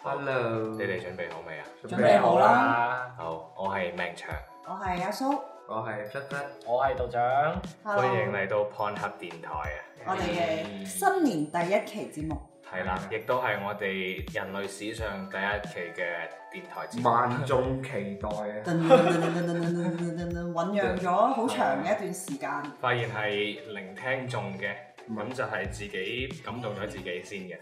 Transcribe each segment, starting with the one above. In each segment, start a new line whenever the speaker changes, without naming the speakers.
Hello，
你哋準備好未啊？
準備好啦，
à.
好，我係命長，
我係阿蘇，
我係忽忽，
我係道長，
Hello
歡迎嚟到 Pornhub 電台啊！
我哋嘅新年第一期節目，
係啊啦，亦都係我哋人類史上第一期嘅電台節目。
萬眾期待啊！
噔噔噔噔噔噔噔噔噔噔醖釀咗好長嘅一段時間，
發現係零聽眾嘅，咁就係自己感動咗自己先嘅。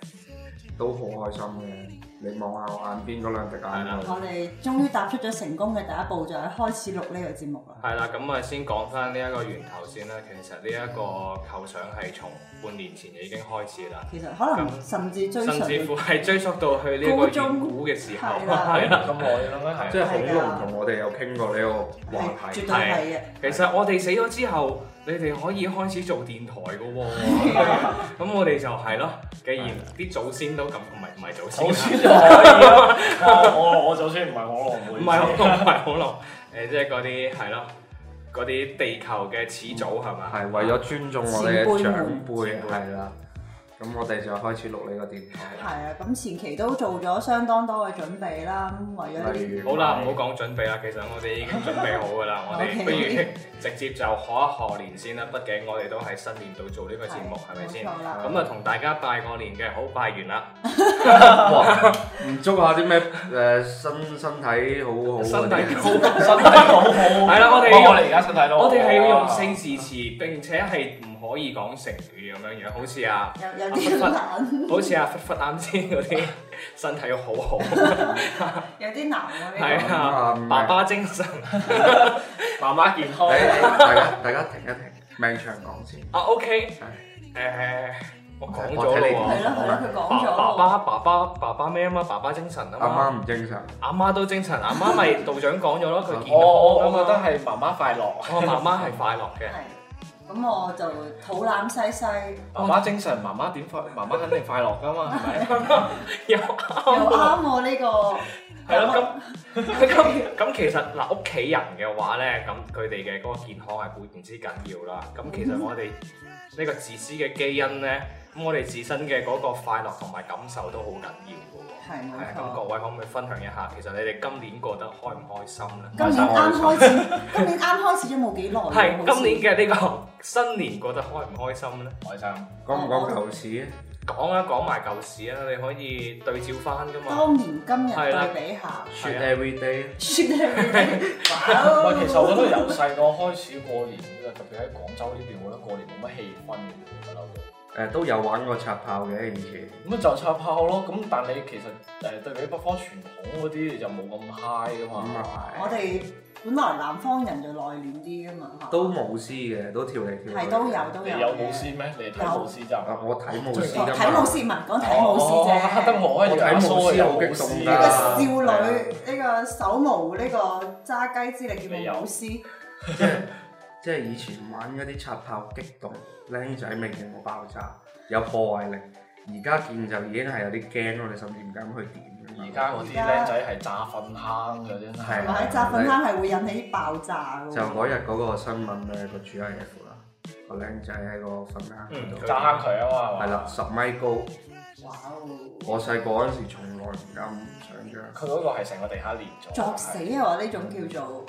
都好開心嘅。你望下我眼邊嗰兩滴眼
我
淚，
哋終於踏出咗成功嘅第一步，就係開始錄呢個節目啦。
係啦，咁啊先講翻呢一個源頭先啦。其實呢一個構想係從半年前就已經開始啦，
其實可能甚至追
甚至
上
乎係追溯到去呢個
高中
遠古嘅時候。
係啦
係啦，
咁耐啦咩？
係
即係恐龍同我哋有傾過呢個
係
話
絕
題
對。係嘅。
其實我哋死咗之後，你哋可以開始做電台嘅喎、咁我哋就係咯，既然啲祖先都咁，唔係唔係祖先
祖
啦，
先就可以啦。我我祖先唔係我羅
唔
妹，
係恐龍，唔係恐龍，誒即係嗰啲係咯，嗰啲地球嘅始祖係嘛？
係為咗尊重我哋嘅
前輩
長
們
輩，係啦。咁我哋就開始錄呢個電台，
係啊，咁前期都做咗相當多嘅準備啦，咁為咗
例如
好啦，唔好講準備啦，其實我哋已經準備好㗎啦，我哋
OK
不如 直接就賀一賀年先啦，畢竟我哋都喺新年度做呢個節目，係咪先？
冇錯啦
咁啊，同大家拜個年嘅，好拜完啦。
哇唔祝下啲咩誒身身體好好啊，
身體好
身體好好。係
係啦我哋
我哋而家身體都好好啊
我哋係要用四字詞，並且係唔可以講成語咁樣樣，好似啊，
有有啲難，
好似啊，忽忽啱先嗰啲 身體好好，係
有啲難啊呢個
咁啊
啊
唔係，
爸爸精神，啊媽媽健康
誒誒大家大家停一停，命長講先。
啊，OK，
係
誒，我講
我
咗
睇
啦
你
係
喎，
咯係咯，
爸
佢講咗
爸
喎。
爸爸爸爸爸咩啊嘛，爸爸精神啊
阿
嘛，
媽唔精神，
阿媽都精神，阿媽咪道長講咗咯，佢健
我
哦
我
康啊
我覺得
嘛，
係媽媽快樂，
我媽媽係快樂嘅。
係，咁我就肚腩西西，
媽媽精神，媽媽點快？媽媽肯定快樂㗎嘛，係咪？
又
又
啱
啱我呢個。
係咯，咁咁咁其實嗱，屋企人嘅話咧，咁佢哋嘅嗰個健康係固然之緊要啦。咁其
嗯
實我哋呢個自私嘅基因咧，咁我哋自身嘅嗰個快樂同埋感受都好緊要
係
嘅
冇
喎。係啊
錯
咁各位可唔可以分享一下，其實你哋今年過得開唔開心咧？
今年啱開始， 今年啱開始咗冇幾耐喎。
係
好似
今年嘅呢個新年過得開唔開心咧？
開心。
講唔講舊事啊？
講啊，講埋舊事啊，你可以對照翻噶嘛。
當年今
係啦
日對比下，
Shit
啊
every day，
算
喂，
係
其實我覺得由細個開始過年，特別喺廣州呢邊，我覺得過年冇乜氣氛嘅，不嬲都。
誒都有玩過擦炮嘅以前，
咁咪就拆炮咯，咁但你其實誒對比北方傳統嗰啲就冇咁 high
哦
噶
咁
嘛，
啊
我哋本來南方人就內斂啲噶嘛，嚇
係都舞獅嘅，都跳嚟跳去。
係都有。都
你
有
有
嘅
舞獅咩？你睇舞獅就
啊，我睇舞獅㗎嘛
睇舞獅唔係講睇舞獅啫，
哦黑啊得我一
我睇
樣，
舞獅好激動
呢個
㗎
少女呢個手無呢個揸雞之力
你
叫
有
做舞獅，
即係即係以前玩嗰啲擦炮激動，僆仔未見過爆炸，有破壞力。而家見就已經係有啲驚咯，你甚至唔敢去點㗎嘛
而家嗰啲僆仔係炸糞坑嘅真
同
係
係，
埋喺扎粉坑係會引起爆炸㗎
就
喎。
嗰日嗰個新聞咧，個主 I F 啦，個僆仔喺個瞓坑度，
嗯
炸坑佢啊嘛，
係
係嘛？
啦，十米高。
哇哦！
我細個嗰陣時，從來唔敢想像。
佢嗰個係成個地下連咗，
作死啊！話呢種叫做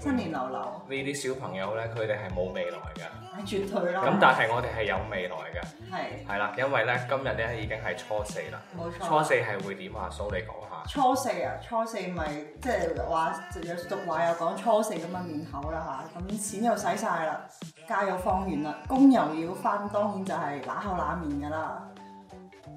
新年流流，
呢啲小朋友咧，佢哋係冇未來㗎。
係絕對啦。
咁但係我哋係有未來㗎。
係
係啦，因為咧今日咧已經係初四啦，
冇錯。
初四係會點啊？蘇你講下。
初四啊，初四咪即係話有俗話又講初四咁嘅面口啦吓，咁錢又使晒啦，假又放完啦，工又要翻，當然就係揦口揦面噶啦。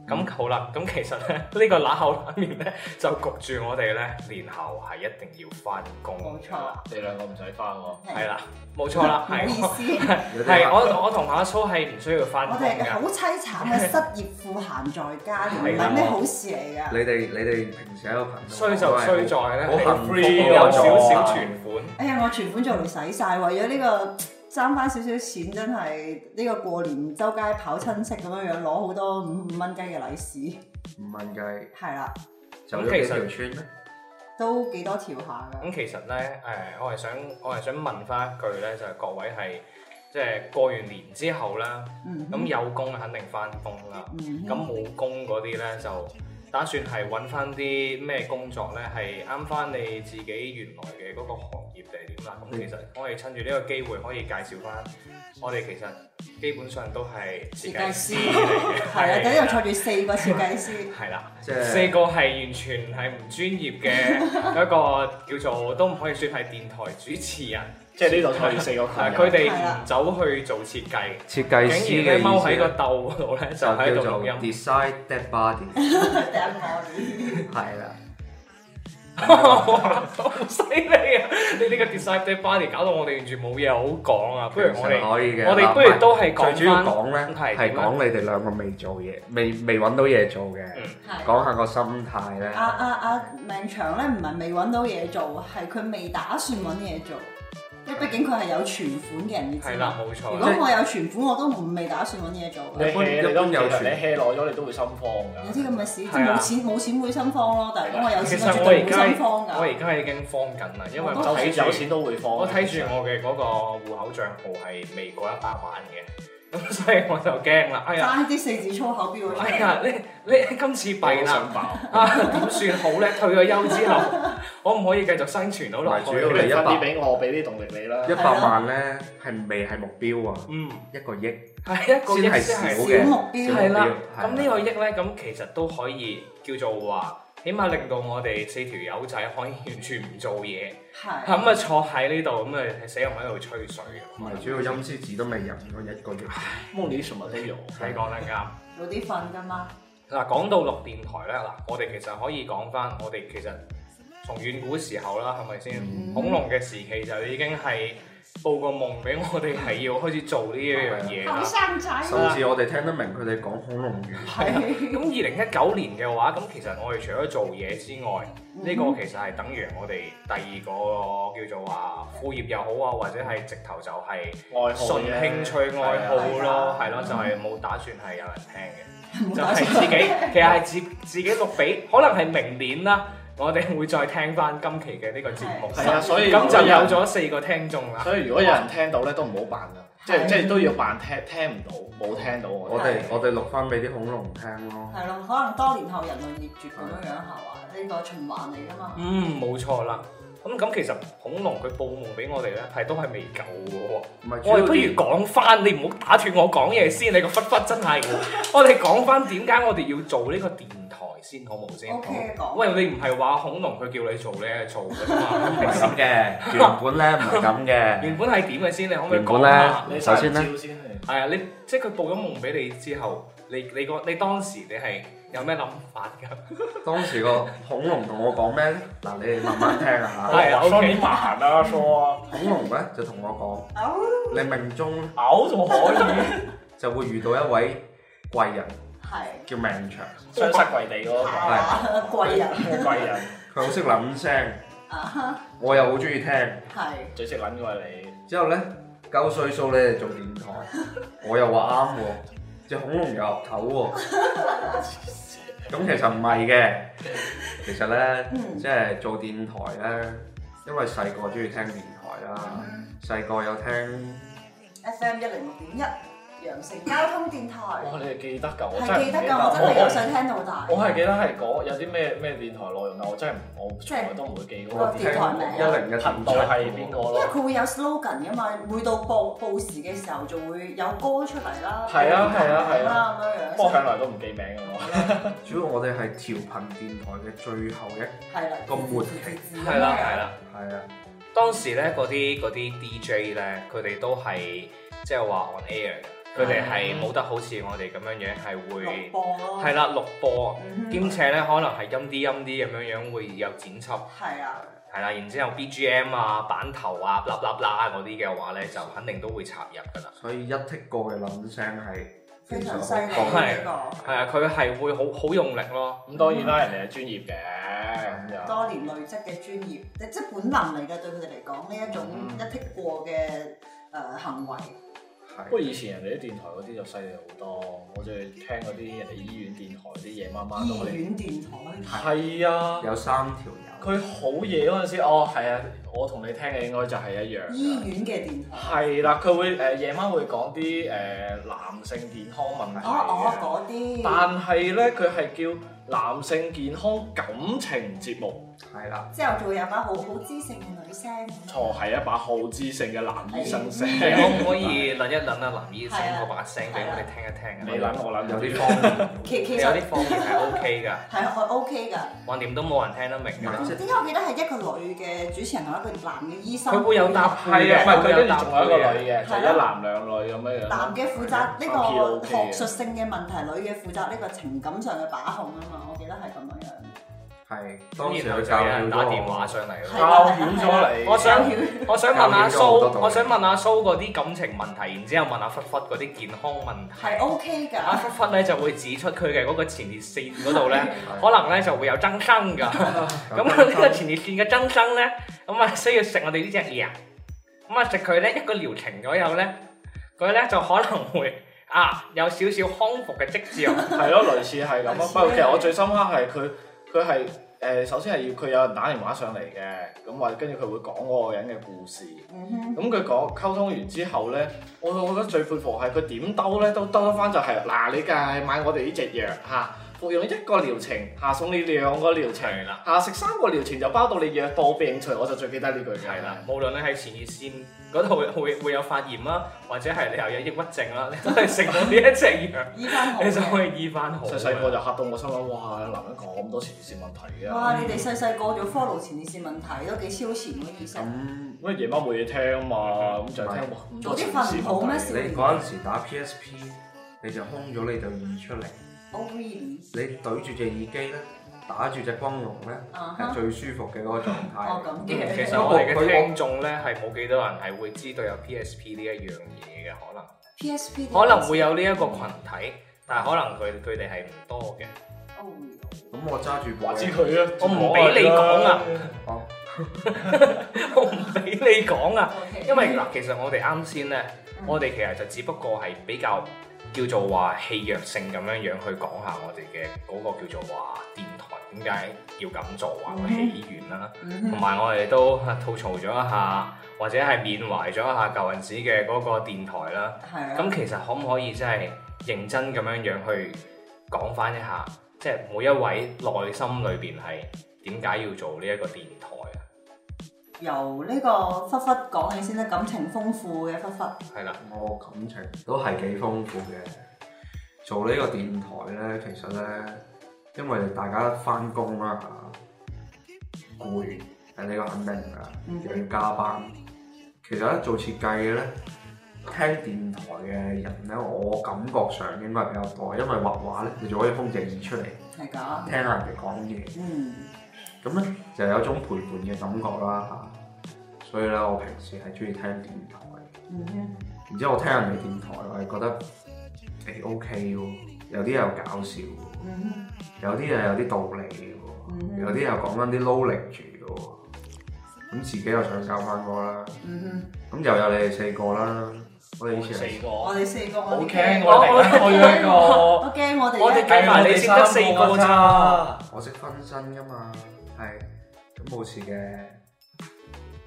咁好啦，咁其實咧呢、 呢個揦口揦面咧就焗住我哋咧年後係一定要翻工。
冇錯。
你兩個唔使翻喎，
係啦，冇錯啦，
唔好
係
意
我
思，
有啲
係
黑
我我同阿蘇係唔需要翻
我
工
哋好
㗎。
凄慘嘅失業富閒在家，唔
係啦啊
係咩好事嚟
你
噶。
哋你哋平時喺個頻道
衰就衰在咧，
好
你
幸福
呢
嘅
個
有
我
少
做
少
法
存款。
哎呀，我存款做嚟使晒，為咗呢、個爭翻少少錢，真係呢個過年周街跑親戚咁樣樣，攞好多五五蚊雞嘅利是，
五蚊雞，
係啦，
走咗幾條村咧？
都幾多條下噶。
咁其實咧，誒、我係想我係想問翻一句咧，就係、各位係即係過完年之後啦，
嗯
咁有工肯定翻工啦。
嗯
咁冇工嗰啲咧就打算係揾翻啲咩工作呢？係啱翻你自己原來嘅嗰個行業定係點啦？咁
嗯
其實我哋趁住呢個機會可以介紹翻，我哋其實基本上都係設計師嚟嘅，
係啊，等陣坐住四個設計 師，
係啦，
即係
四個係完全係唔專業嘅一個叫做都唔可以算係電台主持人，
即係呢度坐住四個群
但
人，
係佢哋
係啊啦
唔走去做設計，
設計師
竟
嘅
然咧踎
意
喺
思
個
呢
竇度咧
就
就
叫
喺度
做
錄音，
design dead body，
掟我
係啦，
哇好犀利啊！你呢個 design day body 搞到我哋完全冇嘢好講啊！不如我
其
哋
實可以嘅，
我哋
嗱
不如都係講
最主要
翻
講咧
係
係
點啊
講你哋兩個未做嘢，未未揾到嘢做嘅，
嗯
哋。
講下個心態咧。
阿阿阿命長咧，唔係未揾到嘢做，係佢未打算揾嘢做，因為畢竟佢係有存款嘅人，你知
係
嘛
啦，？冇
如
錯
果
啦。
我有存款，我都唔未打算揾嘢做
你
嘅。
hea 你都
一般有
有
傳
你 hea 耐咗你都會心慌㗎。
有啲咁嘅事，即係
係啊
冇錢冇錢會心慌咯。但係如果我有
其實
錢，我
我
絕
而
對唔會
家
心慌
嗯
我
㗎。
而家已經慌緊啦，因為
就
我睇
算有
住
錢都會慌。
我睇住我嘅嗰個戶口帳號係未過一百萬嘅， 咁所以我就驚啦！哎呀，
爭啲四字粗口標
哎
出
呀，呢呢今次弊啦
想！爆。
啊，點算好咧？退咗休之後，可唔可以繼續生存到落去
唔係主要
咧
你
你
分
一百
啲俾我，俾啲動力你啦。
一百萬咧係未係目標啊，
嗯，
一個億先
係一個億
係
先
少嘅
係
小
小
目標
目標。
係啦，
係
咁呢個益咧，咁其實都可以叫做話，起碼令到我哋四條友仔可以完全唔做嘢，
嚟，係
咁啊坐喺呢度，咁啊死人喺度吹水
唔
嘅。
係主要陰司紙都未入過一個億，
夢裡什麼都有。
你講得啱。
早啲瞓㗎嘛。
嗱，講到錄電台咧，嗱，我哋其實可以講翻，我哋其實從遠古時候啦，係咪先？
嗯
恐龍嘅時期就已經係報個夢俾我哋係要開始做呢一樣嘢啦。
生仔
甚至我哋聽得明佢哋講恐龍語。
係啊，咁二零一九年嘅話，咁其實我哋除咗做嘢之外，呢個其實係等於我哋第二個叫做話副業又好啊，或者係直頭就係
愛好
純興趣愛好咯，係啊嗯咯，就係冇打算係有人聽嘅。就係自己，其實係自自己錄俾，可能係明年啦，我哋會再聽翻今期嘅呢個節目，
係啊，所以
咁就有咗四個聽眾
啊
啦。
所以如果有人聽到咧，都唔好扮啦，即係
係
即係都要扮聽聽唔到，冇聽到
我
我。
哋我哋錄翻俾啲恐龍聽咯。
係咯，可能多年後人類滅絕咁樣樣係嘛？呢個循環嚟㗎嘛。
嗯，冇錯啦。咁咁其實恐龍佢報夢俾我哋咧，係都係未夠嘅喎。
唔係主
我哋不
要
如講翻，你唔好打斷我講嘢先，你個忽忽真係。我哋講翻點解我哋要做呢個電台先，好冇先
O K 講。
嗯喂，你唔係話恐龍佢叫你做咧做嘅 嘛？
唔係咁嘅，原本咧唔係咁嘅。
原本係點嘅啊先？你可唔可以
原本
講下？
咧，
你
首先咧，
咧，先嚟
係啊，你即係佢報咗夢俾你之後，你你個你當時你係有咩諗法 㗎？
當時個恐龍同我講咩咧？嗱，你哋慢慢聽下。
係啊
我說
OK
你慢啊，說
恐龍咧就同我
嘔
講，你命中
嘔仲可以，
就會遇到一位貴人，
係
叫命長。
雙膝跪地嗰個
啊貴人
貴啊人
佢好識諗聲，
啊
我又好中意聽。
係
最識撚嘅係你，
之後咧，夠歲數你哋做電台，我又話啱喎，只恐龍又岌頭喎。咁其實唔係嘅，其實咧，
嗯
即係做電台咧，因為細個中意聽電台啦，細個有聽
F M 一零六點一羊城交通電
哇！
台
你哋記得㗎，我真係
係
唔
記
記
得
得
㗎，我真係由細聽到大
我。係記得係講有啲咩咩電台內容啊，我真係唔我從來都唔會記嗰個
個
聽
電台
啊
名
一零嘅
頻
頻
道
道
係邊個
因為
咯。
佢會有 slogan 㗎嘛，每到報報時嘅時候就會有歌出嚟啦，
係啊係啊係啊，
啦咁樣
不過
哦
樣，
向來都唔記名嘅我。
主要我哋係調頻電台嘅最後一，
係啦，
個末期
係啦係啦，
係啊，
當時咧嗰啲嗰啲 DJ 咧，佢哋都係即係話 on air 嘅，佢哋係冇得好似我哋咁樣樣係
哦錄
會
播咯，
係啦錄播，
嗯哼，
兼且咧可能係陰啲陰啲咁樣樣會有剪輯。
係啊，
係啦，然之後 BGM 啊、版頭啊、啦啦啦嗰啲嘅話咧，就肯定都會插入㗎啦。
所以一剔過嘅諗聲係
非
非
常
常
犀利
好
哦係
呢個。
係啊，佢係會好好用力咯。
咁當然啦，人哋係專業嘅，咁又
多年累積嘅專業，即即本能嚟嘅對佢哋嚟講，呢一種
嗯
一剔過嘅誒、呃行為，
係
不過以前人哋啲電台嗰啲就犀利好多，我最聽嗰啲人哋醫院電台啲夜晚晚都可
醫
以。
院電台
係啊，
有三條友。
佢好夜嗰陣時，哦係啊，我同你聽嘅應該就係一樣
醫
㗎。
院嘅電台，
係啦，佢會誒夜晚會講啲誒男性健康問題
哦哦嗰
嘅，
啲，
但係咧佢係叫男性健康感情節目，
係啦，
朝頭早有把好好知性嘅女聲，
錯係一把好知性嘅男醫生聲。
你可唔可以諗一諗啊，林醫生
係啊
嗰把聲俾我哋聽一聽啊？
你諗我諗
有
有
啲
啲
方面，
其其
有
實
啲方面係 OK 㗎，
係我 OK 㗎。
橫掂都冇人聽得明㗎。
即係
點解我記得係一個女嘅主持人同一個男嘅醫生？
佢會有搭配
係啊，
嘅，
唔係佢
會有
跟
搭
住
配
仲有一個
嘅。
女嘅，就一男兩女咁樣樣。
男嘅負責呢個學
手機 OK 嘅
術性嘅問題，女嘅負責呢個情感上嘅把控啊嘛，我記得係咁樣樣。
係當
咁
時
然後
佢
就
教
有人
曉
打電話
咗
上嚟咯。
係
教曉咗你。
我想
曉
我想問下
有影響好多道
蘇，
理
我想問下蘇嗰啲感情問題，然之後問下忽忽嗰啲健康問
係
題。
OK
阿
㗎，
忽忽咧就會指出佢嘅嗰個前列腺嗰度 咧，
係
可能咧就會有增生㗎。咁啊呢個前列腺嘅增生咧，咁啊需要食我哋呢只藥。咁啊食佢咧一個療程左右咧，佢咧就可能會啊有少少康復嘅跡 象。
係咯，類似係咁
類
啊。
似
不過其實我最深刻係佢，佢係誒首先係要佢有人打電話上嚟嘅，咁或者跟住佢會講嗰個人嘅故事。
嗯
咁佢講溝通完之後咧，我我覺得最佩服係佢點兜咧，都兜得翻就係、嗱，你梗係買我哋呢隻藥嚇，服用一個療程嚇，送你兩個療程
係啦
嚇，食三個療程就包到你藥到病除，我就最記得呢句嘅。
係啦，無論你係前列腺嗰度會會會有發炎啦，或者係你又有抑鬱症啦， 你都係食到呢一隻 藥，
哼，醫翻好
你就
嘅。
可以醫翻好。
細細個就嚇到我心諗，哇！男人講咁多前列腺問題啊嘅，
哇！你哋細細個做 follow 前列腺問題都幾超前嘅意識，
咁
咁夜晚冇嘢聽嘛，咁就聽哇咁
早啲
多
瞓
前列
唔
腺
好咩？
問題。
少
你
年
嗰陣時打 PSP，你就空咗你對耳出嚟，
？O V
你對住隻耳機咧，打住隻光龍咧，
啊
係
哈，
最舒服嘅嗰個狀
哦
態。
咁
嗯
嘅。
其實我哋嘅聽眾咧係冇幾多人係會知道有 PSP 呢一樣嘢嘅，可能
PSP
可能會有呢一個群體，但係可能佢佢哋係唔多嘅。
哦
咁我揸住部
話知
嘢，
佢啊，
我唔俾你講啊！
哦，
我唔俾你講啊，
，OK
因為嗱，其實我哋啱先咧，
嗯
我哋其實就只不過係比較叫做話戲謔性咁樣樣去講下我哋嘅嗰個叫做話電台點解要咁做啊個起源啦，
嗯
同
哼
埋我哋都吐槽咗一下，或者係緬懷咗一下舊陣時嘅嗰個電台啦。
係啊，
咁其實可唔可以真係認真咁樣樣去講翻一下，即係每一位內心裏邊係點解要做呢一個電台啊？
由呢個忽忽講起先啦，感情豐富嘅忽忽，
係啦，
我感情都係幾豐富嘅。做呢個電台咧，其實咧，因為大家翻工啦嚇，攰係呢個肯定㗎，
嗯
又要加班。其實咧做設計嘅咧，聽電台嘅人咧，我感覺上應該係比較多，因為畫畫咧，你就可以空隻耳出嚟
係㗎，
聽下人哋講嘢。
嗯。
咁咧就有一種陪伴嘅感覺啦嚇。所以咧，我平時係中意聽電台，
嗯哼，
然之後我聽人哋電台，我係覺得誒 OK 喎，有啲嘢又搞笑喎，
嗯
有啲嘢有啲道理嘅
嗯
喎，有啲又講緊啲撈力住嘅喎。咁自己又想搞翻個啦，
哼，嗯
咁又有你哋四個啦。我哋以前係
四個，
哼，我哋四個
好
我
驚
驚，
我突然間
我驚
開咗一個，
我哋
我哋計埋你先得四個咋，
我識分身噶嘛，係咁冇事嘅。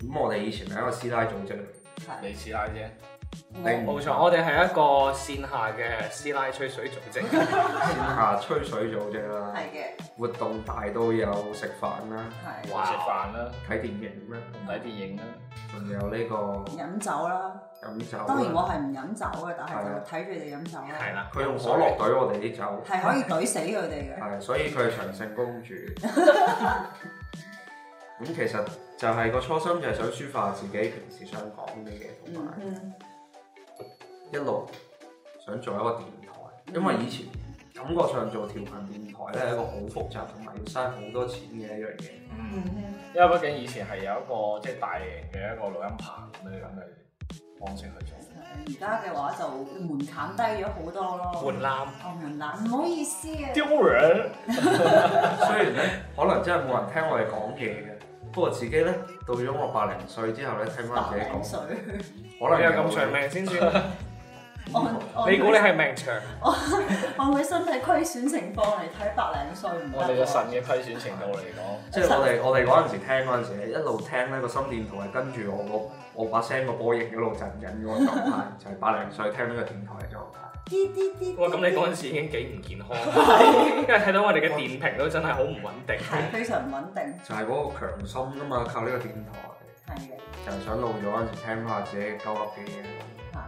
咁我哋以前係一個師奶組織嚟，
係
你似奶啫，
你
冇錯，我哋係一個線下嘅師奶吹水組 織，
線下吹水組織啦。
係嘅，
活動大到有食飯啦、
係
哇
食飯啦，
睇電影啦，
睇電影啦，
仲有呢個
飲酒啦。
飲酒啦。
當然我係唔飲酒嘅，但係
係啊
就睇住你飲酒啦，
係啦，
佢用可樂懟我哋啲酒，
係可以懟死佢哋嘅。
係所以佢係長勝公主。咁其實就係個初心就係想抒發自己平時想講嘅嘢，同
嗯
埋
嗯
一路想做一個電台，因為以前感覺上做調頻電台咧係一個好複雜同埋要嘥好多錢嘅一樣嘢。
嗯。
嗯
因為畢竟以前係有一個即係大型嘅一個錄音棚咁樣樣嘅方式去做。
而家嘅話就門檻低咗好多咯。
換攬
哦，門檻唔好意思啊。
丟人！
雖然咧可能真係冇人聽我哋講嘢嘅，不過自己咧到咗我百零歲之後咧，聽翻
白
自己
領
講，
水，
可能
你有咁長命先 算，
有
按按
你估你
佢
係命長？
按佢身體虧損情況嚟睇白領水唔得
我
喎。
哋嘅腎嘅虧損程度嚟講，
即係我哋我哋嗰陣時聽嗰陣時咧，一路聽咧個心電圖係跟住 我個我把聲個波形一路震緊嗰個狀態，就係百零歲聽呢個電台嘅狀態。
啲啲啲。
哇！咁你嗰陣時已經幾唔健 康，因為睇到我哋嘅電瓶都真係好唔穩定。
係非常唔穩定，
就係嗰個強心㗎嘛，靠呢個電台
係嘅，
就係想老咗嗰陣時聽翻下自己嘅鳩噏嘅嘢。
係。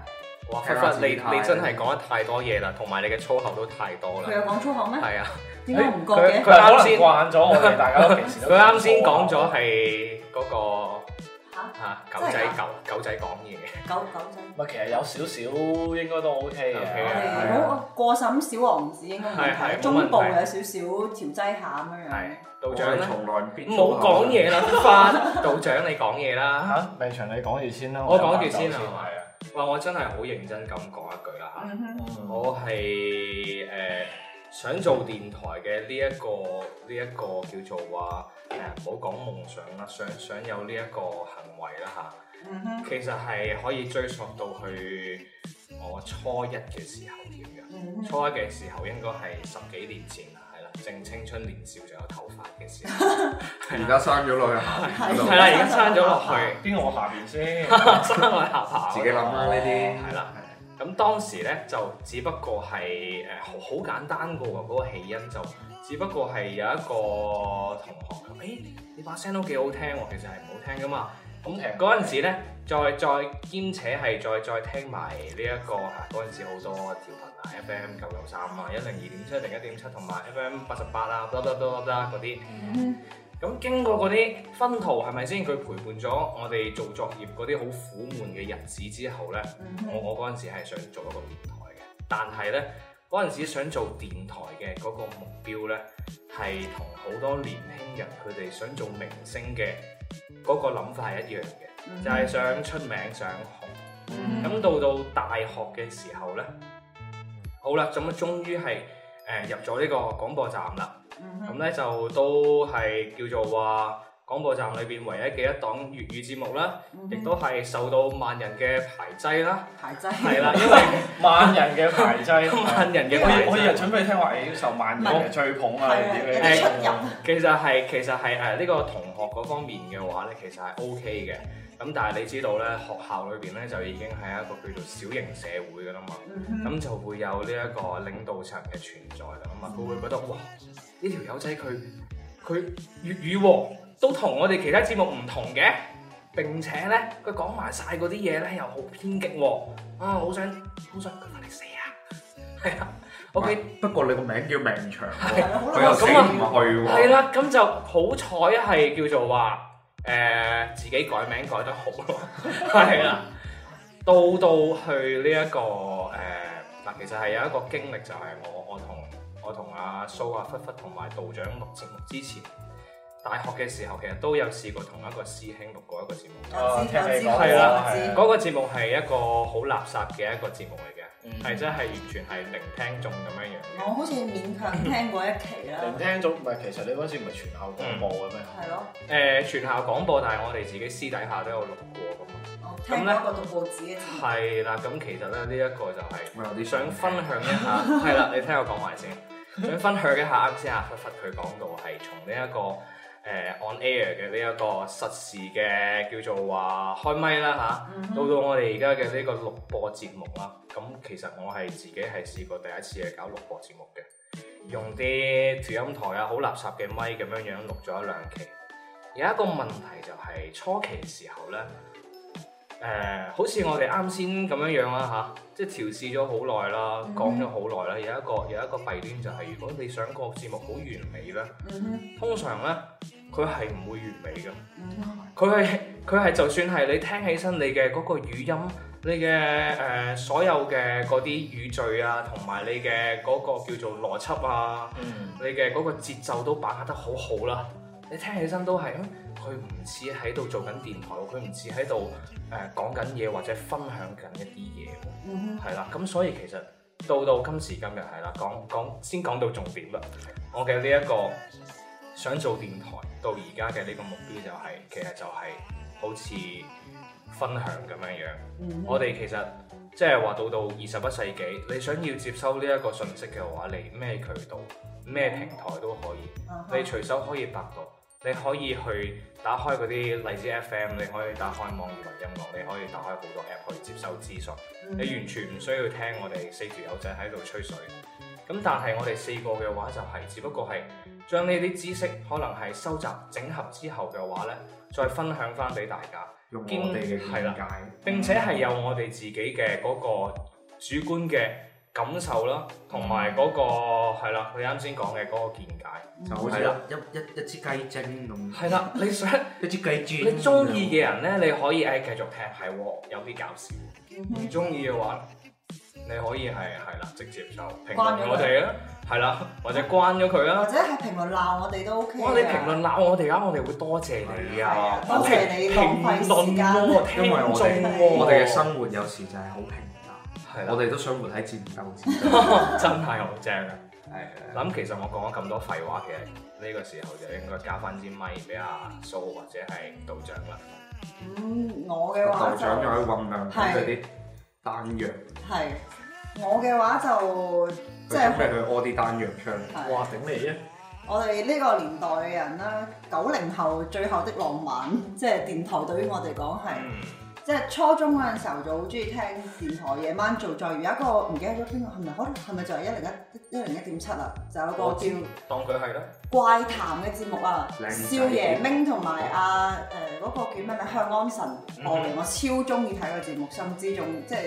哇！忽忽你你真係講得太多嘢啦，同埋你嘅粗口都太多
佢
啦。
有講粗口咩？
係啊，
點解我唔覺
佢
佢
嘅？
啱先慣咗我哋，大家都平時都
佢啱先講咗係嗰
嚇
個嚇狗仔狗狗仔講嘢，
狗狗仔。
唔係，其實有少少應該都 OK
OK
我
嘅。
啊
哋好過審小王子應該冇問
係係
題，中部
冇問題
有少少調劑下咁樣
係
樣。
道長
我
咧
係。從來唔必
唔好講 嘢啦，花道長你講嘢啦。
嚇，未長你講住先啦，
我講住先啊
係
係嘛
啊。
哇！我真係好認真咁講一句啦嚇。
嗯哼，
嗯
我係誒、呃想做電台嘅呢一個呢一、個叫做話誒唔好講夢想啦，想想有呢一個行為啦嚇，
嗯哼，
其實係可以追溯到去我初一嘅時候添嘅。
嗯哼，
初一嘅時候應該係十幾年前啦，係啦，正青春年少就有頭髮嘅時候，
而家生咗落去下邊嗰度，
係啦，已經生咗落去，
邊個我下邊先？
生落下巴。
自己諗啦呢啲。
係啦。啊咁當時咧就只不過係誒好好簡單個喎，嗰、個起因就只不過係有一個同學佢話，誒、你把聲都幾好聽喎，其實係唔好聽噶嘛。
好
咁
聽
嗰陣時咧，再再兼且係再再聽埋呢一個嚇，嗰陣時好多調頻啊，FM 九九三啊，一零二點七、零一點七同埋 FM 八十八啊，blah blah blah blah blah 嗰啲。
嗯
咁經過嗰啲分圖係咪先？佢陪伴咗我哋做作業嗰啲好苦悶嘅日子之後咧。
哼，嗯哼，
我我嗰陣時係想做一個電台嘅，但係呢，嗰陣時想做電台嘅嗰個目標呢，係同好多年輕人佢哋想做明星嘅嗰個諗法係一樣嘅，
嗯
就係想出名想紅。
嗯
咁到到大學嘅時候呢，好啦，咁啊終於係誒入咗呢個廣播站啦。
嗯
咁
哼，
咧就都係叫做話廣播站裏邊唯一嘅一檔粵語節目啦，
嗯哼
亦都係受到萬人嘅排擠 啦，
排擠
係啊啦，因為
萬人嘅排擠，
萬人嘅
我
排
以我以為啊
擠，
準備聽話你要受萬人嘅追捧啊，
係啊
你點
有
啲
你
出入
其實係其實係誒呢個同學嗰方面嘅話咧，其實係 O K 嘅。咁但係你知道咧，學校裏邊咧就已經係一個叫做小型社會㗎啦嘛。
嗯
咁
哼，
就會有呢一個領導層嘅存在啦嘛，佢會覺得哇，呢條友仔佢佢粵語喎、都同我哋其他節目唔同嘅，並且咧佢講埋晒嗰啲嘢咧又好偏激喎、啊好想好想佢快啲死啊，係啊，OK，
不過你個名叫命長
啊
係
喎，
啦，好
佢又
啦，
死唔去喎。
係啦，咁就好彩係叫做話誒、呃自己改名改得好咯，係啦，到到去呢、一個誒嗱、其實係有一個經歷就係我我同我同阿蘇啊忽忽同埋道長錄節目之前，大學嘅時候其實都有試過同一個師兄錄過一個節目，
我知我知，
係啦
我知
嗰、個節目係一個好垃圾嘅一個節目嚟
嗯
嘅，係、真係完全係零聽眾咁樣樣嘅。
我好似勉強聽過一期啦，
聆聽咗，唔係其實你嗰陣時唔係全校廣播嘅咩？
係咯，
誒、全校廣播，但係我哋自己私底下都有錄過噶嘛。
我聽過一個讀報紙嘅節目，
係啦，咁其實咧呢一個就係
我有啲
想分享一下，係啦，你聽我講埋先，想分享一下啱先阿忽忽佢講到係從呢、一個誒、呃 on air 嘅呢一個實時嘅叫做話開咪啦吓，
嗯
到
哼，
到我哋而家嘅呢個錄播節目啦，咁其實我係自己係試過第一次係搞錄播節目嘅，用啲調音台啊好垃圾嘅咪咁樣樣錄咗一兩期，有一個問題就係初期時候呢。誒、好似我哋啱先咁樣樣啦吓，即係調試咗好耐啦，
嗯
講咗好耐啦，有一個有一個弊端就係、如果你想個節目好完美咧，
嗯哼，
通常咧佢係唔會完美嘅，
嗯哼。
佢係佢係就算係你聽起身你嘅嗰個語音，你嘅誒、呃所有嘅嗰啲語序啊，同埋你嘅嗰個叫做邏輯啊。
嗯，
你嘅嗰個節奏都把握得好好啦。你聽起身都係，嗯佢唔似喺度做緊電台喎，佢唔似喺度誒講緊嘢或者分享緊一啲嘢喎。
嗯
係啦，咁所以其實到到今時今日係啦，講講先講到重點啦。我嘅呢一個想做電台到而家嘅呢個目標就係、其實就係好似分享咁樣樣。
嗯哼，
我哋其實即係話到到二十一世紀，你想要接收呢一個信息嘅話，你咩渠道、咩平台都可以，
啊哈
你隨手可以百度，你可以去打開嗰啲荔枝 FM，你可以打開網易雲音樂，你可以打開好多 app 去接收資訊。
嗯
你完全唔需要聽我哋四條友仔喺度吹水。咁但係我哋四個嘅話就係、只不過係將呢啲知識可能係收集整合之後嘅話呢，再分享翻俾大家。
用我哋嘅見
係啦
解，
並且係有我哋自己嘅嗰個主觀嘅感受啦，同埋嗰個係啦，佢啱先講嘅嗰個見解。
嗯
就好似
係啦
一一一一支雞精咁，
係啦，你想
一支雞精。
你中意嘅人咧，你可以誒繼續聽，係喎，有啲搞笑。
嗯
唔中意嘅話，你可以係係啦，直接就評
關咗
論
佢
我哋啦，係啦，或者關咗佢
或
啦。
者係評論鬧我哋都 OK
哇！你評論鬧我哋啊，我哋會多謝你
係
啊
啊，多謝你浪費時間
評論喎，
因為我哋
聽眾喎
我哋嘅生活有時就係好平淡，
係啦
我哋都想活喺戰鬥之中。
真係好正啊！
係啊，
咁其實我講咗咁多廢話，其實呢個時候就應該交翻支咪俾阿蘇或者係道長啦。
嗯，我嘅話
道
就
長又去混量
係
嗰啲丹藥，
係我嘅話就
佢
即係
準備去屙啲丹藥出嚟。
係
哇！頂你啊！
我哋呢個年代嘅人啦，九零後最後的浪漫， 即係電台對於我哋講係。
嗯，
即係初中嗰陣時候就好中意聽電台，夜晚做作業。有一個唔記得咗邊個，係咪可能係咪就係一零一一零一點七啊？就有個
我
叫
知當佢係啦。
怪談嘅節目啊，
靚仔
少爺明同埋阿誒嗰個叫咩名向安神播嘅，
嗯
我超中意睇個節目，甚至仲即係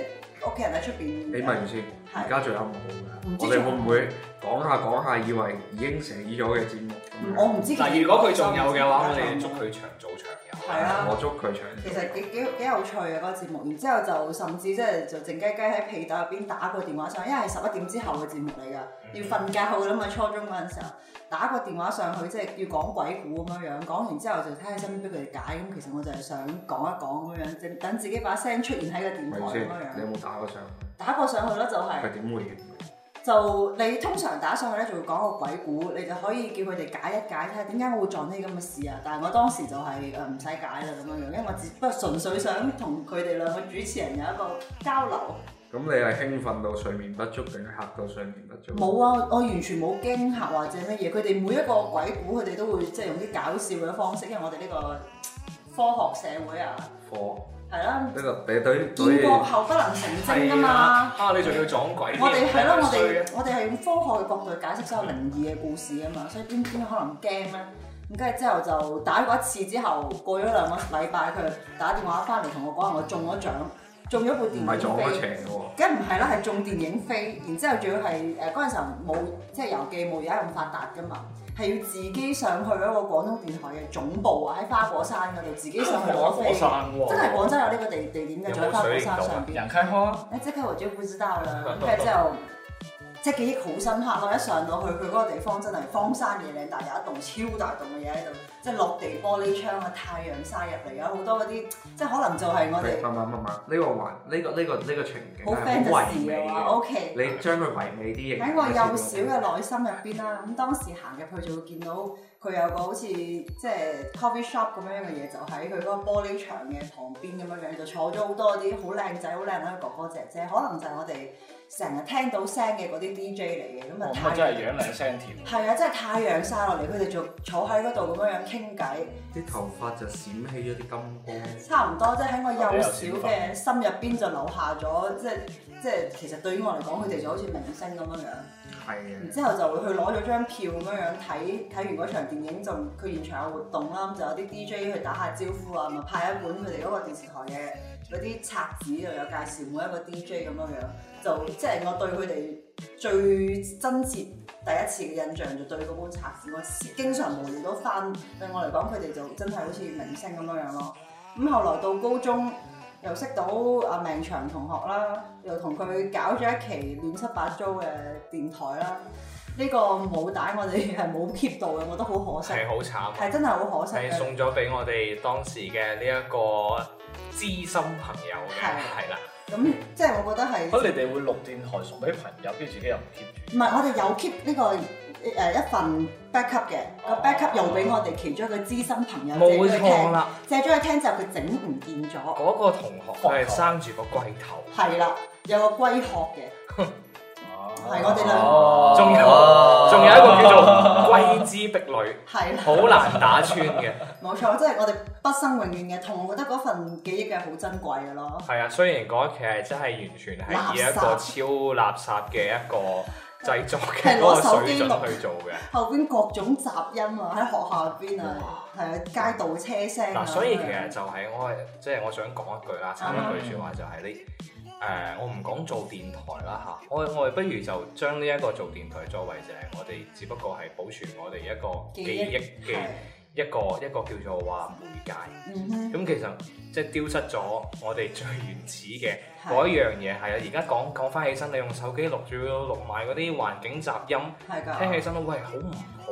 屋企人喺出邊。
你問先，
係
而家仲有冇
唔
㗎？
知
我哋會唔會講下講下，以為已經死咗嘅節目咁
我
樣？
唔知佢
嗱，如果佢仲有嘅話，我哋祝佢長做長有
係
啦。
啊
我祝佢長
其實幾幾幾有趣嘅嗰、個節目，然之後就甚至即係就靜雞雞喺被竇入邊打個電話上，因為係十一點之後嘅節目嚟㗎，要瞓覺㗎啦嘛。初中嗰陣時候打個電話上去，即係要講鬼故咁樣樣，講完之後就睇下身邊俾佢哋解。咁其實我就係想講一講咁樣，等等自己把聲出現喺個電
咪
台
先
咁樣，
你
樣。
有冇打過上去？
打過上去啦，就係、
佢點回應？
就你通常打上去咧，就會講個鬼故，你就可以叫佢哋解一解，睇下點解我會撞呢啲咁嘅事啊！但係我當時就係誒唔使解啦咁樣樣，因為我只不過純粹想同佢哋兩個主持人有一個交流。
咁你係興奮到睡眠不足定係嚇到睡眠不足？
冇啊，我完全冇驚嚇或者乜嘢，佢哋每一個鬼故佢哋都會即係用啲搞笑嘅方式，因為我哋呢個科學社會啊，
科
係啦，
呢個你對於對
見
於
國後不能成精㗎
係
嘛。
啊，啊你仲要撞鬼添？
我哋係咯，我
衰
哋
嘅
我哋係用科學嘅角度去解釋所有靈異嘅故事啊嘛，所以邊邊可能驚咧？咁跟住之後就打過一次之後，過咗兩個禮拜，佢打電話翻嚟同我講話，我中咗獎，中啊咗部電
唔
影
係撞咗
飛，
邪嘅喎，
梗唔係啦，係中電影飛，然之後仲要係誒呃嗰陣時候冇即係郵寄冇而家咁發達噶嘛，係要自己上去嗰個廣東電台嘅總部啊，喺花果山嗰度自己上去攞飛，真係廣州有呢個地地點嘅，仲喺花果山上邊。
人開開，
誒即刻我就不知道啦，咁跟住之後，即係記憶好深刻咯。一上到去佢嗰個地方真係荒山野嶺，但係有一棟超大棟嘅嘢喺度，即係落地玻璃窗啊，太陽曬入嚟，啊有好多嗰啲，即係可能就係我
唔唔
哋
唔唔，呢個環呢個呢個呢個情景
好
係好
fantasy 啊
唯美
嘅話
嘅，
，OK。
你將佢唯美啲形
喺
容先
我幼小嘅內心入邊啦，咁當時行入去就會見到佢有個好似即係 coffee shop 咁樣嘅嘢，就喺佢嗰個玻璃牆嘅旁邊咁樣樣，就坐咗好多啲好靚仔、好靚女嘅哥哥姐姐，可能就係我哋成日聽到聲嘅嗰啲 DJ 嚟嘅，咁啊
我
太
真哦係樣靚聲甜。
係啊，真係太陽曬落嚟，佢哋就坐喺嗰度咁樣樣傾偈，
啲頭髮就閃起咗啲金光。
差唔多即係喺我幼小嘅心入邊就留下咗，即係即係其實對於我嚟講，佢哋就好似明星咁樣樣。
係啊
然，之後就會去攞咗張票咁樣樣睇睇完嗰場電影，就佢現場有活動啦，咁就有啲 DJ 去打下招呼啊，咪派一本佢哋嗰個電視台嘅嗰啲冊子就有介紹每一個 DJ 咁樣樣，就即係我對佢哋最真切第一次嘅印象就對嗰本冊子，我經常無聊都翻，對我嚟講佢哋就真係好似明星咁樣樣咯。咁後來到高中。又識到阿命長同學啦，又同佢搞咗一期亂七八糟嘅電台啦。呢個冇帶我哋係冇 keep 到嘅，我覺得好可惜，
係好慘，啊
係真係好可惜
係
嘅。
送咗俾我哋當時嘅呢一個知心朋友嘅，
係
係啦，
咁即係我覺得係
不過你哋會錄電台送俾朋友，跟住自己又唔 keep
唔
住。
係我哋有 keep 呢個誒一份 backup 嘅個 backup 又俾我哋其中一個資深朋友借
冇
咗去
錯
聽，
啦，
借咗去聽之後佢整唔見咗，
嗰個同學佢係生住個龜頭，
係啦，有個龜殼嘅。
哦
係我哋兩
哦
仲有
哦
仲有一個叫
哦
做歸之壁壘，
係啦，
好難打穿嘅。
冇錯，即係我哋畢生永遠嘅痛，我覺得嗰份記憶係好珍貴嘅咯。
係啊，雖然嗰一期係真係完全係以一個
垃
超垃圾嘅一個製作嘅
係
嗰
攞手
個水
機
準
錄
去做嘅。
後邊各種雜音啊，喺學校入邊啊，係啊，街道車聲啊，
嗱，所以其實就係我係即係我想講一句啦，插一句説話就係你誒，我唔講做電台啦嚇，我我哋不如就將呢一個做電台作為就係我哋只不過係保存我哋一個記憶
係
嘅一個一個叫做話媒介。
嗯哼，
咁其實即係丟失咗我哋最原始嘅
係
嗰一樣嘢係啊！而家講講翻起身，你用手機錄住錄埋嗰啲環境雜音，
係㗎，
聽起身都喂好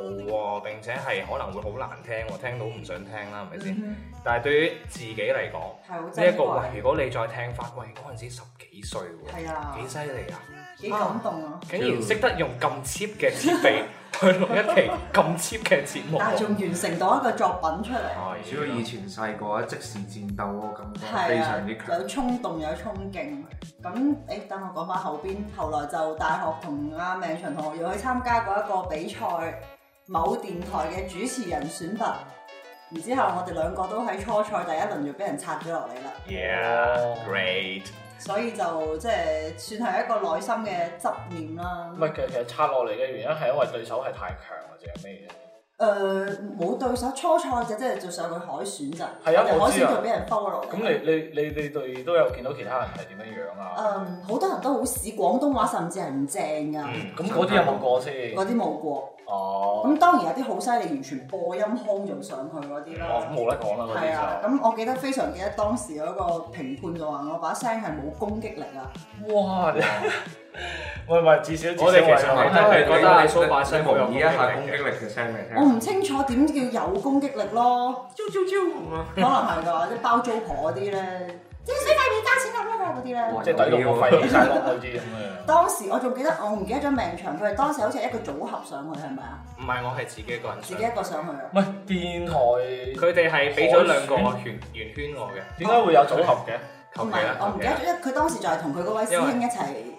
唔好喎、並且係可能會好難聽喎、聽到唔想聽啦，係咪先？
嗯
但係對於自己嚟講，
哼
呢
係好珍
一個喂，
貴，
如果你再聽翻，喂嗰陣時十幾歲喎，
係啊，
幾犀利啊！
幾感動啊！
竟然識得用咁 cheap 嘅設 備去錄一期咁 cheap 嘅節目喎，哦
但係仲完成到一個作品出嚟，
係
主要以前細個咧啊即時戰鬥嗰個感覺非
係啊
常之，強。
有衝動有衝勁。咁誒，等我講翻後邊，後來就大學同阿命長同學要去參加過一個比賽，某電台嘅主持人選拔。然之後我哋兩個都喺初賽第一輪就俾人刷咗落嚟啦。
，yeah，great。
所以就即係算係一個內心嘅執念啦。
唔係，其實其實拆落嚟嘅原因係因為對手係太強或者係咩
誒冇、對手，初賽就即係就上去海選咋。
係啊
人
我
海
知啊
選就俾人 follow 落嚟
嘢？咁你你你你哋都有見到其他人係點樣樣啊？
誒嗯好多人都好屎，廣東話甚至係唔正㗎，
嗯
咁嗰啲有冇過先？
嗰啲冇過。
哦，
咁當然有啲好犀利，完全播音腔咗上去嗰啲
哦咁
啦。
冇得講啦嗰
係啊，
啲
咁我記得非常記得當時嗰個評判就話我把聲係冇攻擊力啊，
就哇！你 喂喂，至少
我哋其實
我
係真係覺得阿蘇把聲
你
好有
模擬一下攻擊力嘅聲
嗯
嚟聽。
我唔清楚點叫有攻擊力咯，
招招招
可能係㗎，即係包租婆嗰啲咧，即係水費面加錢啊啦嗰啲咧。
即係懟到個肺起晒落去啲咁啊 樣。
當時我仲記得，我唔記得咗命長，佢係當時好似係一個組合上去係咪啊？
唔係，我係自己一個人
自
上
己。一個上去啊
唔？係電台，
佢哋係俾咗兩個圓圓圈我嘅，
點解會有組合嘅？
求
唔
其
係
啦，，
我唔
求
記
其啦
得咗，。因為佢當時就係同佢嗰位師兄一齊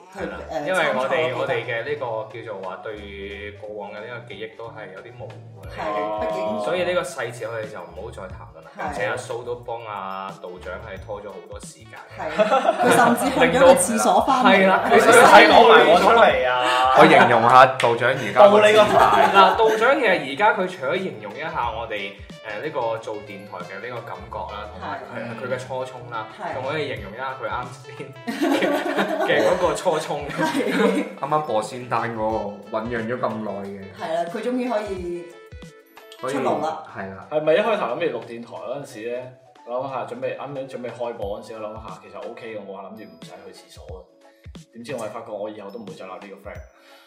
去
係啦
誒
因為我哋
參賽
我哋嘅呢個叫做話對過往嘅呢個記憶都係有啲模糊嘅，
係畢竟
所以呢個細節我哋就唔好再談論啦。
係
而且阿蘇都幫阿道長係拖咗好多時間，
係，啊佢甚至去咗個廁所翻 嚟。
係啦
你
佢
使
想
唔使攞
攞
埋
埋
我
我出
出嚟啊？
我形容下道長而家
到你個
姿態
嗱，道長其實而家佢除咗形容一下我哋誒呢個做電台嘅呢個感覺啦，同埋佢佢嘅初衷啦，
係
仲可以形容一下佢啱 先嘅嘅嗰個初 衷。
係
啱啱播仙丹嗰個醖釀咗咁耐嘅，
係啦，佢終於可以
所以
出爐啦
係啦，
係咪一開頭諗住錄電台嗰陣時咧，諗下準備啱啱準備開播嗰陣時，我諗下其實 O K 嘅，我諗住唔使去廁所嘅。點知我係發覺我以後都唔會再立呢個 friend。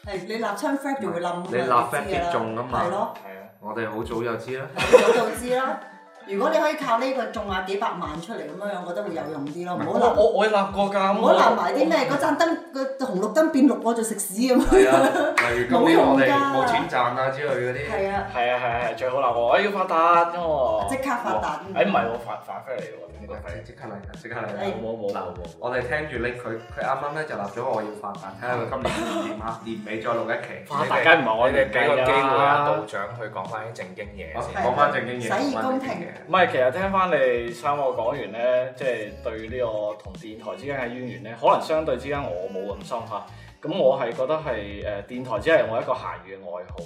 係你立親 f r e d 就會冧㗎
你立
啦知
flag
㗎啦
擊中㗎嘛
係咯，
係啊，
我哋好早就知啦。
早就知啦。如果你可以靠呢個中下幾百萬出嚟咁樣樣，我覺得會有用啲咯。唔好
我
立，
我我立過㗎，啊
唔好立啊埋啲咩嗰盞燈個紅綠燈變綠，我就食屎咁。
係 啊，例如今年我哋冇錢賺啊之類嗰啲，
係啊，
係啊係啊係啊，最好鬧我，我要發達咁喎。
即刻發達
誒唔係喎，反反 friend 嚟喎，呢個 friend。
即刻嚟啦，即刻嚟
係
啦！
冇冇冇冇。
我哋聽住你，佢佢啱啱咧就立咗我要發達，睇下佢今年年下年尾再錄一期。
發達啊梗唔係我
你哋
哋
俾個機會啊，道。長去講翻啲正經嘢
好
啊
先。
講翻正經嘢，
洗耳恭聽
唔係，其實聽翻你三個講完咧，即係對呢個同電台之間嘅淵源咧，可能相對之間我冇咁深刻。咁我係覺得係誒、呃、電台只係我一個閒餘嘅愛好。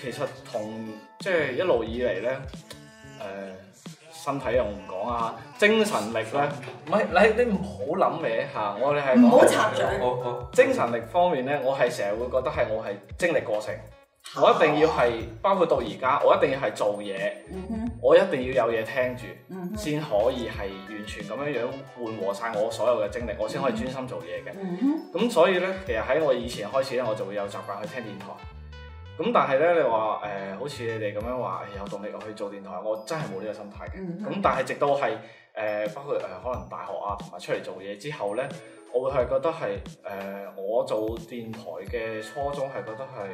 誒、其實同即係一路以嚟咧，誒、身體又唔講啊，精神力咧，唔係你你唔好諗歪嚇，我哋係
唔好
講
插嘴。
好好
精神力方面咧，我係成日會覺得係我係精力過剩，我一定要係包括到而家，我一定要係做嘢，
嗯哼，
我一定要有嘢聽住。
嗯哼，
先可以係完全咁樣樣緩和晒我所有嘅精力，我先可以專心做嘢嘅。
嗯哼。
咁所以呢，其實喺我以前開始呢，我就會有習慣去聽電台。咁但係呢，你話誒、呃好似你哋咁樣話哎有動力去做電台，我真係冇呢個心態嘅。
嗯
咁但係直到係誒、呃包括誒、呃可能大學啊，同埋出嚟做嘢之後呢，我會係覺得係誒、呃我做電台嘅初衷係覺得係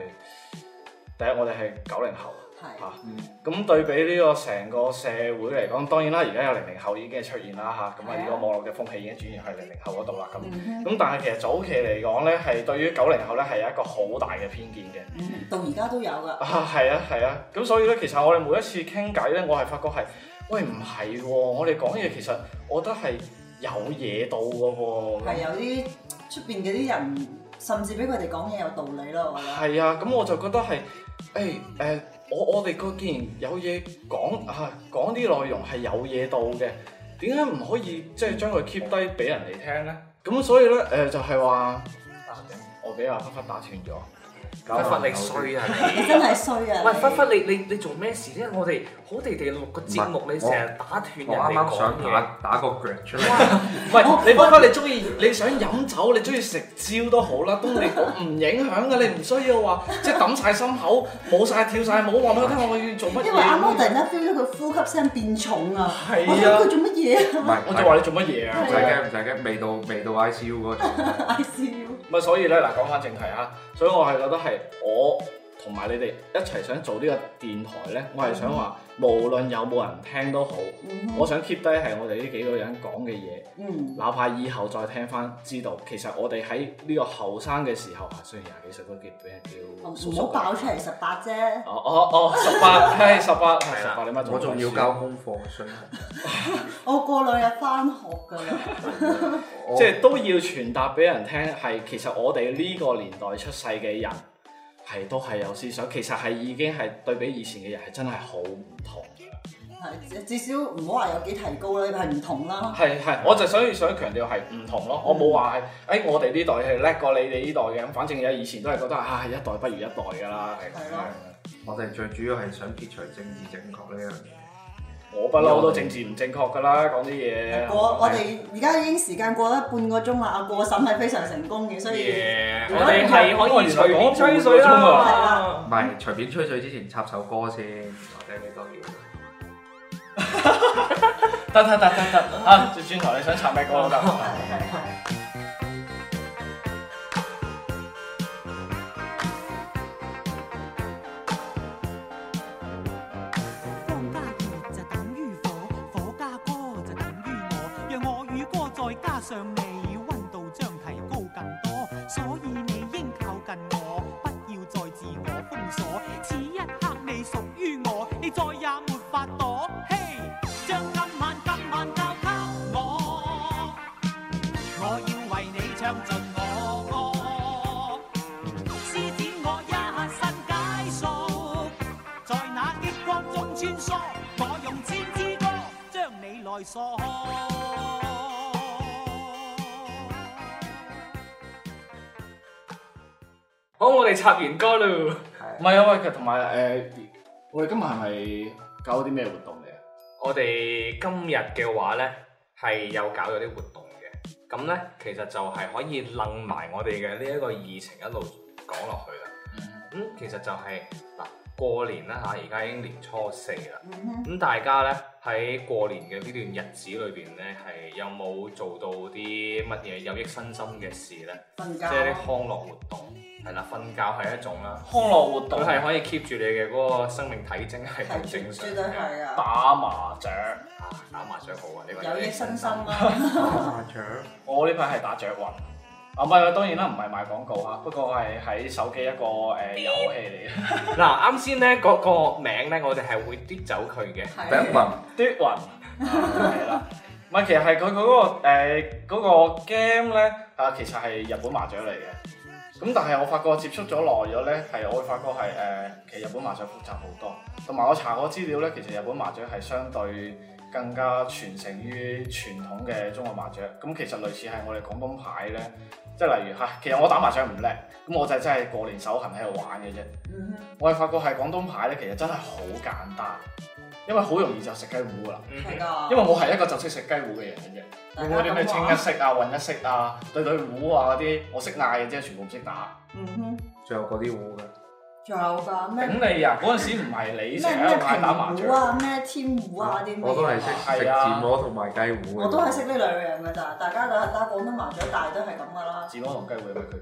第一，我哋係九零後，
係
嚇。
嗯
咁對比呢個成個社會嚟講，當然啦，而家有零零後已經係出現啦嚇，咁啊
係啊
呢個網絡嘅風氣已經轉移去零零後嗰度啦咁。
嗯哼
咁但係其實早期嚟講咧，係對於九零後咧係有一個好大嘅偏見嘅。
嗯到而家都有㗎。
啊，係啊，係啊。咁所以咧，其實我哋每一次傾偈咧，我係發覺係，喂唔係喎，我哋講嘢其實我覺得係有嘢到嘅喎。
係有啊啲出邊嗰啲人，甚至俾佢哋講嘢有道理咯，我覺得。
係啊，咁我就覺得係，誒、誒、我我哋個既然有嘢講啊，講啲內容係有嘢到嘅，點解唔可以即係將佢 keep 低俾人哋聽咧？咁所以咧，誒、就係、話，啊頂我俾阿忽忽打斷咗，
忽忽你衰啊
你
你！
真係衰啊！
喂，
你
忽忽你你你做咩事啫？我哋好地地錄個節目，你成日打斷人
我
哋
啱啱
講
想
嘢。
打打個腳出嚟。
唔係你忽忽你中意你想飲酒，你中意食蕉都好啦，都你唔影響嘅，你唔需要話即係抌晒心口，冇晒跳晒舞，話俾我聽我要做乜嘢。
因為啱啱突然間 feel 到佢呼吸聲變重啊！
係
我
啊
諗佢做乜嘢
唔係，
我就話你做乜嘢啊
唔？使驚，唔使驚，未到未到 ICU 嗰種。
啊？ICU
咪所以咧嗱，講翻正題啊，所以我係覺得係我同埋你哋一齊想做呢個電台咧，我係想話，無論有冇人聽都好，
嗯哼
我想 keep 低係我哋呢幾個人講嘅嘢，
嗯
哪怕以後再聽翻，知道其實我哋喺呢個後生嘅時候啊，雖然廿幾歲都叫俾人叫叔啊
唔
叔
好爆出嚟十八啫，
哦哦哦，十八，係十八，係
係
十
啦
八，你乜
我仲要交功課，所以
我過兩日翻學㗎啦。
我
即係都要傳達俾人聽，係其實我哋呢個年代出世嘅人係都係有思想，其實係已經係對比以前嘅人係真係好唔同。
係，至少唔好話有幾提高啦，係唔同啦。
係係，我就所以想強調係唔同咯，我冇話係誒哎我哋呢代係叻過你哋呢代嘅，咁反正有以前都係覺得啊一代不如一代㗎啦，係咁
係咯
樣。
我哋最主要係想撇除政治正確呢樣嘢。
我不嬲都政治唔正確㗎啦，講啲
啊
嘢。
我我哋而家已經時間過得半個鐘啦，啊過審係非常成功嘅，所以
耶！
如
我
果
哋係可以隨便吹水
我哋講
半個鐘
啦
啊。
唔係隨便吹水之前插首歌先，或者你都要。
得得得得得啊！轉頭你想插咩歌都得。
係係係。
放加熱就等於火，火加歌就等於我。讓我與歌再加上你，温度將提高更多。所以你應靠近我，不要再自我封鎖。此一刻你屬於我，你再也沒法躲。嘿，將今晚今晚交給我，我要為你唱盡我歌，施展我一身解數。在那激光中穿梭，我用千支歌將你來鎖。
啊
好，我哋插完歌咯。
唔係啊，喂，其實同埋誒，我哋今日係咪搞咗啲咩活動嚟啊？
我哋今日嘅話呢，係有搞咗啲活動嘅，咁呢，其實就係可以楞埋我哋嘅呢一個議程一路講落去啦。咁、其實就係、嗱過年啦嚇，而家已經年初四啦。
嗯哼
咁大家呢，喺過年嘅呢段日子裏邊呢，係有冇做到啲乜嘢有益身心嘅事呢？
瞓
即係啲
覺。
康樂活動係啦，瞓覺係一種啦，
康樂活動
佢係可以 keep 住你嘅嗰個生命體徵係好
係
正
絕
常
絕對
嘅。
係啊，
打麻雀，
啊，打麻雀好啊！呢個
有益身心啊啦。
麻雀，
我呢排係打雀雲。啊，唔係，當然啦，唔係賣廣告嚇，不過係喺手機一個誒、遊戲嚟嘅。
嗱，啱先咧嗰個名咧，我哋係會啲走佢嘅。
第一
係啊。
問
奪雲啊係啦，唔係其實係佢嗰個誒嗰個 game 咧啊，其實係日本麻雀嚟嘅。咁但係我發覺接觸咗耐咗咧，係我會發覺係誒、其實日本麻雀複雜好多，同埋我查過資料咧，其實日本麻雀係相對更加傳承於傳統嘅中國麻雀。咁其實類似係我哋廣東牌咧，即係例如嚇、其實我打麻雀唔叻，咁我就真係過年手痕喺度玩嘅啫。
嗯
我係發覺係廣東牌咧，其實真係好簡單，因為好容易就食雞糊㗎啦。
嗯
哼，係㗎。
因為我係一個就識食雞糊嘅人嚟嘅，
大
我
家
啲
啊咁
咩清一
話。
色啊、混一色啊、對對糊啊嗰啲，我識嗌嘅啫，全部唔識打。
嗯哼，
最後嗰啲糊嘅，
仲有㗎咩
頂你啊！嗰陣時唔係你
咩
成
嗯
日喺
咩
度嗌打麻雀
平，胡啊，咩天胡啊啲咩。
我都係識食
係啊
自摸同埋雞糊嘅。
我都係識呢兩樣㗎咋，大家打打廣東麻雀大都係咁㗎啦。
自摸同雞糊有咩區別？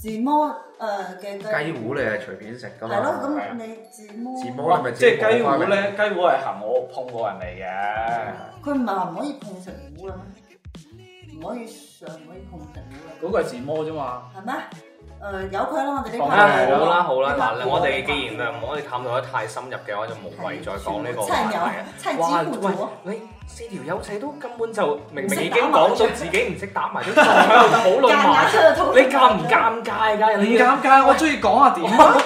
自摸誒嘅
雞糊你係隨便食噶嘛？
係咯，
係啊
咁你自摸
自摸你咪
即係雞糊
糊
咧，雞糊係行我碰過人嚟嘅。
啊
佢唔係話唔可以碰食糊嘅咩？唔可以上，唔可以碰食糊
嗰個係自摸啫嘛，
嘅，係咩？誒有佢啦，我哋呢個
好啦
好啦好啦，嗱，我哋既然啊唔可以探討得太深入嘅話，就無謂再講呢個話題啊。
菜鳥
哇！
菜雞糊咗，
喂，你四條友仔都根本就明明已經
唔識打麻
講到
雀
自己唔識打麻雀，仲喺度討論麻雀，
夾硬喺度討論
你尷唔尷尬㗎？
唔
你
尷尬，我中意講下點啊！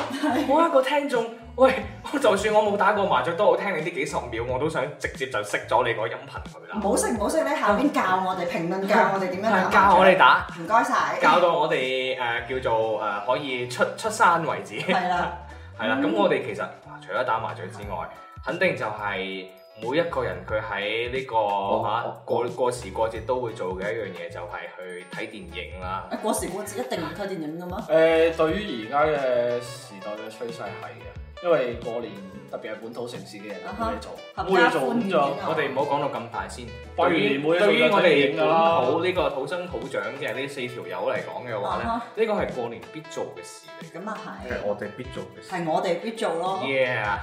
我我一個聽眾，喂， 我就算我冇打過麻雀都好，聽你呢幾十秒，我都想直接就熄咗你個音頻佢
唔
啦。
好食唔好食咧，下邊教我哋評論教我哋點樣打
係教我哋打，
唔該晒，
教到我哋誒、呃叫做誒、呃可以出出山為止。
係啦，
係
嗯
啦，咁我哋其實啊除咗打麻雀之外，肯定就係每一個人佢喺呢
哦
個嚇過過時過節都會做嘅一樣嘢，就係去睇電影啦。
嗰時嗰節一定唔睇電影噶嘛，
誒、對於而家嘅時代嘅趨勢係嘅，因為過年特別係本土城市嘅人冇嘢做，
合
冇
啊家歡
嘢做咁
電影
就
啊
我哋唔好講到咁大先。
拜
對
年
於
冇嘢做
對於
就
我
睇電
哋
影
本
㗎啦
土呢個土生土長嘅呢四條友嚟講嘅話咧，
啊
呢個係過年必做嘅事嚟嘅。
咁啊
係
係，
我哋必做嘅事。
係我哋必做
哦
咯。
Yeah，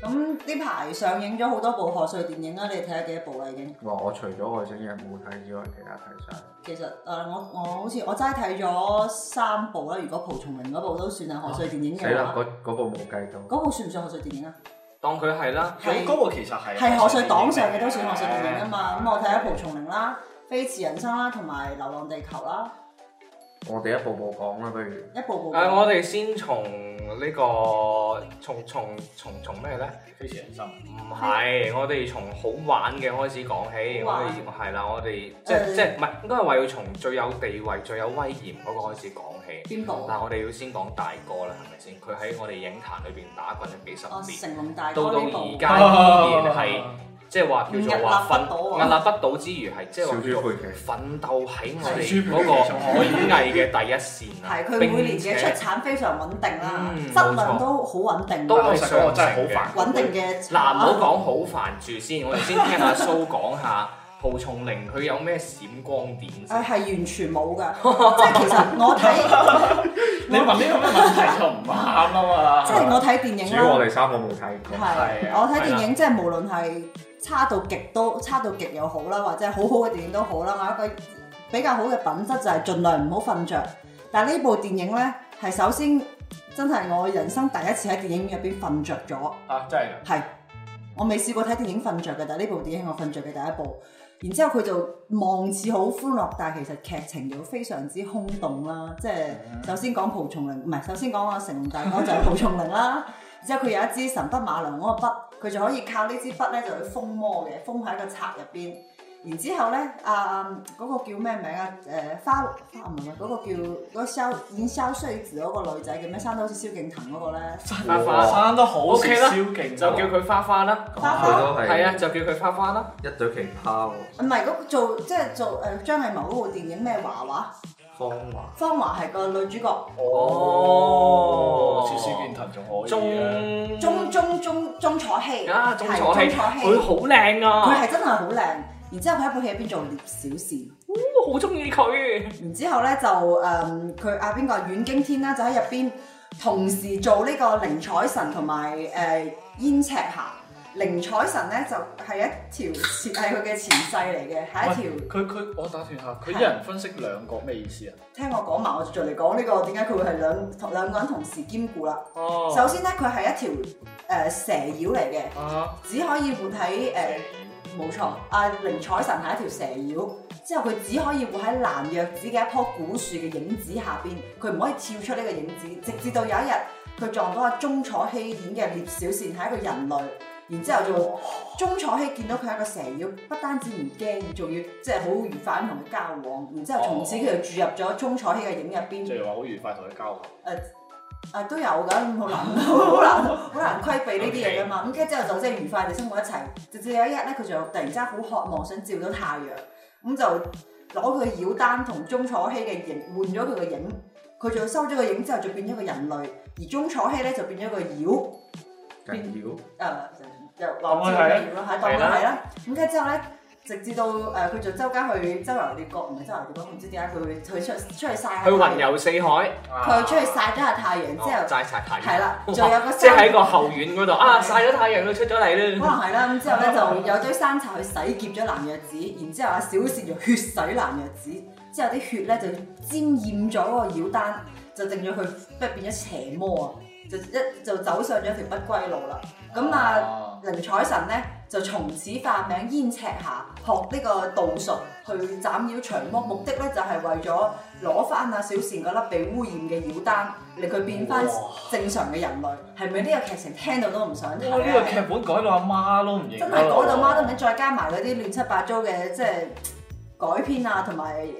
咁呢排上映咗好多部賀歲電影啦，你睇咗幾多部啊啦已經？
哇！我除咗外星人冇睇之外，其他睇晒。
其實誒、呃我我好似我齋睇咗三部啦，如果蒲松齡嗰部都算係賀歲電影
死
嘅
啦！
話，
嗰嗰部冇計到。
嗰部算唔算賀歲電影啊？
當佢係啦。
係
咁嗰個其實係
係賀歲檔上嘅都算賀歲電影啊嘛。咁我睇咗蒲松齡啦、飛馳人生啦，同埋流浪地球啦，
我哋一步步講啦，不如。
一部部
誒、
講。
啊我哋先從呢、個從從從從咩咧？
非常人心。
唔係，我哋從好玩嘅開始講起，我
好玩
哋係啦，我哋即
誒
即唔係應該係話要從最有地位、最有威嚴嗰個開始講起。
邊部啊？
嗱，我哋要先講大哥啦，係咪先？佢喺我哋影壇裏邊打滾咗幾十
哦，
年，
成龍大
到
哥
到
呢部
而。家依然 係即係話叫做話奮
屹立不倒啊
屹立不倒之餘，係即係話
小
叫
豬
做
佩奇
奮鬥喺我哋
小豬佩奇
嗰個演藝嘅第一線啊！
係佢每年
並且
嘅出產非常穩定啦，
嗯
質量
冇錯
都好穩定，啊
都
老
係
實講，我真係好煩。
穩定嘅。啊
嗱，唔好講好煩住先，我哋先聽阿蘇講下蒲松齡佢有咩閃光點
誒
先。
係完全冇㗎， 即係其實我睇，
你問呢個咩問題就唔啱啊嘛。
即係我睇電
主
影
要我
啦，
哋三個冇睇過。
係
係啊
我睇電影，即係無論係差到極都差到極又好啦，或者係好好嘅電影都好啦，我一個比較好嘅品質就係盡量唔好瞓着。但係呢部電影呢，係首先真係我人生第一次喺電影院入邊瞓着咗。
啊，真係㗎。
係，我未試過睇電影瞓着嘅，但係呢部電影係我瞓着嘅第一部。然之後佢就望似好歡樂，但係其實劇情就非常之空洞啦。即係首先講蒲松齡，唔係首先講阿成龍大哥就係蒲松齡啦。 然之後佢有一支神筆馬良嗰個筆，佢就可以靠呢支筆咧就去封魔嘅，封喺個冊入邊。然之後咧，啊嗰、個叫咩名啊？誒、花花唔係唔係嗰個叫嗰、個蕭演蕭穗子嗰個女仔叫咩？生得好似蕭敬騰嗰個咧，
花花
生得好似
OK 啦
蕭敬
就叫佢花花啦，
花
佢
花。
都
係啊，
係
就叫佢花花啦。
一對奇葩喎，
唔係嗰個做即係做誒、呃、張藝謀嗰部電影咩華華，
芳華。
芳華係個女主角，
哦
肖蕭敬騰仲可以啊。
鐘
鐘鐘鐘鐘楚曦
嗯啊，鐘楚
係
曦，
鐘楚
佢
曦，
好靚
佢
啊，
係真係好靚。然之後佢喺部戲入邊做聶小倩，
我好中意佢。
然之後咧就誒佢啊邊個啊阮經天啦，就喺入邊同時做呢個寧采臣同埋誒燕赤霞。寧采臣咧就係一條前係佢嘅前世嚟嘅，係一條
喂佢佢我打斷下，佢一人分析兩個咩意思啊？
聽我講埋，我就嚟講呢個點解佢會係兩同兩個人同時兼顧啦。
哦
首先咧，佢係一條誒、呃蛇妖嚟嘅，
啊，
只可以活喺誒呃冇錯，阿寧采臣係一條蛇妖，之後佢只可以活喺蘭若寺嘅一棵古樹嘅影子下邊，佢唔可以跳出呢個影子，直至到有一日佢撞到阿鐘楚曦演嘅聶小倩係一個人類，然之
哦
後就鐘楚曦見到佢係一個蛇妖，不單止唔驚，仲要即係好愉快咁同佢交往，然之後從此佢就注入咗鐘楚曦嘅影入邊。
即係話好愉快同佢交流。
啊都有㗎，咁 好難好難好難規避呢啲嘢㗎嘛。咁跟住之後就即係愉快地生活一齊，直至有一日咧，佢就突然之間好渴望想照到太陽，咁就攞佢嘅妖丹同鐘楚曦嘅形換咗佢個影，佢就收咗個影之後就變咗個人類，而鐘楚曦咧就變咗個妖。呃
緊要
啊誒又話知咩料啦，係當佢係啦。咁跟住之後咧，直至到誒佢就周街去周遊列國，唔係周遊列國，唔知點解佢會佢出出去晒下
去
太陽
雲遊四海，
啊
佢出去晒咗下太陽之
哦
後，
齋晒太陽，
係啦，
哇
仲有個
即係喺
山，
個後院嗰度啊，晒咗太陽都出咗嚟
可
啦。
能係啦。咁之後咧就有堆山賊去洗劫咗藍藥子，然之後阿小倩就血洗藍藥子，之後啲血咧就沾染咗嗰個妖丹，就令咗佢即係變咗邪魔啊！就一就走上咗條不歸路啦。咁啊〜靈彩神咧就從此化名燕赤霞，學呢個道術去斬妖除魔，目的咧就係、為咗攞啊翻阿小倩嗰粒被污染嘅妖丹，令佢變翻
哇
正常嘅人類。係咪呢個劇情聽到都唔想睇
哇！呢個劇
啊？
本改到阿媽都唔認得
真係
啦
改到媽都唔知，再加埋嗰啲亂七八糟嘅即係改編啊，同埋誒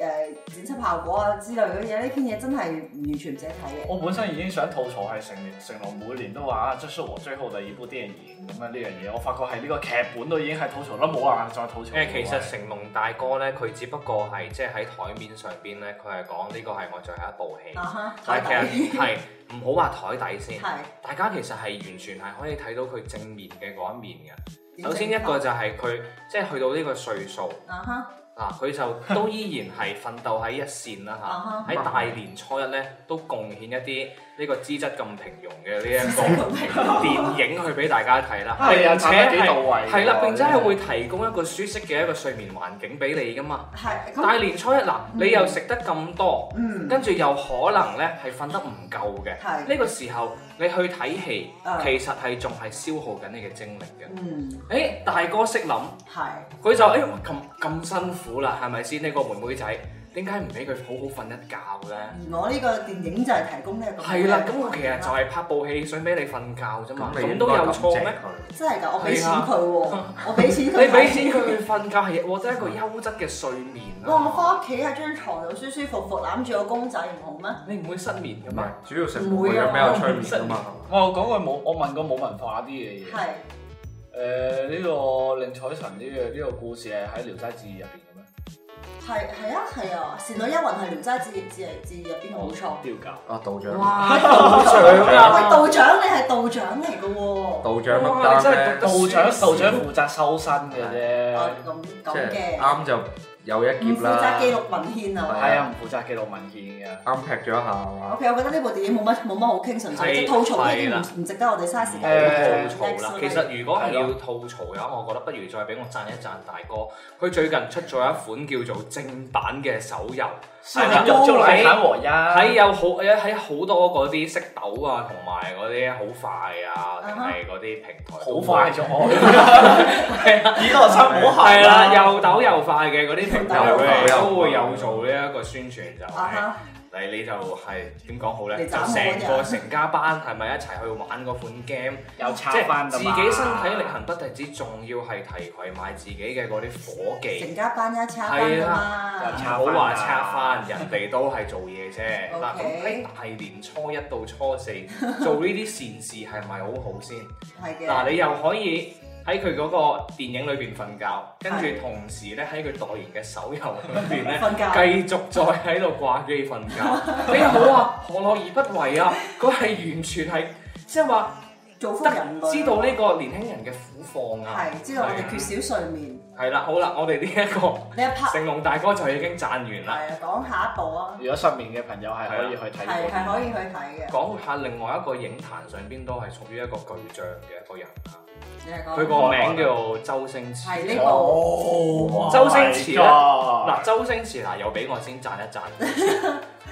剪輯效果啊之類嗰啲嘢，呢篇嘢真係完全唔使睇嘅。
我本身已經想吐槽係成年成龍每年都話啊，這是我最後的一部電影咁樣呢樣嘢，我發覺係呢個劇本都已經係吐槽得冇人再吐槽。
誒，其實成龍大哥咧，佢只不過係即係喺台面上邊咧，佢係講呢個係我最後一部
哦
戲
啊，哈，
但係
睇
其實係唔好話台底先，
係
大家其實係完全係可以睇到佢正面嘅嗰一面嘅。
點
首先一
整法
個就係佢即係去到呢個歲數。
啊哈
嗱， 佢就都依然係奮鬥喺一線
啊
啦嚇，
哈
喺大年初一咧都貢獻一啲呢個資質咁平庸嘅呢一
真係
個
好睇
電影去俾大家睇啦，
係啊
並且
拍得幾到啊
係
位
係啦，
喎
並且係會提供一個舒適嘅一個睡眠環境俾你噶嘛。
係咁
大年初一嗱，你又食得咁多，
嗯
跟住又可能咧係瞓得唔夠嘅，
係
呢個時候你去睇戲
啊，
其實係仲係消耗緊你嘅精力嘅。
嗯。
誒，大哥識諗。
係
佢就誒哇咁咁辛苦啦，係咪先？呢個妹妹仔點解唔俾佢好好瞓一覺咧？
而我呢個電影就係提供呢一個
係啦，咁我其實就係拍部戲想俾你瞓
嗯
覺啫嘛，
咁你
咁
應
都
該
有
感
錯
謝
咩？
佢？
真係㗎，我俾錢
係啊
佢喎，我俾 錢
你
佢，
俾錢佢去瞓覺係獲得一個優質嘅睡眠
哇！我
啊！
翻屋企喺張床度舒舒服服攬住個公仔唔好咩？
你唔會失眠噶
唔
嘛？
係，主要食唔會嘅比較催眠啊嘛。
我又講句冇，我問過冇文化啲嘅嘢。誒呢、
係
個令彩神呢、個呢、個故事係喺《聊齋志異》入邊嘅咩？
係係啊係啊！倩女幽魂係聊齋志異志異志異入邊冇錯。
丟 教。
啊，道長，
哇！ 道長
喂，
啊！
道長你係道長嚟嘅喎。
道長
哇
乜
你真係
單咧？
讀得
道 長
書
道長負責修身嘅啫，
哦咁
即
咁
係
嘅，
啱就有一
唔
劫
負責記
啦，
錄文獻啊！
係啊，唔負責記錄文獻嘅。
啱劈咗一下係嘛
OK，我覺得呢部電影冇乜冇乜好傾，純粹即係
係
吐槽呢
係啦
啲唔唔值得我哋嘥時間
冇
去
誒
吐槽
講
啦，
Next
其
slide
實如果啊係要吐槽嘅話，我覺得不如再俾我讚一讚大哥，佢最近出咗一款叫做正版嘅手遊。
是的，用足嚟砍和一。
喺有好喺喺好多嗰啲識豆啊，同埋嗰啲好快啊，定係嗰啲平台
好快 咗，
係啦，
以 我心唔好
係啦，
又
又抖又快嘅嗰啲平台，
又抖又
佢哋
快
都會有做呢一個宣傳就
啊
係，
哈！
你你就係點講好咧？
你
就
斬
成
我嗰啊
個
日
成家班係咪一齊去玩嗰款 game？
又
即
插
係
翻
自己身體力行不特止，仲要係提攜埋自己嘅嗰啲伙計。
成家班一差班啊噶
係啦
嘛，
唔好話拆翻，人哋都係做嘢 啫。嗱，咁喺
OK
大年初一到初 四做呢啲善事係咪好好先？
係嘅，
嗱，你又可以喺佢嗰個電影裏邊瞓覺，跟住同時咧喺佢代言嘅手遊裏邊 咧
瞓覺
繼續再喺度掛機瞓 覺。你好啊，何樂而不為啊？佢係完全係即係話
造福
得
人類，
知道呢個年輕人嘅苦況啊。
係知道我哋缺少啊睡眠。
係啦，好啦，我哋呢一個
呢一 part
成龍大哥就已經讚完啦。
係啊，講下一步啊，
如果失眠嘅朋友係可以去睇
係係
嘅。
可以去睇嘅。
講下另外一個影壇上邊都係屬於一個巨匠嘅一個人啊，
你係
佢
講
個名叫周星
哦係
馳。
呢部
哦
周星馳咧
嗱
嗱，周星馳嗱又俾我先讚一讚，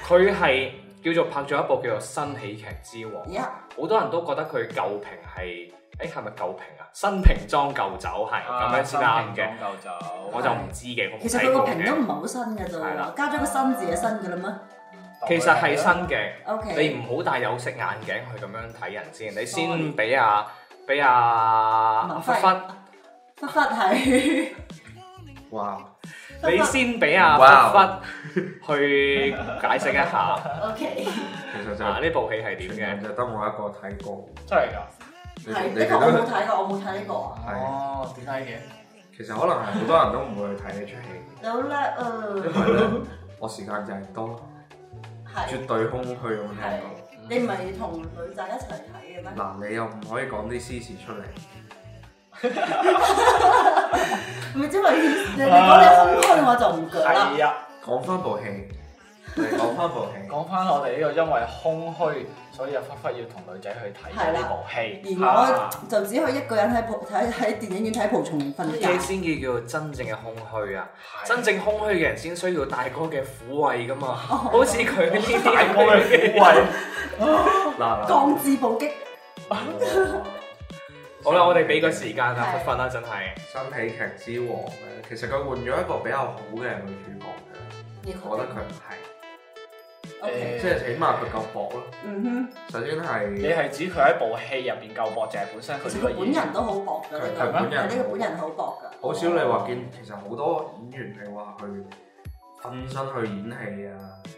佢係叫做拍咗一部叫做《新喜劇之王》，
呀，
好多人都覺得佢舊瓶係，誒係咪舊瓶啊？新瓶裝舊酒係
啊
咁樣先啱嘅，
夠酒。
我就唔知嘅，我
其
冇
實佢
睇
個
過
屏都唔
嘅。
係好新嘅啫
係啦
喎，加咗個新字係新嘅啦咩
其實係新嘅，你
？OK，
唔好戴有色眼鏡去咁樣睇人先，你先俾阿俾阿
文
忽
輝
忽。
忽忽係，
哇！
你先俾阿
哇
忽忽去解釋一 下啊
OK，
其實就
呢部戲係
全場
點
就得我一個睇過，
真係㗎。
你
係
你
的
哋
確我冇
都
睇過，我冇睇呢個啊，
係。
哦，點解嘅？
其實可能係好多人都唔會去睇呢出戲，
你好叻啊，
因為咧 我時間就係多，
係
絕對空虛我聽
你唔係同女仔一齊睇嘅咩？
過。嗱，你又唔可以講啲私事出嚟，
唔係因為你你講你空虛我就唔舉啦。
係啊，
講翻部戲，嚟講翻部戲。
講翻我哋呢個因為空虛，所以就忽忽要同女仔去睇嘅呢部戲。
而我就只可以一個人喺蒲睇喺電影院睇蒲松齡瞓
呢
覺
啲。先至叫做真正嘅空虛啊！
我
真正空虛嘅人先需要大哥嘅撫慰噶嘛，
哦
好似佢 呢啲
大哥嘅
撫
撫慰。
嗱嗱，
降智暴擊，
好啦，我哋俾個時間啊，
係
瞓啦，真係。
新喜劇之王咧，其實佢換咗一個比較好嘅女主角嘅，
你
我覺得佢唔係，
OK，
即係起碼佢夠薄咯。
嗯
首先
你
係
係指佢喺部戲入邊夠搏，定係本身
哼，其
佢
實
呢個
佢本
演員
人都好薄㗎，呢
佢
個
佢本人
呢個本人好薄㗎。
好少你話見，其實好多演員你話去分身去演戲啊，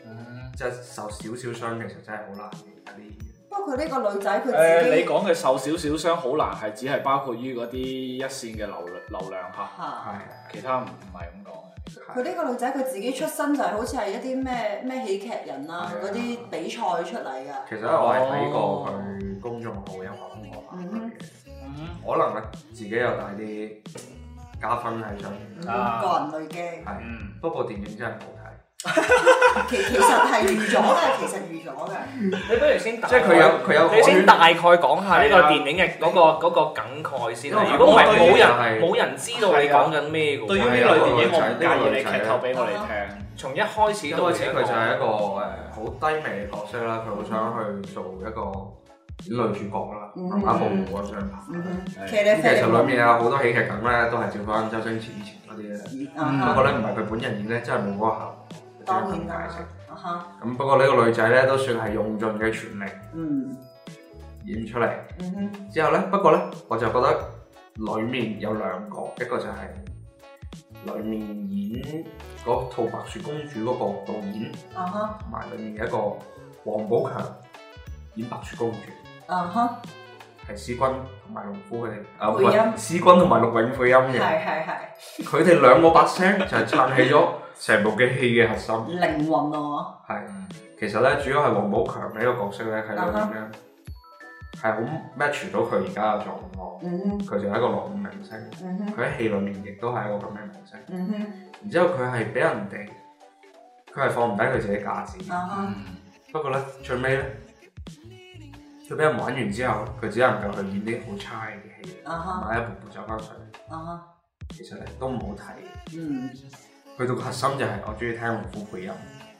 嗯
即係受少少傷，其實真係好難嘅啲演員。
不過佢呢個女仔佢
誒，
自
你
己
講嘅受少少傷好難，係只係包括於嗰啲一線嘅流流量嚇，
嚇，
係啊
其他唔唔係咁講嘅。
佢呢個女仔佢自己出身就係好似係一啲咩咩喜劇人啊
係啊啊
嗰啲比賽出嚟㗎。
其實我係睇過佢公眾號有講過話佢嘅，
嗯
可能佢自己有帶啲加分喺上面。
啊
嗯個人類嘅，
係，
嗯。
不過電影真係唔好
其其實係預咗嘅，其實預咗嘅。
你不如先大
睇，即係佢有佢有
你先
改
大概講下呢
係
個
啊
電影嘅嗰個嗰個梗概先啦。
因為
如果唔係啊
我對
呢
冇人
就係
冇人知道你講緊咩嘅
對於
喎。
呢類電影，我唔介意你劇透俾我哋聽。
從一開始
一
到
開始佢就係一個誒
誒
好低微嘅角色啦，佢好想去做一個女主角啦，
嗯
慢慢步步上爬。
嗯
咁
哼，
係
騎呢
其
啡
實裏面有好多喜劇梗咧，都係照翻周星馳以前嗰啲咧。
啊
不
哈
過咧唔係佢本人演咧，真係冇嗰個效果。
當然
解
啦，啊哈，
釋。咁不過呢個女仔咧都算係用盡佢全力
嗯
演出嚟。
嗯哼，
之後咧，不過咧，我就覺得裡面有兩個，一個就係裡面演嗰套白雪公主嗰個導演，
啊哈，
同埋裡面有一個王寶強演白雪公主，
啊哈，
係思君同埋農夫佢哋，啊
配
唔
音
係思君同埋陸永配音
係
嘅，
係係，
佢哋兩個把聲就係撐起咗成部嘅戲嘅核心。
靈魂啊，
係，其實咧主要係王寶強呢個角色咧，佢裏面
Uh-huh
咧係好 match 到佢而家嘅狀況，
嗯哼
佢就係一個落伍明星。
嗯哼
佢喺戲裏面亦都係一個咁嘅明星，
嗯哼，
然之後佢係俾人哋，佢係放唔低佢自己架子。
啊哈，
不過咧，最尾咧，佢俾人玩完之後，佢只能夠去演啲好差嘅戲，
啊
慢
哈，
慢一步步走翻上嚟。
啊哈，
其實咧都唔好睇，
嗯，
去到個核心就係我中意聽農夫配音。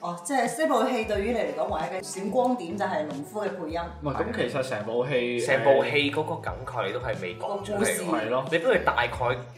哦，即係呢部戲對於你嚟講唯一嘅閃光點就係農夫嘅配音，
唔係咁，其實成部戲
成部戲嗰個梗概你都係未講出嚟
個故
喎
事。
係咯，
你不如大概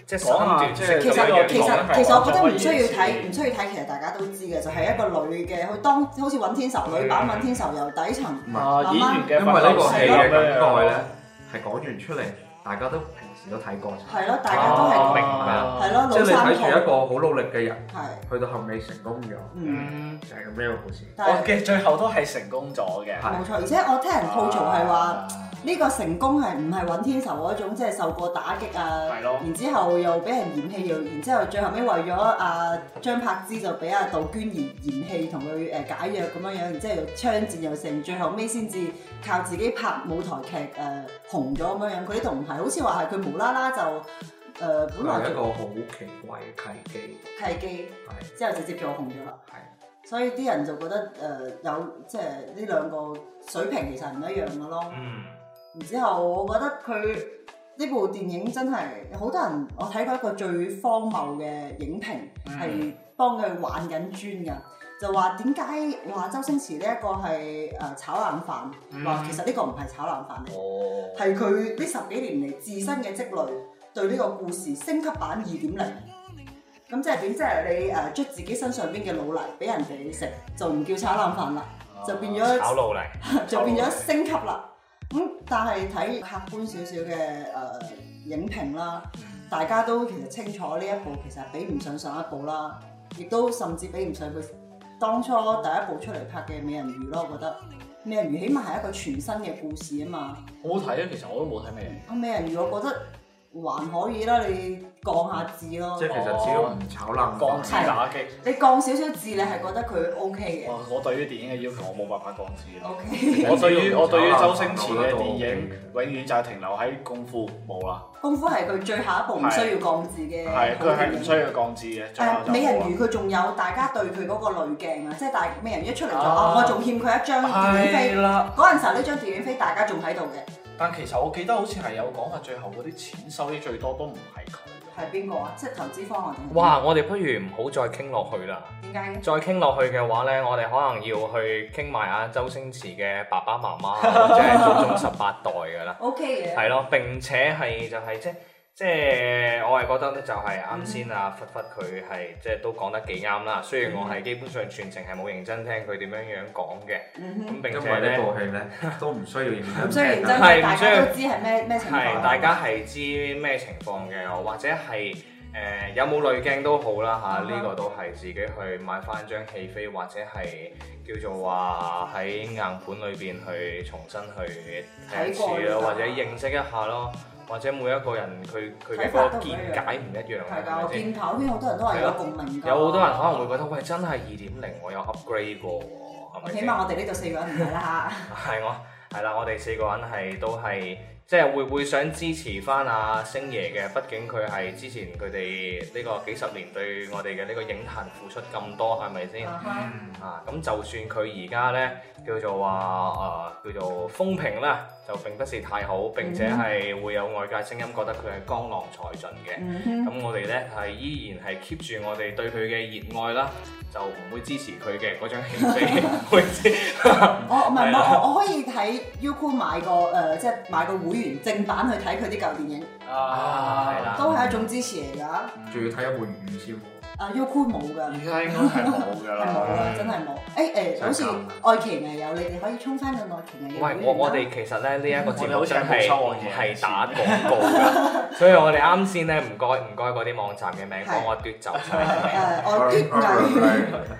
即係三
講下
段
即
式
係
其
咁樣
咁樣
實
嘅
樣
其
講
講
實
法
咧
其實我覺得
我
唔需
覺得
要
可以
睇，唔需要睇，其實大家都知嘅，就係一個女嘅，佢當好似揾天仇女版揾天仇由底層，
唔係，
啊演員嘅
因為呢個戲嘅梗概
咧
咧，係講完出嚟，大家都平時都睇過晒。
係咯，
Ờ.
大家都係
明白
係咯，
哦即係
老
你睇
三
住一
婆，
個好努力嘅人，
係，
去到後尾成功咗，
Ừ.
嗯，
嗯，
就係咁樣嘅故事。
但
我
係。
嘅最後都係成功咗嘅。
哦係哦
冇錯，而且我聽人吐槽係話呢個成功係唔係揾天仇嗰種，即係受過打擊啊，
係咯
然之後又俾人嫌棄，又然之後最後尾為咗阿張柏芝就俾阿杜娟而嫌棄，同佢誒解約咁樣樣，然之後又槍戰又成，最後尾先至靠自己拍舞台劇誒、呃紅咗咁樣樣。佢呢度唔係，好似話係佢無啦啦就誒、
佢係
本來
一個好奇怪嘅契機，
契機，
係
之後直接就紅咗啦。
係。
所以啲人就覺得誒、有即係呢兩個水平其實係唔一樣嘅咯。
嗯，
然之後，我覺得佢呢部電影真係好多人，我睇過一個最荒謬嘅影評，係、幫佢玩緊磚嘅，就話點解話周星馳呢一個係誒、呃炒冷飯，話、其實呢個唔係炒冷飯嚟，
哦，
係佢呢十幾年嚟自身嘅積累，對呢個故事升級版二點零。咁即係點？即係你誒捽自己身上邊嘅老泥俾人哋食，就唔叫炒冷飯啦，就變咗
炒路嚟。
就變咗升級啦。咁、但係睇客觀少少嘅誒影評啦，
嗯
大家都其實清楚呢一部其實比唔上上一部啦，亦都甚至比唔上佢當初第一部出嚟拍嘅《美人魚》咯。我覺得《美人魚》起碼係一個全新嘅故事啊嘛。
好好睇啊！其實我都冇睇咩。
啊，《美人魚》我覺得還可以啦，你降下字咯
即係。其實只要唔炒冷
降
飯
智打擊。
你降少少字，你係覺得佢 O K 嘅
我我對於電影嘅要求，我冇辦法降智咯。
，O K。
我對於我對於周星馳嘅電影，永遠就係停留喺功夫冇啦，
功夫係佢最後一步唔需要降字嘅。
係佢係唔需要降智嘅，最後
誒
就
美
冇
人
啊
啦。
魚佢仲有大家對佢嗰個濾鏡啊，即係大美人魚一出嚟就
啊
哦，我仲欠佢一張電影飛。
係啦，
嗰陣時候呢張電影飛大家仲喺度嘅，
但其實我記得好似係有講話，最後嗰啲錢收益最多都唔係佢嘅。
係邊個啊？即係投資方案定係？
哇！我哋不如唔好再傾落去啦。
點解嘅？
再傾落去嘅話呢，我哋可能要去傾埋阿周星馳嘅爸爸媽媽，或者係祖宗十八代㗎啦。
O K 嘅，
係咯，並且係就係、即即係我係覺得咧，就係啱先啊，忽忽佢係即係都講得幾啱啦。雖然我係基本上全程係冇認真聽佢點樣樣講嘅，
嗯哼，
咁
因
並且
為呢
咧
部戲 咧都唔需要認真
唔需要認
聽
真，
啊
係
大
唔需要
家都知係咩咩情況
係。大家係知咩情況嘅，或者係誒、有冇濾鏡都好啦
嗯
嚇，呢、個都係自己去買翻張戲飛，或者係叫做話喺硬盤裏邊去重新去睇一次
睇
咯，
過
或者認識一下咯。或者每一個人佢佢嘅
睇法
嗰
都
個
唔一樣
見解唔一樣
係
啊，
㗎，
係
我
咪先？
見跑圈好多人都話有共鳴㗎。
有好多人可能會覺得喂，真係二點零，我有 upgrade 過喎，係咪
起
先？
碼我哋呢度四個人唔係啦
係我係啦，我哋四個人係都係即係會會想支持翻阿星爺嘅，畢竟佢係之前佢哋呢個幾十年對我哋嘅呢個影壇付出咁多，係咪
嚇。
先？
啊哈
啊，咁就算佢而家呢叫做話啊、叫做風評啦，就並不是太好，並且係會有外界聲音覺得佢係江郎才盡嘅。
嗯哼。
咁我哋呢係依然係 keep 住我哋對佢嘅熱愛啦，就唔會支持佢嘅嗰張戲飛， 會支
我哦唔係
嗯係啦
我我可以喺 Youku 買個誒、呃即係買個會員正版去睇佢啲舊電影，
啊，
係啦
都係一種支持嚟㗎。啊
仲要睇一換五千喎，
Youku 冇㗎，
而嗯家應該係冇
係冇
㗎 啦。
啦，真係冇。誒誒，好似愛奇藝有，你哋可以充翻個愛奇藝嘅會
喂
員，
我我哋其實咧呢一個節目真係唔係打廣告㗎，所以我哋啱先咧唔該唔該嗰啲網站嘅名幫我奪走晒
誒
係咪
愛奇 藝。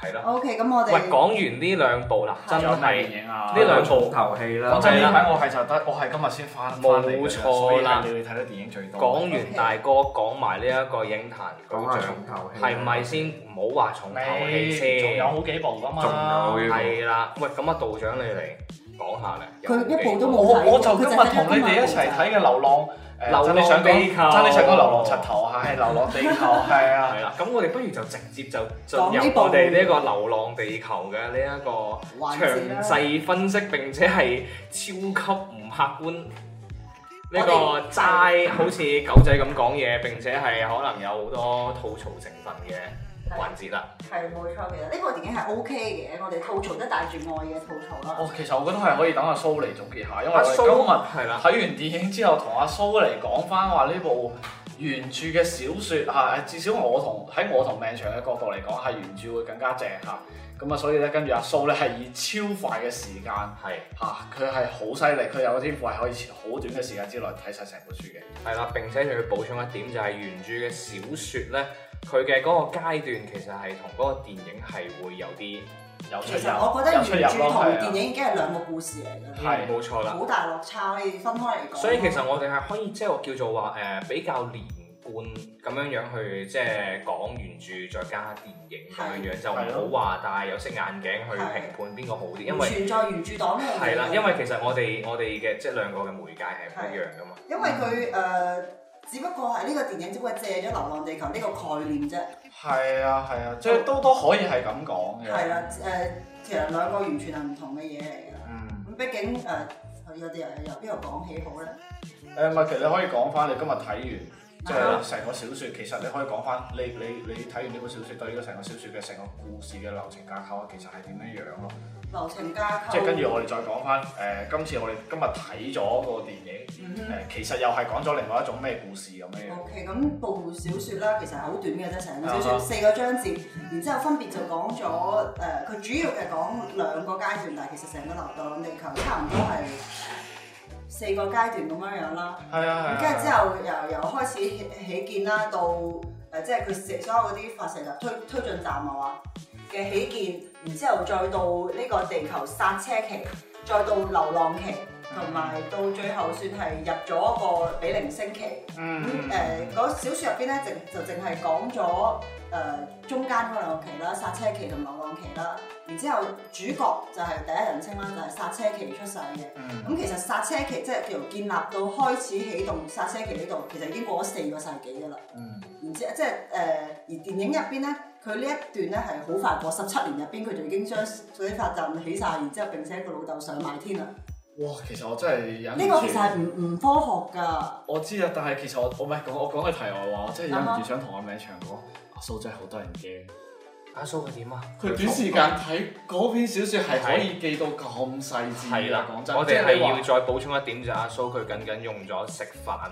係咯。
O K，咁我
喂，
哋
講完呢兩部啦，真
仲有咩
係
電影啊？
呢兩
重頭戲啦，
我真係呢排我係就得，我係今日先翻翻嚟嘅
冇
啫
錯啦
所以係你哋睇到電影最多。
講完大哥，講埋呢一個影壇
講下
巨
重頭戲
匠，係咪先？唔好話重頭戲
你仲有
先，
好幾部㗎嘛？
仲有
係啦。喂，咁啊，道長你嚟講下咧，有冇
佢一部都
幾
冇
我我就今日同你哋一齊睇嘅《流浪》
流浪
誒，真你想講
地球
真你想講《流浪柒頭》啊，係《流浪地球》係啊
係。啦，咁我哋不如就直接就進
講呢
入
部
我哋呢一個流浪地球嘅呢一個
環節啦
詳細分析，並且係超級唔客觀。呢個
我
齋好似狗仔咁講嘢，並且係可能有好多吐槽成分嘅環節啦。
係冇錯嘅，呢部電影係 O K 嘅，我哋吐槽都帶住愛嘅吐槽啦。
哦，其實我覺得係可以等阿蘇嚟總結下，因為
阿
我哋
蘇
今日
係啦，
睇完電影之後，同阿蘇嚟講翻話呢部原著嘅小説嚇，至少我同喺我同命長嘅角度嚟講，係原著會更加正嚇。咁啊，所以咧，跟住阿蘇咧係以超快嘅時間
係
嚇，佢係好犀利，佢有個天賦係可以好短嘅時間之內睇晒成本書嘅。
係啦，並且仲要補充一點，就係原著嘅小説呢，佢嘅嗰個階段其實係同嗰個電影係會有啲
有出
其
入，
實我覺得
有
原
出
著
入
同
咯，係
電
啊。
影已經係兩個故事嚟㗎啦，
係
嗯冇錯啦。
好大落差，你哋分開嚟講。
所以其實我哋係可以即係我叫做話誒、呃比較連貫咁樣樣去即係講原著再加電影咁樣樣，就
係
唔好話戴有色眼鏡去
係
評判邊個好啲，因
唔
為
存在原著黨呢樣嘢
係啦，因為其實我哋我哋嘅即係兩個嘅媒介係唔一樣噶嘛，
因為佢誒、呃只不過係呢個電影只不過借咗《流浪地球》呢個概念啫，
係啊係啊，即係都都可以係啊咁講嘅。
係啦誒，其實兩個完全係唔同嘅嘢嚟㗎。
嗯。
咁畢竟誒，佢有啲人由邊度講起好咧？
誒，唔係，其實你可以講翻你今日睇完，即
係啊
係成個小説，其實你可以講翻你你你睇完呢本小説對呢個成個小説嘅成個故事嘅流程架構啊其實係點樣樣咯。
流程架構，
嗯即係跟住我哋再講翻誒，今次我哋今日睇咗個電影，
嗯哦
誒、
哼
其實又係講咗另外一種咩故事咁樣樣。
OK，咁部小説啦，其實係好短嘅啫，成個小
啊哈
説四個章節，然之後分別就講咗誒，呃佢、主要係講兩個階段，但係其實成個流浪地球差唔多係四個階段咁樣樣啦。
係啊
跟住之後由由開始起起建啦，到誒、呃即係佢射所有嗰啲發射站推推進站啊話嘅起建，然之後再到呢個地球剎車期，再到流浪期，同埋到最後算係入咗一個比零星期。
嗯
咁誒嗰小説入邊咧，淨就淨係講咗誒中間嗰兩個期啦，剎車期同流浪期啦。然之後主角就係第一人稱啦，就係、剎車期出世嘅。
嗯
咁其實剎車期即係由建立到開始起動剎車期呢度，其實已經過咗四個世紀噶啦。
嗯
然之即係誒、而電影入邊咧，佢呢一段咧係好快過十七年入邊，佢就已經將嗰啲法陣起晒，然之後並且佢老豆上埋天啦。
哇！其實我真嗯係忍唔
呢個其實係
住，
唔唔科學㗎。
我知啊，但係其實我我唔係講我講嘅題外話，我真係
啊
忍唔住想同阿明唱歌。阿蘇真係好得人驚，
阿蘇佢點啊？
佢短時間睇嗰篇小説係可以記到咁細緻
係啦
嘅，嗯講真，
我
即
哋
係
係
你話
要再補充一點就係阿蘇佢僅僅用咗食飯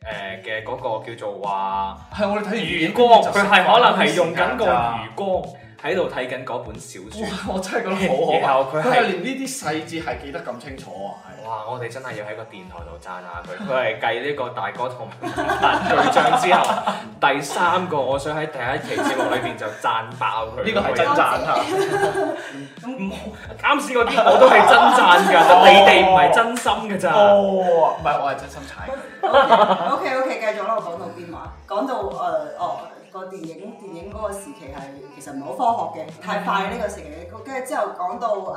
誒嘅嗰個叫做話。
係我哋睇
魚
完魚
缸，
光，
佢係可能係用緊個
哇！
魚缸喺度睇緊嗰本小説。
我真係覺得好啊可
然後
怕，
佢
佢
係
係連呢啲細節係記得咁清楚啊！係
哇！我哋真係要喺個電台度讚下佢，佢係繼呢個大哥同 文達對仗之後，第三個我想喺第一期節目裏邊就讚爆佢。
呢個係真讚啊嚇，
唔好啱先嗰啲我都係真讚㗎，得你哋唔係真心㗎咋。
哦，唔係我係真心踩佢。
O K O K，繼續啦，我講到邊話？講到誒、呃哦個電影電影嗰個時期係其實唔係好科學嘅，太快呢個時期。跟住之後講到誒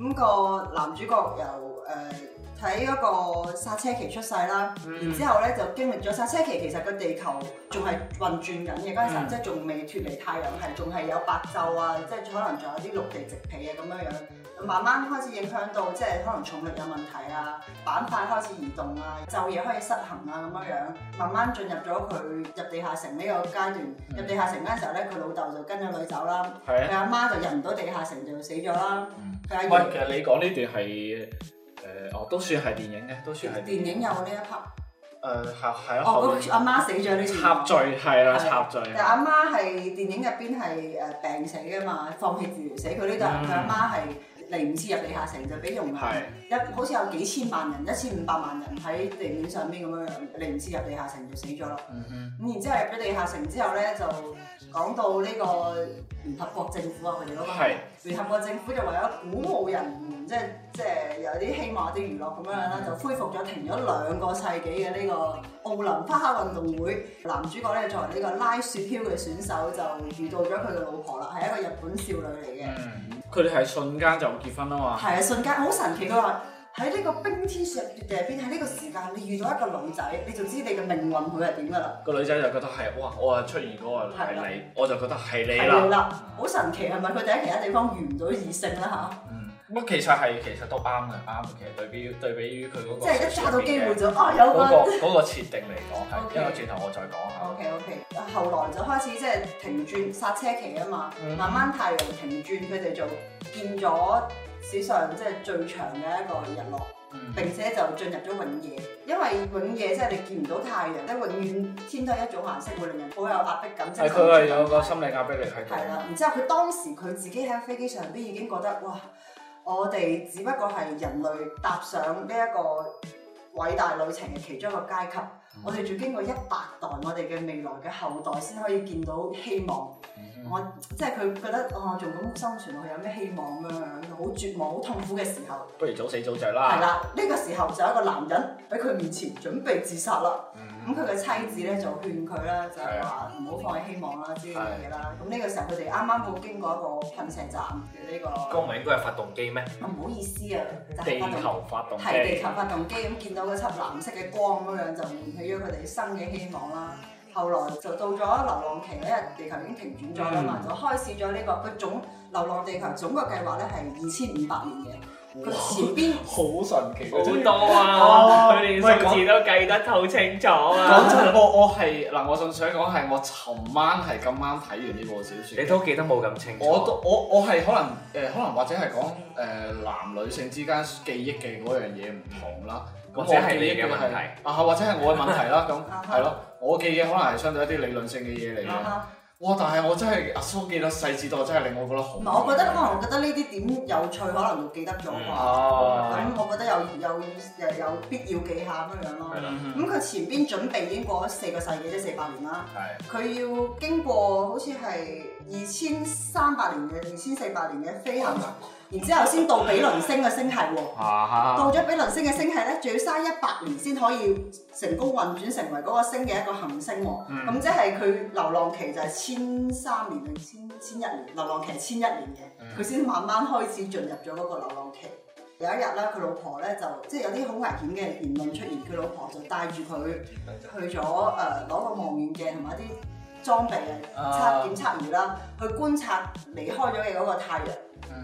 咁、個男主角由誒呃睇嗰個剎車期出世啦，然之後咧就經歷咗剎車期，其實個地球仲係運轉緊嘅嗰陣時候，即係仲未脱離太陽系，仲係有白晝啊，即係可能仲有啲陸地植被啊咁樣樣，慢慢開始影響到即係可能重力有問題啊。板塊開始移動啊，晝夜開始失衡啊，咁樣樣，慢慢進入咗佢入地下城呢個階段。入地下城嗰陣時候咧，佢老豆就跟咗女走啦，
啊
係啊
佢阿媽就入唔到地下城就死咗啦。佢阿
喂，其
爺
實你講呢段係誒，哦，都算係電影嘅，都算係
電影有呢一 part，
誒係係啊，後
哦，
面
嗰個阿媽死咗呢段
插敘係啦，
係
插啊敘
但阿媽係電影入邊係誒病死噶嘛，放棄治療死。佢呢度佢阿媽係嚟唔切入地下城，就俾容
係
納一好似有幾千萬人、一千五百萬人喺地面上邊咁樣樣，嚟唔切入地下城就死咗啦。
嗯
咁然之後入咗地下城之後咧，就講到呢個聯合國政府啊，佢哋嗰個
係
聯合國政府就為咗鼓舞人們，即係即係有啲希望有啲娛樂咁樣樣啦，
嗯
就恢復咗停咗兩個世紀嘅呢個奧林匹克運動會。男主角咧作為呢個拉雪橇嘅選手，就遇到咗佢嘅老婆啦，係一個日本少女嚟嘅。
嗯，佢哋係瞬間就結婚啊嘛，
係啊，瞬間好神奇，佢話喺呢個冰天雪地入邊，喺呢個時間，你遇到一個女仔，你就知你嘅命運會係點噶啦。
個女仔就覺得係哇，我啊係出現嗰個
係啦
係你，我就覺得係你
係
啦。
啦，好神奇係咪？佢哋喺其他地方遇唔到異性啦
嗯，咁其實係其實都啱嘅，啱嘅。其實對比對比於佢
嚇，
嗰個
即係一揸到機會
嗰
就啊有
個
個。
嗰個設定嚟講係，
OK
因為轉頭我再講下。
O K O K，後來就開始即係停轉剎車期啊嘛，
嗯
慢慢太陽停轉，佢哋就見咗史上即係最長嘅一個日落，
嗯
並且就進入咗永夜。因為永夜即係你見唔到太陽，即係永遠天都係一種顏色，會令人好有壓迫感。即
係佢係有個心理壓迫力喺度。
係啦，然之後佢當時佢自己喺飛機上邊已經覺得哇，我哋只不過係人類踏上呢一個偉大旅程嘅其中一個階級，我哋仲經過一百代我哋嘅未來嘅後代先可以見到希望。
嗯
我即係佢覺得哦，仲咁生存落去有咩希望咁樣樣，好絕望、好痛苦嘅時候。
不如早死早著
係
啦。
啦，呢、個時候就有一個男人喺佢面前準備自殺啦。咁
嗯
佢嘅妻子咧就勸佢啦，就係
啊
話唔好放棄希望啦之類嘅嘢啦。咁呢個時候佢哋啱啱好經過一個噴射站嘅呢、個，
個唔係應該係發動機咩？
啊唔好意思啊，就
地
係發動
球發動
係地
機
球。發動機咁見到嗰輯藍色嘅光咁樣就喚起咗佢哋新嘅希望啦。後來就到咗流浪期咧，因為地球已經停轉咗啦
嗯
嘛，就開始咗呢、個佢總流浪地球總個計劃咧係二千五百年嘅，佢前邊。
好神奇
好
嘅真係
多啊！
哦
佢哋
喂
甚
講
至都計得好清楚
講
啊！
真，我我係嗱，我仲想講係我尋晚係咁啱睇完呢部小
你
説，
都記得冇咁清楚。
我都我我係可能誒、呃可能或者係講誒男女性之間記憶嘅嗰樣嘢唔同啦，咁
或者係你嘅
我記憶
問
係
題
啊，或者係我嘅問題啦，
啊
咁
哈
係咯，我記嘅可能係相對一啲理論性嘅嘢嚟
啊
嘅，
哈
哇！但係我真係阿啊蘇記得細緻到真係令我覺得好，
唔係，我覺得可能我覺得呢啲點有趣，可能會記得咗啩。咁、
啊，
我覺得有有誒有必要記下咁樣咯。
係啦
咁佢前邊準備已經過咗四個世紀，即係四百年啦。
係
佢要經過好似係二千三百年嘅、二千四百年嘅飛行，啊然之後先到比鄰星嘅星系喎。
啊
到咗比鄰星嘅星系咧，仲要嘥一百年先可以成功運轉成為嗰個星嘅一個行星喎。咁、即係佢流浪期就係千三年定千千一年，流浪期千一年嘅，佢先、慢慢開始進入咗嗰個流浪期。有一日咧，佢老婆咧就即係有啲好危險嘅言論出現，佢老婆就帶住佢去咗誒呃攞個望遠鏡同埋一啲裝備啊
啊
測檢測儀啦，去觀察離開咗嘅嗰個太陽。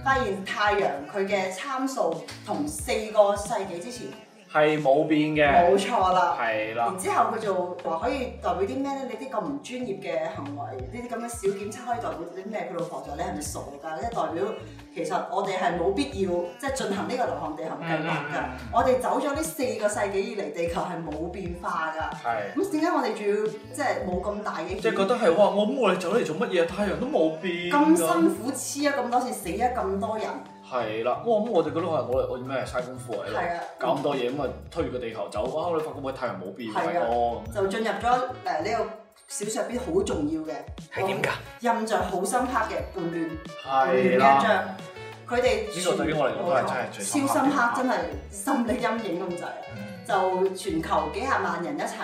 發現太陽佢嘅參數同四個世紀之前
係冇變嘅，
冇錯啦。
係啦
然。之後佢就話可以代表啲咩咧？你啲咁唔專業嘅行為，呢啲咁嘅小檢測可以代表啲咩？佢老婆就話你係咪傻㗎？即係代表其實我哋係冇必要即係進行呢個流浪地球
嗯
計劃㗎。我哋走咗呢四個世紀以嚟，地球係冇變化㗎。
係，
咁點解我哋仲要即係冇咁大嘅？
即係覺得係哇！我咁我哋走嚟做乜嘢？太陽都冇變㗎。
咁辛苦黐啊咗咁多次，死咗咁多人，
係啦，哇！咁我哋覺得話我哋我哋咩嘥功夫喺
係啊
度搞咁多嘢，咁啊推住個地球走，哇！我哋發覺喂太陽冇變
係啊
大哥，
就進入咗誒呢個小說入邊好重要嘅，
係點㗎？
印象好深刻嘅叛亂，叛亂
係
一
啦，
章，佢哋
呢個對於我嚟講都係真係最深刻
超深刻，
嘅嗯
真係心理陰影咁滯啊。就全球幾廿萬人一齊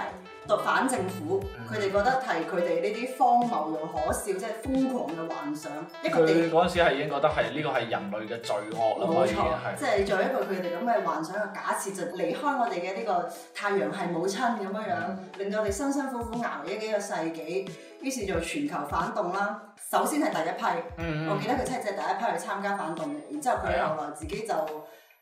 讀反政府，
嗯
佢哋覺得係佢哋呢啲荒謬又可笑，即係瘋狂嘅幻想，一個地
佢嗰陣時係已經覺得係呢個係人類嘅罪惡啦嘛，
冇
已經
錯，
啊係
即係做一個佢哋咁嘅幻想嘅假設，就離開我哋嘅呢個太陽系母親咁樣樣，
嗯
令到我哋辛辛苦苦熬咗幾個世紀，於是就全球反動啦。首先係第一批，
嗯
我記得佢妻子係第一批去參加反動嘅，然之後佢後來自己就誒、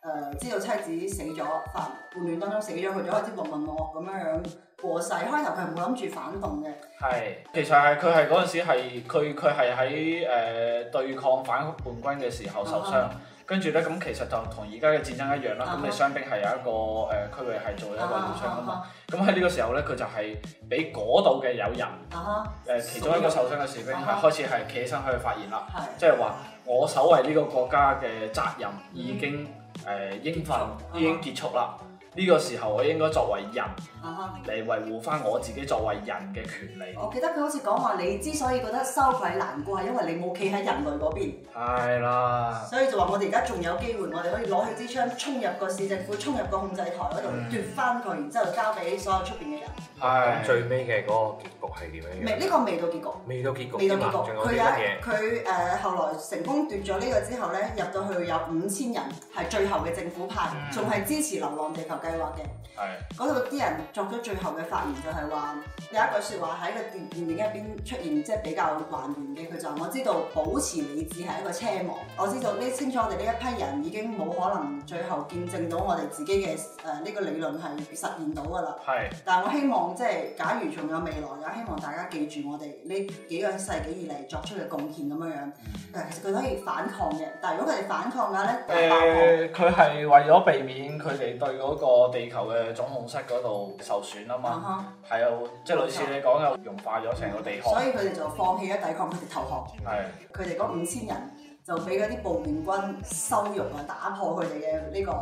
呃知道妻子死咗，反叛亂當中死咗，去咗開始混混噩噩咁樣樣過世。開頭佢係冇諗住反動嘅，
係，其實係佢係嗰陣時係佢佢係喺誒對抗反叛軍嘅時候受傷
啊，
跟住咧咁其實就同而家嘅戰爭一樣啦。
啊
咁你傷兵係有一個誒區域係做一個療傷啊嘛。咁喺呢個時候咧，佢就係俾嗰度嘅有人
啊哈，
誒其中一個受傷嘅士兵係
啊
開始係企起身去發言啦，
係
即係話我守衞呢個國家嘅責任已經誒應份已經嗯結束啊啦。呢個時候我應該作為人
啊哈。
嚟維護翻我自己作為人嘅權利。
我記得佢好似講話，你之所以覺得羞愧難過，係因為你冇企喺人類嗰邊，
係啦，
所以就話我哋而家仲有機會，我哋可以攞起支槍衝入個市政府，衝入個控制台嗰度奪翻佢，然之後交俾所有出邊嘅人。
係
最尾嘅嗰個結局係點樣
未
樣？
呢個未到結局，
未到結局
未到
添啊，
結
仲
局。
有
佢
啲
有
乜嘢？
佢誒後來成功奪咗呢個之後咧，入到去有五千人係最後嘅政府派，
嗯
仲係支持流浪地球計劃嘅。
係
嗰度啲人作咗最後嘅發言就係話，有一句説話喺個電電影入邊出現，即係比較還原嘅。佢就話：我知道保持理智係一個奢望，我知道呢清楚我哋呢一批人已經冇可能最後見證到我哋自己嘅誒呢個理論係實現到㗎啦。
係
但係我希望即係假如仲有未來嘅，希望大家記住我哋呢幾個世紀以嚟作出嘅貢獻咁樣樣。
嗯
誒其實佢都可以反抗嘅，但係如果佢哋反抗嘅咧，就爆破。
誒，佢係為咗避免佢哋對嗰個地球嘅總控室嗰度受損啊
啊
嘛，
哈
係有即係類似你講有融化咗成個地
所
殼，
以佢哋就放棄咗抵抗，佢哋投降。
係
佢哋嗰五千人就俾嗰啲暴亂軍羞辱啊，打破佢哋嘅呢個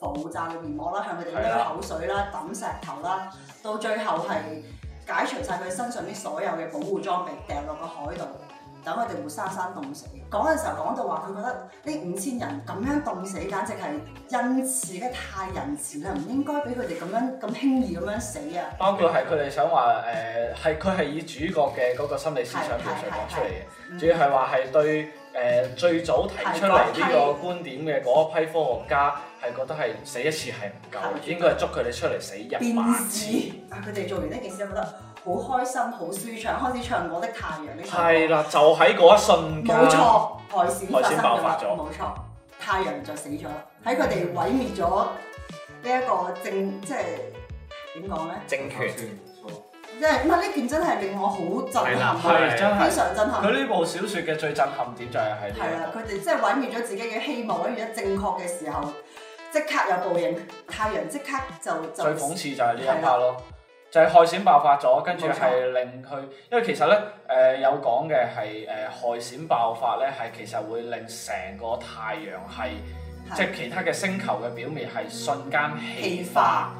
防護罩嘅面膜啦，向佢哋
係
濺
啦
口水啦、抌石頭啦，到最後係解除晒佢身上啲所有嘅保護裝備，掉落個海度。等佢哋活生生凍死。講嘅時候講到話，佢覺得呢五千人咁樣凍死，簡直係恩慈嘅太仁慈啦，唔應該俾佢哋咁樣咁輕易咁樣死啊！
包括係佢哋想話誒，係佢係以主角嘅嗰個心理思想描述講出嚟嘅，主要係嗯話係對誒最早提出嚟呢個觀點嘅嗰一批科學家係覺得係死一次係唔夠嘅，應該係捉佢哋出嚟死一
變
萬次。
事啊！佢哋做完呢件事，覺得好開心、好舒暢，開始唱《我的太陽》呢首歌
係啦，就喺嗰一瞬間，
冇錯，海鮮
海鮮爆
發
發
生
咗
咗啦，冇錯，太陽就死咗啦，喺佢哋毀滅咗呢一個政，即係點講咧？
政權
即係唔係呢段真係令我好震 撼
係啦
啊，
係真係
非。常震撼。
佢呢部小說嘅最震撼點就係喺
係啦
呢，一
佢
度，
哋即係毀滅咗自己嘅希望，毀滅咗正確嘅時候，即刻有報應。太陽即刻就就
最諷刺就係呢一 part 咯，就係害閃爆發咗，跟住
冇錯
係令佢，因為其實咧誒、有講嘅係誒害閃爆發咧，係其實會令成個太陽系
係
即係其他嘅星球嘅表面係瞬間氣
氣化
化。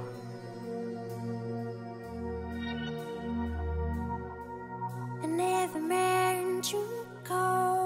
I never meant to go.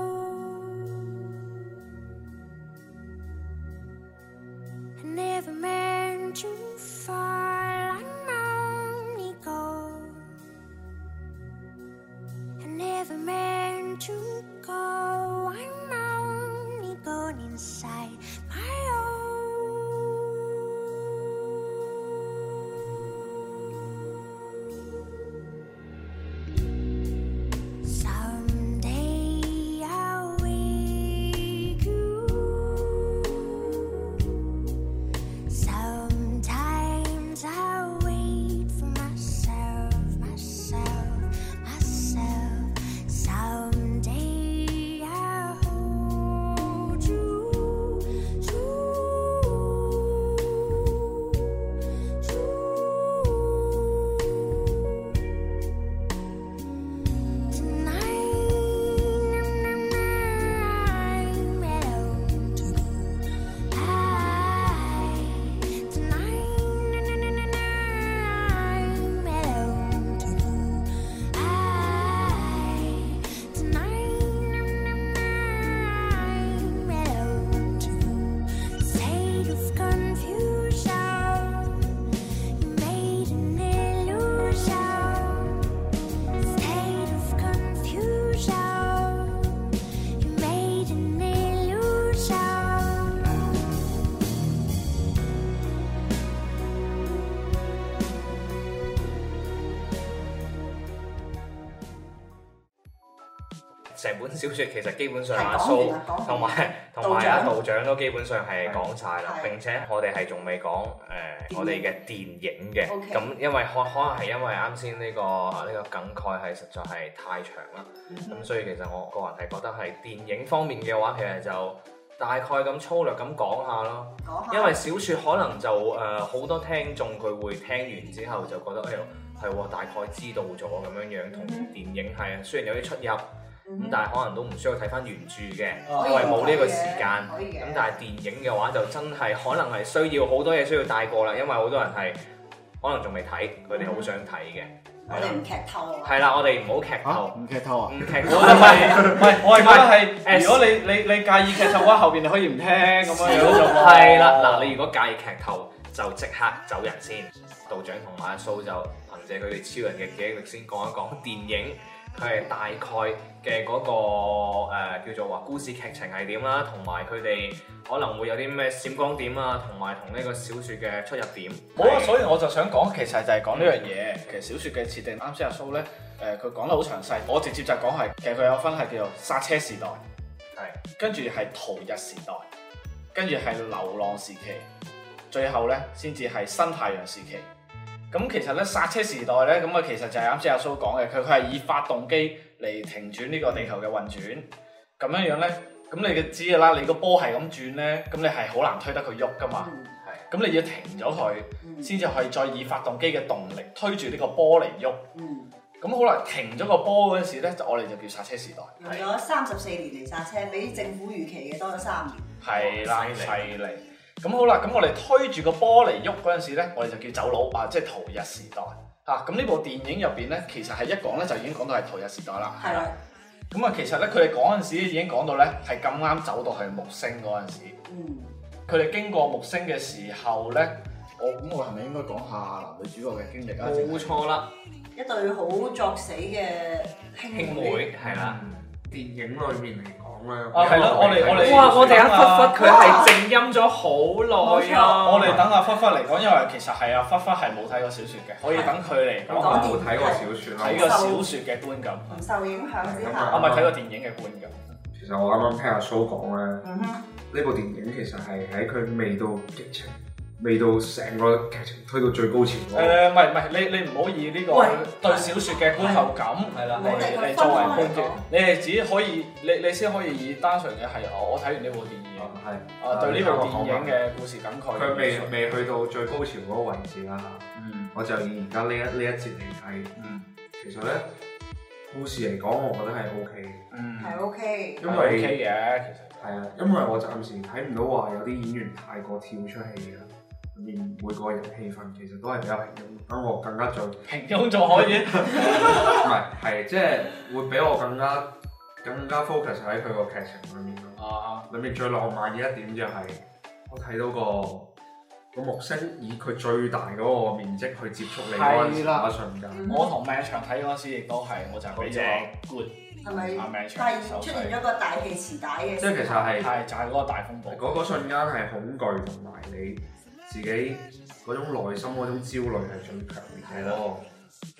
成本小説其實基本上
係
阿
講
蘇
完啦，講完
同埋 同
道
埋
長
阿道長都基本上係講晒啦，
係
並且我哋係仲未講誒我哋嘅電影嘅，
OK
咁因為可可能係因為啱先呢個啊呢個梗概係實在係太長啦，
嗯
咁所以其實我個人係覺得係電影方面嘅話，其實就大概咁粗略咁講下咯。
講下
因為小説可能就誒好、多聽眾佢會聽完之後就覺得，哎呦係喎，大概知道咗咁樣樣，同
嗯
電影係雖然有啲出入，咁、
嗯
但係可能都唔需要睇翻原著嘅，
哦
因為冇呢個時間。
可以嘅
咁但係電影嘅話就真係可能係需要好多嘢需要帶過啦，因為好多人係可能仲未睇，佢哋好想睇嘅。
我哋唔劇透啊嘛，
係啦，我哋唔好劇
嚇
透，
唔劇透嗯啊！
唔劇
我
透
唔係唔係，我係覺得
唔係
係，如果你你你介意劇透嘅話，後邊你可以唔聽咁樣樣就冇
係啦，嗱，你如果介意劇透，就即刻走人先。道長同埋阿蘇就憑借佢哋超人嘅記憶力，先講一講電影佢係大概嘅嗰、個、呃、叫做話故事劇情係點啦，同埋佢哋可能會有啲咩閃光點啊，同埋同呢個小説嘅出入點。
好啊，所以我就想講，其實就係講呢樣嘢。其實小説嘅設定，啱先阿蘇咧，誒、佢講得好詳細。我直接就講係，其實佢有分係叫做剎車時代，
係
跟住係逃逸時代，跟住係流浪時期，最後咧先至係新太陽時期。咁其實咧剎車時代咧，咁啊其實就係啱先阿蘇講嘅，佢佢係以發動機嚟停轉呢個地球嘅運轉，咁樣樣咧，咁你就知㗎啦，你個波係咁轉咧，咁你係好難推得佢喐噶嘛，
嗯
咁你要停咗佢。
嗯
先至可以再以發動機嘅動力推住呢個波嚟喐。
嗯，
咁好啦，停咗個波嗰陣時咧，就我哋就叫剎車時代。
用咗三十四年嚟剎車，比政府預期嘅多咗三年。
係啦，
犀利
哦犀利。咁好啦，咁我哋推住個波嚟喐嗰陣時咧，我哋就叫走佬啊，即係逃逸時代。嚇，咁呢部電影入邊咧，其實係一講咧就已經講到係逃逸時代
啊
啦。
係啦，
咁啊，其實咧佢哋嗰陣時已經講到咧係咁啱走到去木星嗰陣時，
嗯，
佢哋經過木星嘅時候咧，我咁我係咪應該講下男女主角嘅經歷啊？
冇錯啦，
一對好作死嘅兄
兄
妹。
妹係啦。
電影裏面嚟講咧，
啊係咯我哋我哋
哇！我哋一
啊
忽忽佢係靜音咗好耐啊！
我哋等阿忽忽嚟講，因為其實係阿忽忽係冇睇過小説嘅，可以等佢嚟
我
講
講
哦
下
冇睇過小説啦。
睇過小説嘅觀感，
唔受影響之
啊
下，
唔係睇過電影嘅觀
哦
感。
其實我啱啱聽阿蘇講咧，
嗯哼，
呢部電影其實係喺佢未到激情，未到成個劇情推到最高潮嗰個。
誒唔係唔係，你你唔好以呢
喂
個對小説嘅觀後感係啦，你
我哋
你
佢
作
分
為
開嚟
觀眾
講，，
你係只可以你你先可以以單純嘅係哦我睇完呢部電影，
係
啊對呢部電影嘅故事感慨。
佢未未去到最高潮嗰個位置啦嚇。
嗯
我就以而家呢一呢一節嚟睇，
嗯
其實咧故事嚟講，我覺得係 O K 嘅，
嗯
係 OK。
因
係
為
OK 嘅其實。
係啊，因為我暫時睇唔到話有啲演員太過跳出戲啦。入面每個人氣氛其實都係比較平庸，等我更加最唔
平庸仲可以，
係係即係會比我更加更加 focus 喺佢個劇情裏面咯。
啊
裏面最浪漫嘅一點就係我睇到個個木星以佢最大嗰個面積去接觸你嗰陣時
係啦
嗰一瞬間，
嗯
我同命長睇嗰陣時亦都係，我就係俾咗 good
係咪
阿命
突然
長手
出
勢
現。咗個大氣磁帶嘅
即
啊
係其實係。
係就係嗰個大風暴。
嗰個瞬間係恐懼同埋你自己嗰種內心嗰種焦慮係最強烈嘅咯。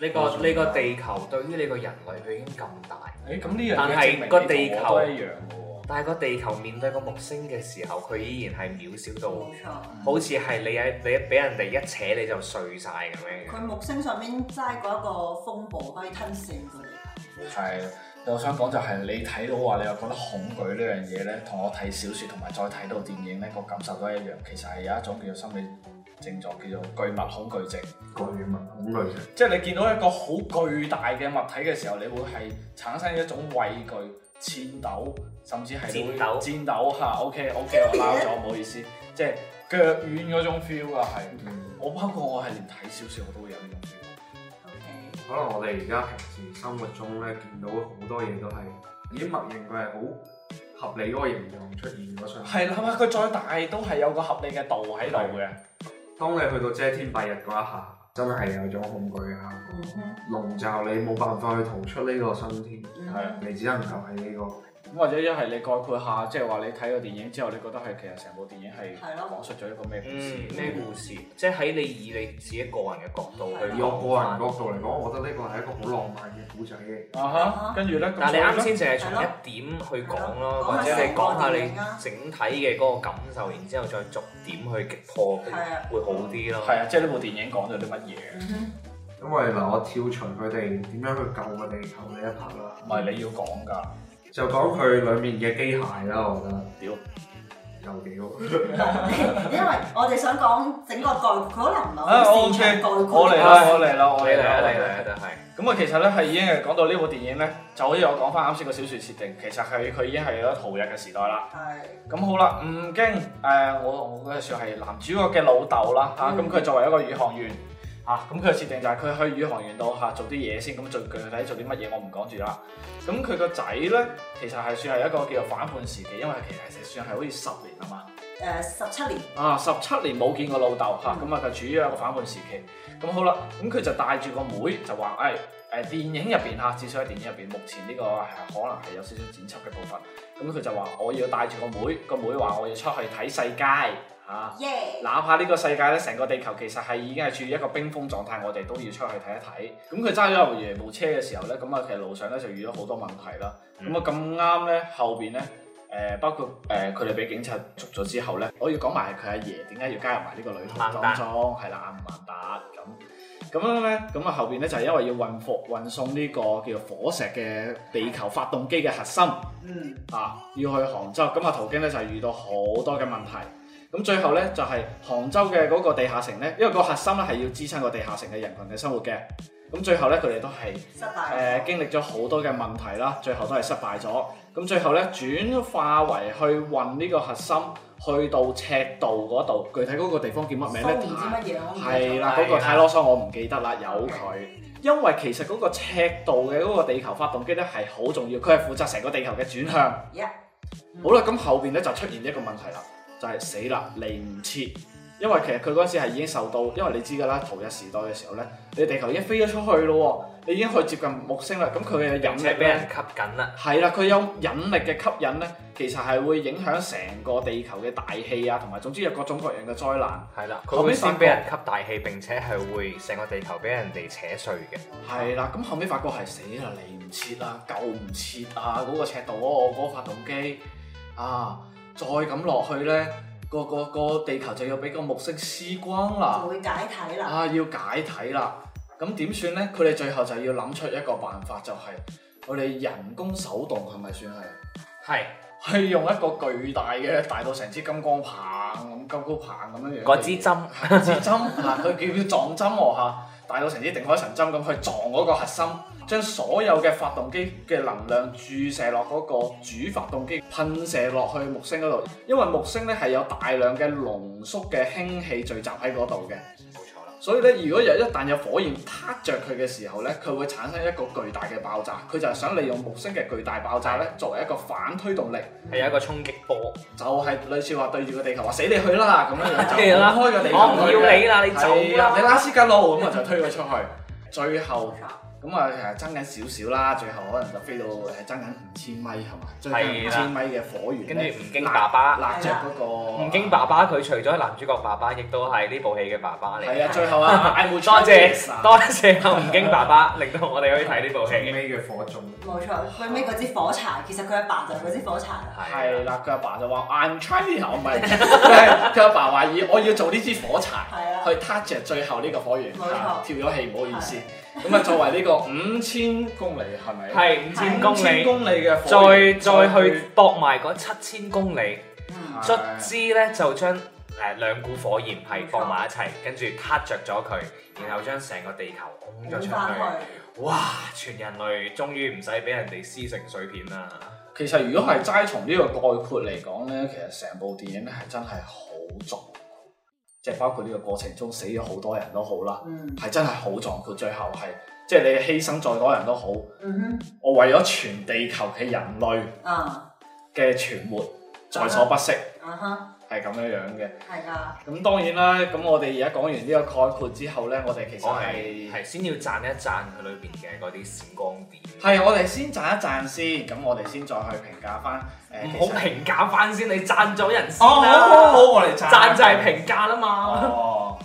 呢個呢個地球對於你個人類佢已經咁大。
誒咁呢樣嘢
但係
證明
個地球
我都一樣嘅
但係個地球面對個木星嘅時候，佢依然係渺小到，
冇錯。
好似係你喺你俾人哋一扯你就碎晒咁樣
佢
嘅。
木星上面齋嗰一個風暴可以吞噬佢哋。
喎。係，我想講就係你睇到話，你又覺得恐懼呢樣嘢咧，同我睇小説同埋再睇到電影咧個感受都一樣。其實係有一種叫做心理症狀，叫做巨物恐懼症。
巨物恐懼症，
即係你見到一個好巨大嘅物體嘅時候，你會係產生一種畏懼、戰鬥，甚至係會
戰鬥
戰鬥嚇。OK OK，我撈咗，唔好意思，即係腳軟嗰種 feel 啊，係。
嗯
我包括我係連睇小説我都會有呢種 feel。
OK。
可能我哋而家平時生活中咧見到好多嘢都係已經默認佢係好合理嗰個形狀出現嗰瞬間。
係啦，啊佢再大都係有個合理嘅度喺度嘅。
當你去到遮天蔽日嗰一下，真係有種恐懼啊！
嗯哼
籠罩你冇辦法去逃出呢個新天，
嗯
係啊
哼。
你只能夠喺呢個
咁或者一係你概括下，即係話你睇個電影之後，你覺得係其實成部電影係
係咯
講述咗一個咩故事？
嗯，咩故事？即係喺你以你自己個人嘅角度去
以我個人角度嚟講，我覺得呢個係一個好浪漫嘅故仔嚟。
啊哈，跟住咧，咁
但係你啱
所以呢
先淨係從一點去講咯，
係咯
或者你講下你
講下
整體嘅嗰個感受，然之後再逐點去擊破，
係啊嗯
會好啲咯。
係啊，即係呢部電影講咗啲乜嘢？
因為嗱，我跳除佢哋點樣去救個地球呢一 part 啦，
唔係你要講㗎，
就講佢裡面嘅機械啦，我覺得
屌！
又幾好。
因為我哋想講整個概括，佢可能唔係
啊
好擅長
，OK，
概括。
我嚟啦，我嚟啦，我
你
嚟
嚟
啦，
啊，
我
你嚟
嚟啦
啊，。真係。
咁啊，其實咧係已經係講到呢部電影咧，就好似我講翻啱先個小説設定，其實係佢已經係一個逃逸嘅時代啦。
係
咁好啦，吳京誒、我我嗰陣時係男主角嘅老豆啦嚇，咁、佢作為一個宇航員嚇，咁佢嘅設定就係佢去宇航員度嚇、做啲嘢先，咁做具體做啲乜嘢我唔講住啦。咁佢個仔咧，其實係算係一個叫做反叛時期，因為其實算係好似十年啊嘛。
誒十七年，
啊，十七年冇見過老豆嚇，咁啊佢處於一個反叛時期。咁好啦，咁佢就帶住個妹就話誒誒電影入邊嚇，至少喺電影入邊，目前呢個係可能係有少少剪輯嘅部分。咁佢就話我要帶住個妹，個妹話我要出去睇世界嚇。
耶！
哪怕呢個世界咧，成個地球其實係已經係處於一個冰封狀態，我哋都要出去睇一睇。咁佢揸咗部夜部車嘅時候咧，咁啊其實路上咧就遇到好多問題啦。咁啊咁啱咧，後邊咧誒包括誒佢哋俾警察捉咗之後咧，我要講埋佢阿爺點解要加入埋呢個旅途當
萬達
中，係啦，阿吳萬達咁。咁樣咧，咁啊後邊咧就係因為要運貨運送呢個叫做火石嘅地球發動機嘅核心。
嗯，
啊，要去杭州，咁啊途經咧就係遇到好多嘅問題。咁最後咧就係、杭州嘅嗰個地下城咧，因為個核心咧係要支撐個地下城嘅人群嘅生活嘅。咁最後咧佢哋都係
失
誒、
敗。
經歷咗好多嘅問題啦，最後都係失敗咗。咁最後咧轉化為去運呢個核心去到赤道嗰度，具體嗰個地方叫乜名
蘇
咧？
唔知乜嘢，我唔記得
係
咗
啦，嗰、個太囉嗦，我唔記得啦，有佢。因為其實嗰個赤道嘅嗰個地球發動機咧係好重要，佢係負責成個地球嘅轉向。
Yeah
好啦，咁後邊咧就出現一個問題啦，就係、死啦嚟唔切，因為其實佢嗰陣時係已經受到，因為你知㗎啦，逃逸時代嘅時候咧，你地球已經飛咗出去咯喎，你已經去接近木星啦，咁佢嘅
並
引
且
力
俾人
咧。
吸緊啦，
係啦，佢有引力嘅吸引咧，其實係會影響成個地球嘅大氣啊，同埋總之有各種各樣嘅災難。
係啦，
後
佢
尾
會
發覺
先俾人吸大氣，並且係會成個地球俾人哋扯碎嘅。
係啦，咁後尾發覺係死啦，嚟唔切啦，救唔切啊！嗰、個赤道嗰、個嗰個發動機啊，再咁落去咧，個個個地球就要俾個木星撕光啦
就。會解體啦。
啊，要解體啦！咁點算呢？佢哋最後就要諗出一個辦法，就係、我哋人工手動係咪算係？
係，
係用一個巨大嘅，大到成支金光棒咁、金箍棒咁樣樣嘅嘢。
嗰支針
係支針 嚇，佢叫叫撞針喎嚇，大到成支定海神針咁去撞嗰個核心，將所有嘅發動機嘅能量注射落嗰個主發動機，噴射落去木星嗰度。因為木星咧係有大量嘅濃縮嘅氫氣聚集喺嗰度嘅。
冇錯啦。
所以咧，如果有一旦有火焰撻着佢嘅時候咧，佢會產生一個巨大嘅爆炸。佢就係想利用木星嘅巨大爆炸咧，作為一個反推動力，
係有一個衝擊波，
就係、類似話對住個地球話死你去啦咁樣 樣，
係
就
啦
拱開個地球
我唔要你啦，你走
係啦，你
啦。
拉斯加路咁啊，就推佢出去。最後咁啊，誒爭緊少少啦，最後可能就飛到誒呃爭緊五千米係嘛，最近五
係啦
千米嘅火源
跟
咧
住吳京爸爸，
辣着嗰個
吳京爸爸佢除咗係男主角爸爸，亦都係呢部戲嘅爸爸嚟。
係啊，最後啊，艾
多
梅啊
謝多謝阿吳京爸爸， 令到我哋可以睇呢部
最
戲。
尾嘅火種，
冇錯，最尾嗰支火柴，其實佢阿爸就係嗰支火柴啦。
係啦，佢阿爸就話 I'm Chinese，我唔係，佢係 佢阿爸話要我要做呢支火柴，
係啊
去 touch 著最後呢個火源，
冇錯
啊跳咗氣，唔好意思。咁啊，作為呢個五千公里係咪？
係五千公
五千
里，
公里嘅火
再
源
再去度埋嗰七千公里，
嗯，
卒之咧就將誒兩股火焰係放埋一齊，跟住撻着咗佢，然後將成個地球拱咗出
換翻
去。
去。
哇！全人類終於唔使俾人哋撕成碎片啦。
其實如果係齋從呢個概括嚟講咧，其實成部電影咧係真係好壯，即係包括呢個過程中死咗好多人都好啦，
嗯
係真係好壯闊。最後係即係你犧牲再多人都好，
嗯
我為咗全地球嘅人類
哼，啊
嘅存活在所不惜。
啊哈，
係咁樣樣嘅。
係㗎。
咁當然啦，咁我哋而家講完呢個概括之後呢，我哋其實
我哦係
係
係先要讚一讚佢裏邊嘅嗰啲閃光點，
係我哋先讚一讚先，咁我哋先再去評價翻誒。
唔好
其實
評價翻先，你讚咗人先
哦，好
啦
好好，我哋讚
讚就係評價啦 嘛。
哦，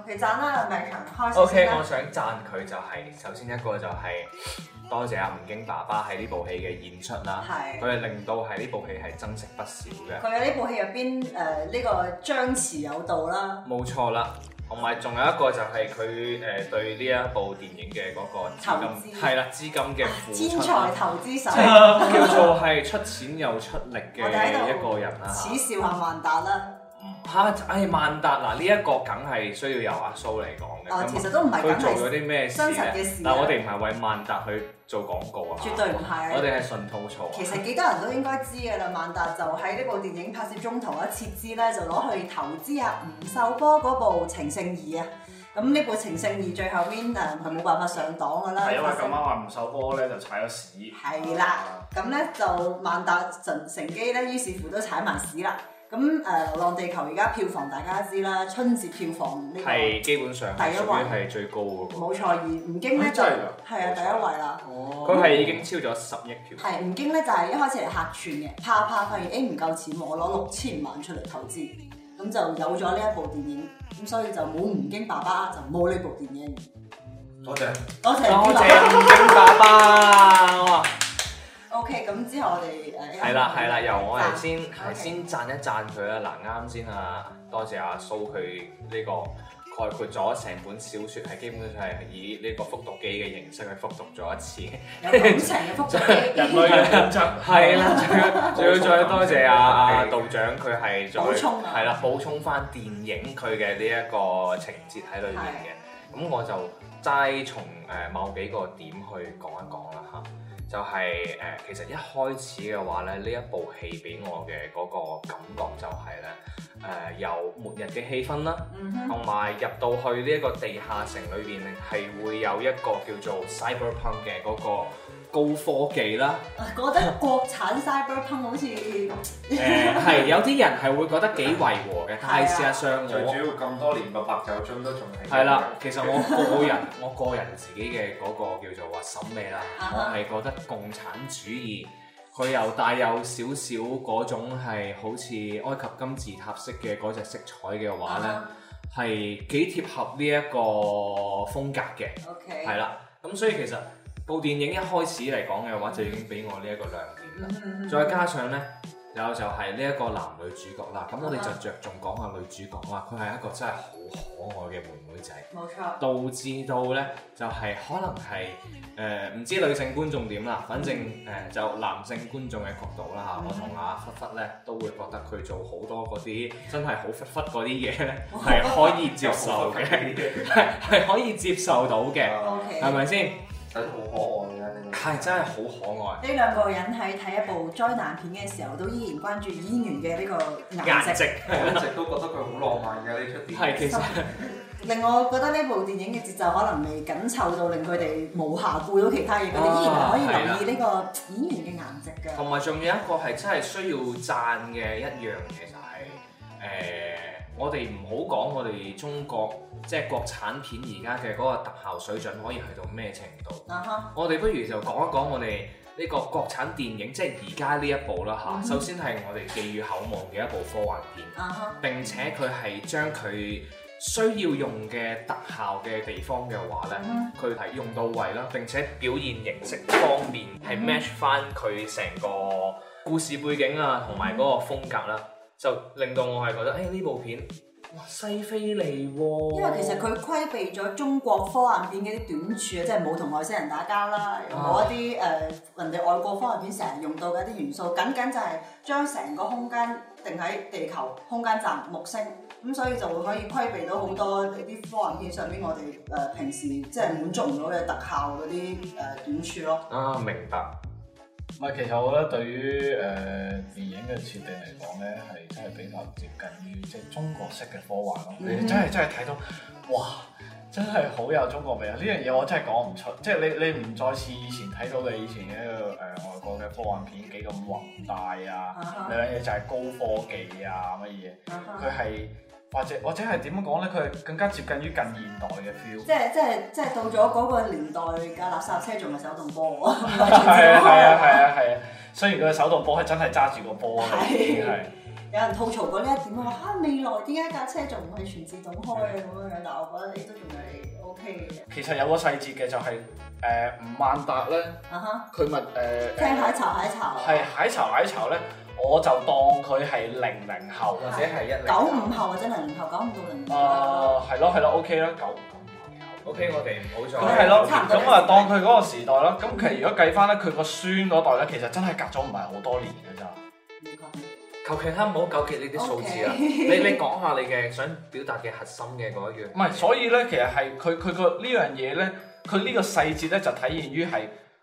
OK，讚啦，明強開始
O
先
K，
啦
我想讚佢就係、首先一個就係、多謝阿吳京爸爸喺呢部戲嘅演出啦，
係
佢係令到喺呢部戲係增值不少嘅，
佢喺呢部戲入邊誒呢個張弛有度啦，
冇錯啦。同埋仲有一個就係佢誒對呢一部電影嘅嗰個資金
投資啊
係啦資金嘅付
天
出
才
啦，
投資手
即，係叫做係出錢又出力嘅
我哋喺度
一個人啦。
恥笑下萬達啦。
嚇！唉，萬達嗱呢一個梗係需要由阿蘇嚟講嘅。
哦
咁，啊
其實都唔係
佢
梗
做咗
係，
啲咩事
真實嘅
咧
事？啊
嗱，我哋唔係為萬達去做廣告啊，
絕對唔
我
係。
哋係純吐槽啊。
其實幾多人都應該知嘅啦，萬達就喺呢部電影拍攝中途一撤資咧，就攞去投資啊吳秀波嗰部《情聖二》啊。咁呢部《情聖二》最後邊誒係冇辦法上檔啊㗎啦，
係因為啊
發
咁
生
啱話吳秀波呢就踩咗屎。
係啦，咁咧就萬達乘乘機咧，於是乎都踩埋屎啦。咁誒，流浪地球》而家票房大家知啦，春節票房呢、
係基本上係
第一
屬
位
於係最高嘅
個
喎，
冇錯，而吳京咧
啊
就
真係
係啊
㗎
第一位啦。
哦
佢係已經超咗十億票房。
係吳京咧就係、一開始嚟客串嘅，怕怕發現誒唔夠錢喎，我攞六千萬出嚟投資，咁就有咗呢一部電影。咁所以就冇吳京爸爸就冇呢部電影。
多謝。
多
多
謝吳京爸
謝吳京爸爸哇！
OK，咁之後我哋誒呃
係啦係啦，由我哋先係
OK
先讚一讚佢啦。嗱，啱先啊，多謝阿蘇佢呢個概括咗成本小説，係基本上係以呢個復讀機嘅形式去復讀咗一次。
有感情嘅 複製
人類嘅本質
係 啦，仲要仲要再多謝阿阿道長，佢係再
補充啊
係啦，補充翻電影佢嘅呢一個情節喺裏面嘅。咁我就齋從誒某幾個點去講一講啦嚇。就係、誒、其實一開始嘅話咧，呢一部戲俾我嘅嗰個感覺就係咧，誒、有末日嘅氣氛啦，
嗯哼，
同埋入到去呢一個地下城裏邊，係會有一個叫做 cyberpunk 嘅嗰個高科技啦。
覺得國產 cyberpunk 好似。
誒係有啲人係會覺得幾違和嘅，
啊
但係事實上
最
我
主要咁多年個白酒樽都仲係
係啦，其實我個人 我個人自己嘅嗰個叫做話審美啦，
啊
我
哈
係覺得共產主義佢又帶有少少嗰種係好似埃及金字塔式嘅嗰隻色彩嘅話咧，
啊
係幾貼合呢一個風格嘅。
o k
係啦，咁所以其實部電影一開始嚟講嘅話，就已經俾我呢一個亮點啦。
嗯
再加上呢，有就係呢一個男女主角啦，咁我哋就着重講下女主角啦，佢係一個真係好可愛嘅妹妹仔。
冇錯，
導致到呢，就係、可能係誒唔知女性觀眾點啦，反正誒、呃就男性觀眾嘅角度啦嚇，我同阿忽忽呢，都會覺得佢做好多嗰啲真係好忽忽嗰啲嘢呢，
哦
係啊可以 接受嘅，係係可以接受到嘅。
OK
係咪先？
啊真係好可愛啊！呢個
係真係好
呢兩個人喺睇一部災難片嘅時候，都依然關注演員嘅呢個
可愛，顏
顏值，
值
我一直都覺得佢好浪漫嘅呢出電影。
係其實
令我覺得呢部電影嘅節奏可能未緊湊到令佢哋無暇顧到其他嘢，佢哋依然可以留意呢個演員嘅顏值嘅。
同埋仲有一個係真係需要讚嘅一樣嘢就係、誒，我哋唔好講我哋中國即係國產片而家嘅嗰個特效水準可以去到咩程度？
啊哈，
我哋不如就講一講我哋呢個國產電影，即係而家呢一部啦嚇。
嗯
首先係我哋寄予厚望嘅一部科幻片。
啊哈，
並且佢係將佢需要用嘅特效嘅地方嘅話咧
嗯，
佢係用到位啦。並且表現形式方面係
嗯
match 翻佢成個故事背景啊，同埋嗰個風格啦，就令到我係覺得，誒、哎呢部片哇西非利喎、
因為其實佢規避咗中國科幻片嘅啲短處啊，即係冇同外星人打交啦，又冇一啲誒、呃人哋外國科幻片成日用到嘅一啲元素，僅僅就係將成個空間定喺地球空間站木星，咁所以就會可以規避到好多呢啲科幻片上邊我哋誒、平時即係滿足唔到嘅特效嗰啲誒短處咯。
啊，明白。
唔係，其實我覺得對於誒、呃、電影嘅設定嚟講咧，係真係比較接近於即係中國式嘅科幻咯。
嗯
你真係真係睇到，哇！真係好有中國味啊！呢樣嘢我真係講唔出，即係你你唔再似以前睇到你以前嘅誒、呃外國嘅科幻片幾咁宏大啊，
啊
兩樣嘢就係高科技啊乜嘢，佢係或者或者係點講咧？佢係更加接近於近現代嘅 feel。
即係即係即係到咗嗰個年代嘅垃圾車仲係手動波 喎， 係
係啊係啊係啊係啊！雖然佢嘅手動波係真係揸住個波嘅，已經係
有人吐槽過呢一點啊話嚇未來點解架車仲唔係全自動開
啊
嘅咁樣樣，但我覺得你都仲係 OK 嘅。
其實有個細節嘅就係誒吳萬達咧，
啊哈，
佢咪誒
聽蟹巢蟹巢，
係啊蟹巢蟹巢咧，我就當佢係零零後或者係一零啊
九五後或者零零後，九五到零零後，
啊，係咯係咯，OK 啦，九九
O K，我哋唔好再
咁係咯，
差唔多
咁啊當佢嗰個時代啦。咁其實如果計翻咧，佢個孫嗰代咧，其實真係隔咗唔係好多年嘅咋。
你覺得
求其他唔好糾結呢啲數字啦。
OK
你你講下你嘅想表達嘅核心嘅嗰一樣。
唔係，所以咧，其實係佢佢個呢樣嘢咧，佢呢個細節咧就體現於係，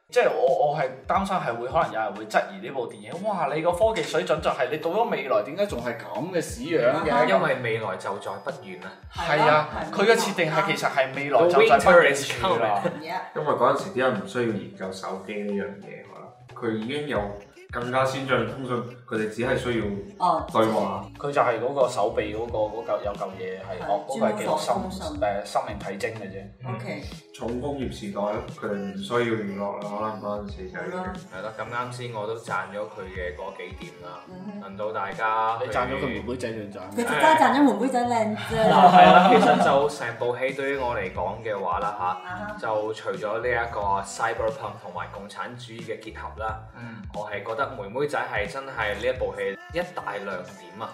即係我我係擔心係會可能有人會質疑呢部電影。哇！你個科技水準就係你到咗未來，點解仲係啊咁嘅屎樣嘅？
啊
因為未來就在不遠啊！
係啊，佢嘅設定係其實係未來就在不
Winter
遠
is
處啦。
而家
因為嗰陣時啲人唔需要研究手機呢樣嘢，可能佢已經有更加先進嘅通訊，佢哋只係需要
哦
對話。
佢就係嗰個手臂嗰、個嗰嚿有嚿嘢係，
係
哦嗰個係記錄
專門防
心
空
誒生命體徵嘅啫。
OK
重工業時代咧，佢哋唔需要娛樂啦，可能嗰陣時就已經
好啦
係啦，咁啱先我都讚咗佢嘅嗰幾點啦，
嗯
輪到大家
你
去
賺咗佢妹妹仔定賺
哼，佢？就真係賺咗妹妹仔靚 啫。
嗱哦係啦，其實就成部戲對於我嚟講嘅話啦
啊哈
吓，就除咗呢一個 cyberpunk 同埋共產主義嘅結合啦，
嗯，
我係覺得妹妹仔係真係呢一部戲一大亮點啊，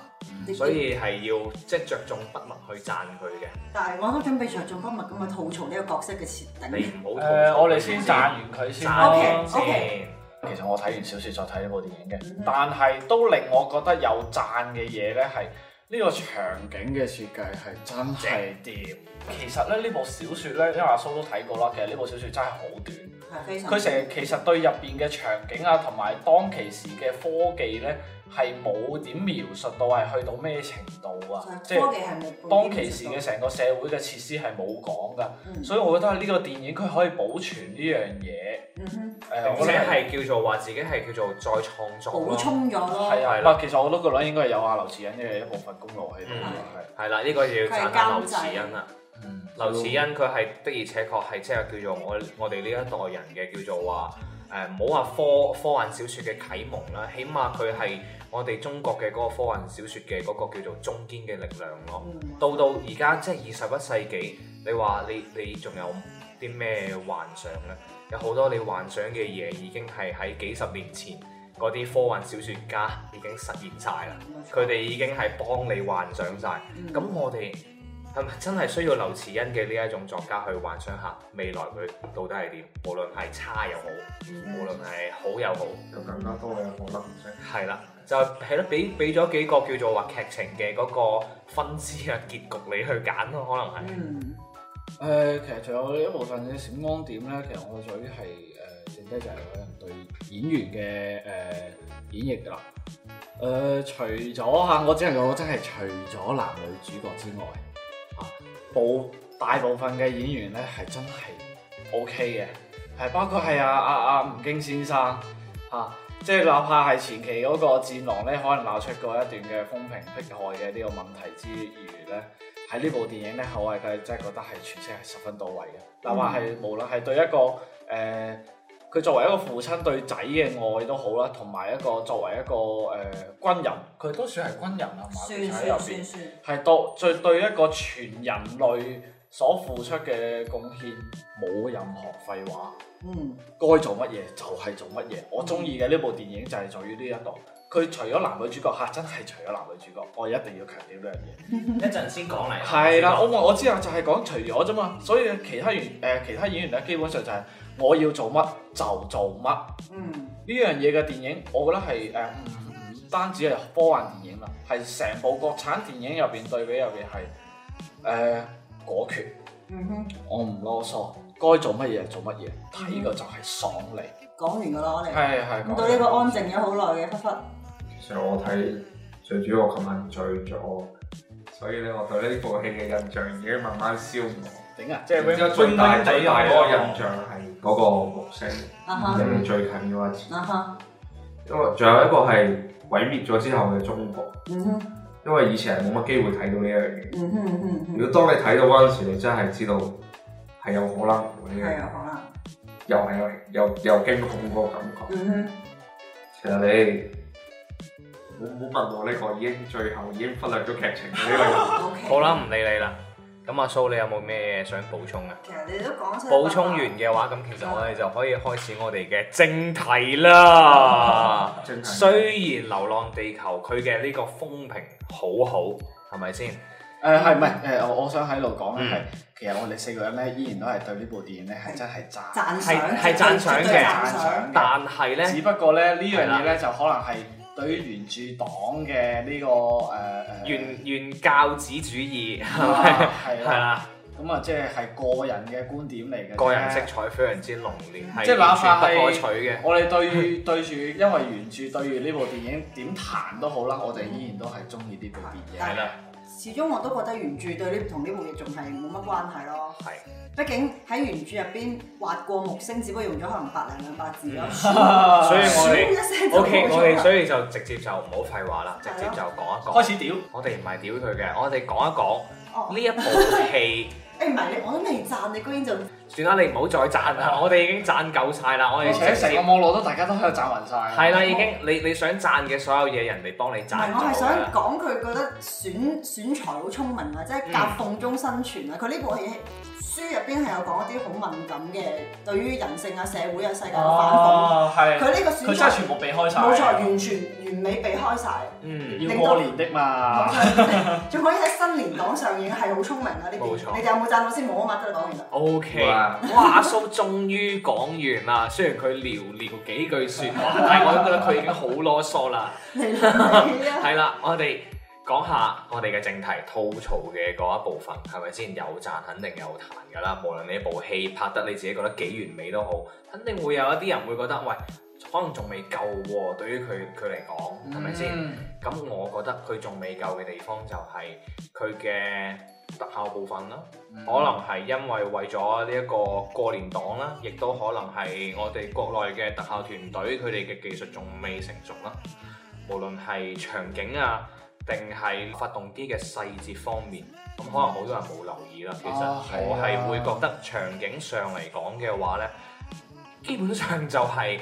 所以係要即係着重筆墨去讚佢嘅，
但係我都準備着重今日咁嘅吐槽呢個角色嘅設定。
你唔
誒、
好吐槽
我哋
佢
先賺完佢先
讚
啦。
完
OK，OK
先。
其實我睇完小説再睇呢部電影嘅
嗯，
但係都令我覺得有讚嘅嘢咧係。呢個場景嘅設計係真係掂。其實咧，呢部小説咧，因為阿蘇都睇過啦。其實呢部小説真係好短，
係非常。
佢成日其實對入邊嘅場景啊，同埋當其時嘅科技呢，係冇點描述到係去到咩程度啊！即
科技
係
係冇
當其時嘅成個社會嘅設施係冇講噶，
嗯
所以我覺得呢個電影佢可以保存呢樣嘢。
嗯哼
誒、
並
我
且
覺得
係叫做話自己係叫做再創作
補
咯，
充咗咯，
係啊，
係
唔
啦
係其實我都覺得應該係有阿劉慈欣嘅一部分功勞喺度
嗯
嘅，係
係啦，呢個要讚下劉慈欣啊啦。
嗯
劉慈欣佢係的而且確係即係叫做我我哋呢一代人嘅叫做話誒，唔好話科科幻小説嘅啟蒙啦，起碼佢係我哋中國嘅嗰個科幻小説嘅嗰個叫做中堅嘅力量咯。
嗯
到到而家即係二十一世紀，你話你你仲有啲咩幻想呢？有好多你幻想嘅嘢已經係喺幾十年前嗰啲科幻小説家已經實現晒啦，佢哋已經係幫你幻想晒。
嗯
咁我哋係咪真係需要劉慈欣嘅呢一種作家去幻想下未來佢到底係點？無論係差又好，
嗯
無論係好又好。
有更加多嘅可能性。
係啦，就係咯，俾俾咗幾個叫做話劇情嘅嗰個分支啊、結局你去揀咯，可能係。
嗯
誒、其實仲有一部分嘅閃光點咧，其實我最係誒剩低就係有人對演員嘅誒、演繹㗎啦。誒、呃除咗嚇，我只能夠真係除咗男女主角之外，啊，部大部分嘅演員咧係真係 O K 嘅，係包括係阿阿阿吳京先生嚇、啊即係哪怕係前期嗰個戰狼咧，可能鬧出過一段嘅風評迫害嘅呢個問題之餘咧。喺呢部電影咧，我係佢真係覺得係詮釋係十分到位嘅。
嗯
哪怕係無論係對一個誒，呃佢、作為一個父親對仔嘅愛都好啦，同埋一個作為一個誒、呃、軍人，佢都算係軍人啊嘛，
算
其實喺入
算算
邊
算，
係對最對一個全人類所付出嘅貢獻冇任何廢話。
嗯
該做乜嘢就係做乜嘢。我中意嘅呢部電影就係在於呢一度，佢除咗男女主角嚇，真係除咗男女主角，我一定要強調呢樣嘢。
一陣先講嚟
係啦，我我知啊，就係講除咗啫嘛，所以其他演誒、其他演員咧，基本上就係我要做乜就做乜呢
嗯
樣嘢嘅電影，我覺得係誒唔唔單止係科幻電影啦，係成部國產電影入邊對比入邊係誒果決，
嗯哼，
我唔囉嗦，該做乜嘢就做乜嘢，睇個就係爽利。
講完㗎啦，我哋
係啊係
咁到呢個安靜咗好耐嘅忽忽，啊
其實我睇最主要我琴晚醉咗，所以咧我對呢部戲嘅印象已經慢慢消磨。
頂啊！即係
然之後最大最大嗰個印象係嗰個木星，
啊
離
哈
你最近嘅位
嗯
置。
啊哈，
因為仲有一個係毀滅咗之後嘅中國，
嗯哼
因為以前係冇乜機會睇到呢一樣嘢。
嗯哼嗯哼嗯
如果當你睇到嗰陣時，你真係知道係有可能嘅
嗯
哼，
呢
係啊
樣
有
嘢，
可能，
又係有又又驚恐嗰個感覺。
嗯哼
其實你冇冇問我呢個已經最後已經忽略咗劇情嘅呢個人，
，OK，
好啦，唔理你啦。咁阿蘇，你有冇咩嘢想補充啊？
其實你都講出
補充完嘅話，咁其實我哋就可以開始我哋嘅正題啦。
真係
雖然《流浪地球》佢嘅呢個風評好好，係咪先？
誒係唔係誒？我我想喺度講咧
嗯
係，其實我哋四個人咧依然都係對呢部電影咧係真係讚
讚賞，
係係讚賞
絕對
嘅
讚賞，
但
但係
只
呢，
不過咧呢樣
係
嘢咧就可能係對於原著黨嘅呢個誒誒
原原教旨主義
啊
係
係啦，
啦，
咁啊即係係個人嘅觀點嚟嘅啫，
個人色彩非常之濃烈，
即
係
係哪
完全
怕
不可
係
取嘅。
我哋對對住，因為原著對住呢部電影點彈都好啦，我哋依然都係中意呢部電 影。
係啦，
始終我都覺得原著對呢同呢部嘢仲係冇乜關係咯。
係。
畢竟喺原著入邊畫過木星，只不過用咗可能百零兩百字咯。
嗯
所以我哋
咻一聲就
O K，
冇咗
我哋
啦
所以就直接就唔好廢話啦，直接就講一講。
開始屌，
我哋唔係屌佢嘅，我哋講一講
哦
呢一部戲。
誒唔係你，我都未讚你，居然就
算啦，你唔好再讚啦， 我哋已經讚夠晒啦，我
而
哋
且
直
成個
接
網絡都大家都喺度讚暈晒。
係啦，已經你你想讚嘅所有嘢，人哋幫你
唔
讚
係我
咗啊
係想
㗎啦。
講佢覺得選選材好聰明啊，即係夾縫中生存啊。佢呢部戲書入邊係有講一啲好敏感嘅對於人性啊、社會啊、世界嘅反
哦，
諷。
係
佢呢個選
佢真係
材
全部避開晒。
冇錯，完全完美避開晒。
嗯，
要過年的嘛。
仲可以喺新年檔上映，係好聰明啊！呢
冇
邊
錯
你哋有冇贊到先？冇啊嘛，都係講完啦。
O K，
哇
哇！阿蘇終於講完啦，雖然佢寥寥幾句説話，但係我都覺得佢已經好囉嗦啦。
你啦你啦，
係啦，我哋講下我哋嘅正題，吐槽嘅嗰一部分係咪先？有讚肯定有彈㗎啦，無論你部戲拍得你自己覺得幾完美都好，肯定會有一啲人會覺得喂，可能仲未夠喎。對於佢佢嚟講，係咪先？
嗯
咁我覺得佢仲未夠嘅地方就係佢嘅特效部分啦。
嗯
可能係因為為咗呢一個過年檔啦，亦都可能係我哋國內嘅特效團隊佢哋嘅技術仲未成熟啦。無論係場景啊，定係發動機嘅細節方面，咁可能好多人冇留意啦。其實
啊係啊
我係會覺得場景上嚟講嘅話呢，基本上就係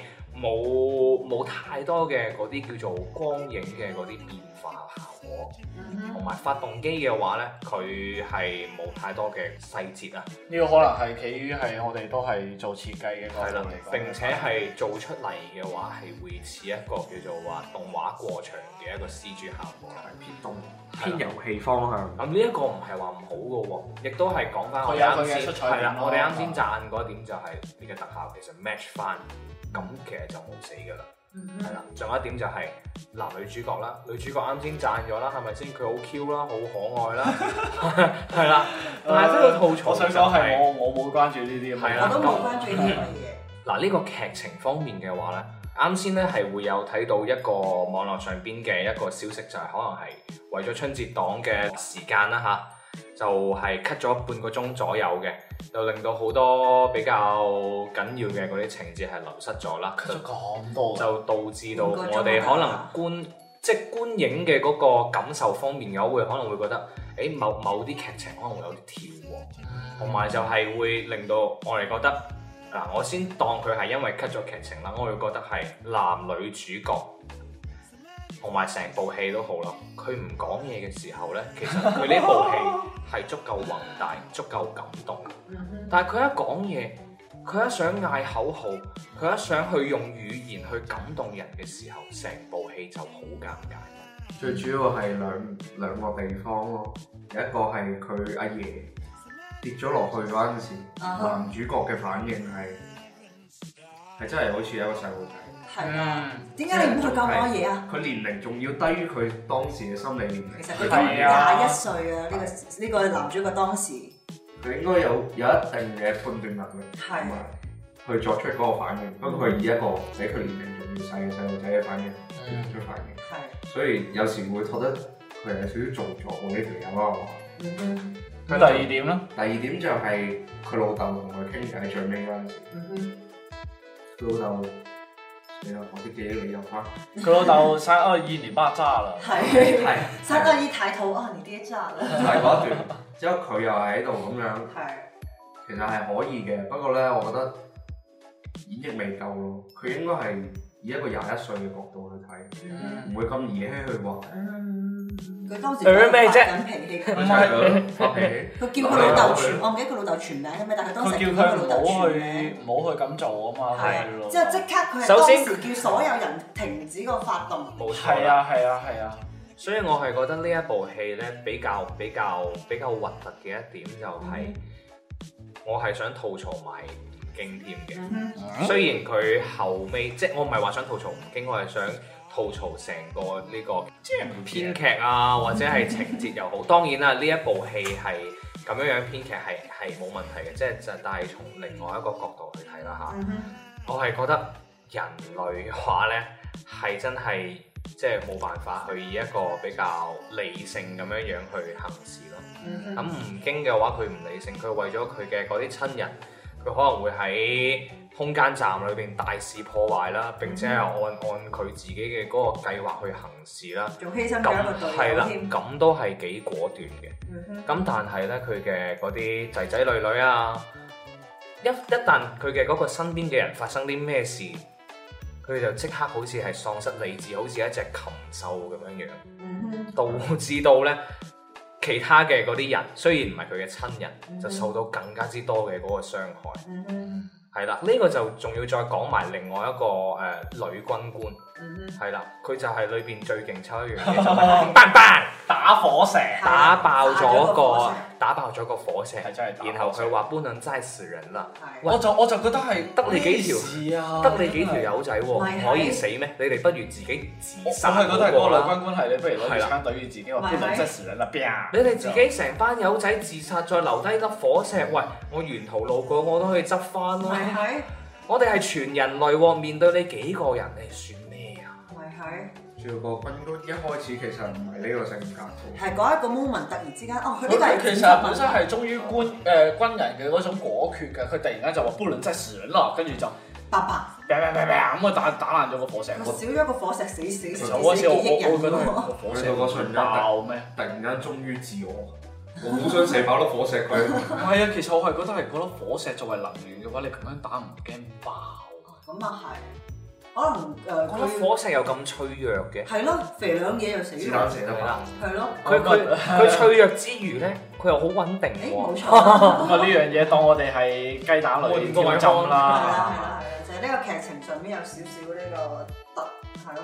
冇冇太多嘅嗰啲叫做光影嘅嗰啲變化效果。
嗯
同埋發動機嘅話呢，佢係冇太多嘅細節啊，
呢個可能係企於係我哋都係做設計嘅角
係啦
度嚟，講。
並且係做出嚟嘅話係會似一個叫做話動畫過場嘅一個 CG 效果啦。
偏動偏遊戲方向。
咁呢一個唔係話唔好嘅喎，亦都係講翻我哋
佢有
啱
佢嘅
先
出彩點
係啦，
咯
我哋啱先讚嗰點就係呢個特效其實 match 翻，咁其實就冇死㗎啦。
嗯
係啦，仲有一點就係男女主角啦，女主角啱先讚咗啦，係咪先？佢好 Q 啦，好可愛 啦，係啦。但係呢個吐槽
嗯我想
就
講係我我冇關注呢啲咁嘅
係
我
啦
都冇關注呢類
嗱，呢個劇情方面嘅話呢，啱先呢係會有睇到一個網絡上邊嘅一個消息，就係、可能係為咗春節檔嘅時間啦吓，就係 cut 咗半個鐘左右嘅，就令到好多比較緊要嘅嗰啲情節係流失咗啦，
佢咗咁多嘅。
就導致到我哋可能觀即係觀影嘅嗰個感受方面嘅話，會可能會覺得，誒、某某啲劇情可能會有啲跳喎。同埋就係會令到我哋覺得嗱，我先當佢係因為 cut 咗劇情啦，我會覺得係男女主角同埋成部戲都好啦，佢唔講嘢嘅時候呢，其實佢呢部戲係足夠宏大、足夠感動，但係佢一講嘢。佢一想嗌口號，佢一想去用語言去感動人嘅時候，成部戲就好尷尬。
最主要係兩兩個地方咯，有一個係佢阿爺跌咗落去嗰陣時，
啊哈
男主角嘅反應係係真係好似一個細路仔。
嘢，係啊。
嗯
點解你唔去救我嘢啊？
佢年齡仲要低於佢當時嘅心理年齡。
其實佢
佢
廿
係啊
廿一歲啊，呢個呢個男主角當時
佢應該有有一定嘅判斷能力，
係
同埋去作出嗰個反應。不過佢以一個比佢年齡仲要細嘅細路仔嘅反應
嗯
作出反應，
係
所以有時會覺得佢係有少少做作喎呢條友啊。
嗯哼
咁
咁第二點咧，
第二點就係佢老豆同佢傾偈最尾嗰陣時，
嗯
佢老豆死啦！我啲記憶力又翻，
嗯
佢老豆生啊咗二年巴渣啦，
係，
係
相當於抬頭啊，你跌渣
就
啦，
係嗰一段。之後佢又喺度咁樣，
係
其實係可以嘅。不過咧，我覺得演繹未夠咯。佢應該係以一個廿一歲嘅角度去睇，唔會咁兒戲去話。
嗯佢當時
呃咩啫
發緊脾氣，
唔係 發脾氣，
佢叫佢老豆全，我唔記得佢老豆全名係咩，但係佢當
佢
時
叫佢
係佢
唔
老
好
豆全
去
名。
唔好去咁做啊嘛，
係
佢老豆
之後即刻佢係
首
當
先
時叫所有人停止個發動，
冇錯
係
啦。
啊係啊係啊，
所以我係覺得呢一部戲咧比較比較比較核突嘅一點就係、
嗯
我係想吐槽埋吳京添嘅。
嗯
雖然佢後尾即係我唔係話想吐槽吳京，我係想吐槽成個呢個編劇啊，或者係情節又好。當然啦，呢一部戲係咁樣樣編劇係係冇問題嘅，即係就但係從另外一個角度去睇啦嚇。
嗯哼
我係覺得人類嘅話呢，係真係即係冇辦法去以一個比較理性咁樣樣去行事咯。
嗯
咁吳京嘅話，佢唔理性，佢為咗佢嘅嗰啲親人，佢可能會喺空間站裏邊大肆破壞啦，並且係按按佢自己嘅嗰個計劃去行事啦。
哼，仲犧牲
咁
咗一個隊
係
友
啦
添，。
咁都係幾果斷嘅。
嗯哼
咁但係咧，佢嘅嗰啲仔仔女女啊，一一旦佢嘅嗰個身邊嘅人發生啲咩事，佢就即刻好似係喪失理智，好似一隻禽獸咁樣樣，
嗯
導致到咧其他嘅嗰啲人，雖然唔係佢嘅親人，
嗯
就受到更加之多嘅嗰個傷害。
哼嗯哼
係啦，呢、個就仲要再講埋另外一個誒、呃女軍官，
嗯哼
係啦，佢就係裏邊最勁抽一樣嘢，就係 bang bang。
打火石
打爆咗
打咗個火
個
石
打爆咗個火石，
係真係打火石
然後佢話不能再死人啦，
係
我就我就覺得係
得你幾條
條啊，
得你幾條友仔喎，
咪係
唔可以死咩？你哋不如自己自
我
殺
係覺得係嗰個
好過
女
啦。
軍官係你不如攞
係
支
啦
槍對住自己話
咪
不
係
能即時啦，啪！
你哋自己成班友仔自殺，再留低粒火石，喂！我沿途路過我都可以執翻
咪
啦。
係
我哋係全人類喎，面對你幾個人，你算咩啊？
咪係
仲有個軍官一開始其實唔係呢個性格嘅。
係嗰一個 moment 突然之間，哦，佢呢個
佢
係
其實本身係忠於官誒、呃、軍人嘅嗰種果決嘅，佢突然間就話不能即時啦，跟住就
白白，
砰砰砰砰咁啊打打爛咗個火石。
我
啊
少咗個火石，死死死
其實
死幾
嗰時我
億
我我會覺
人
得係個火石
喎。
會爆咩？
突然間忠於自我，我好想射爆粒火石 佢。
唔係啊，其實我係覺得係嗰粒火石作為能源嘅話，你咁樣打唔驚爆。
咁啊係，可能呃
嗰粒
誒佢
火石又咁脆弱嘅，
係咯，肥兩嘢就死
子
咗
彈，射得
係
爆
啦。，
係咯，
佢佢佢脆弱之餘呢，佢又好穩定喎
誒冇。錯。
咁啊呢樣嘢當我哋係雞蛋裏
換個位
挑針
係啦係
啦。
啦係啦，就係呢個劇情上面有少少呢個突，係咯，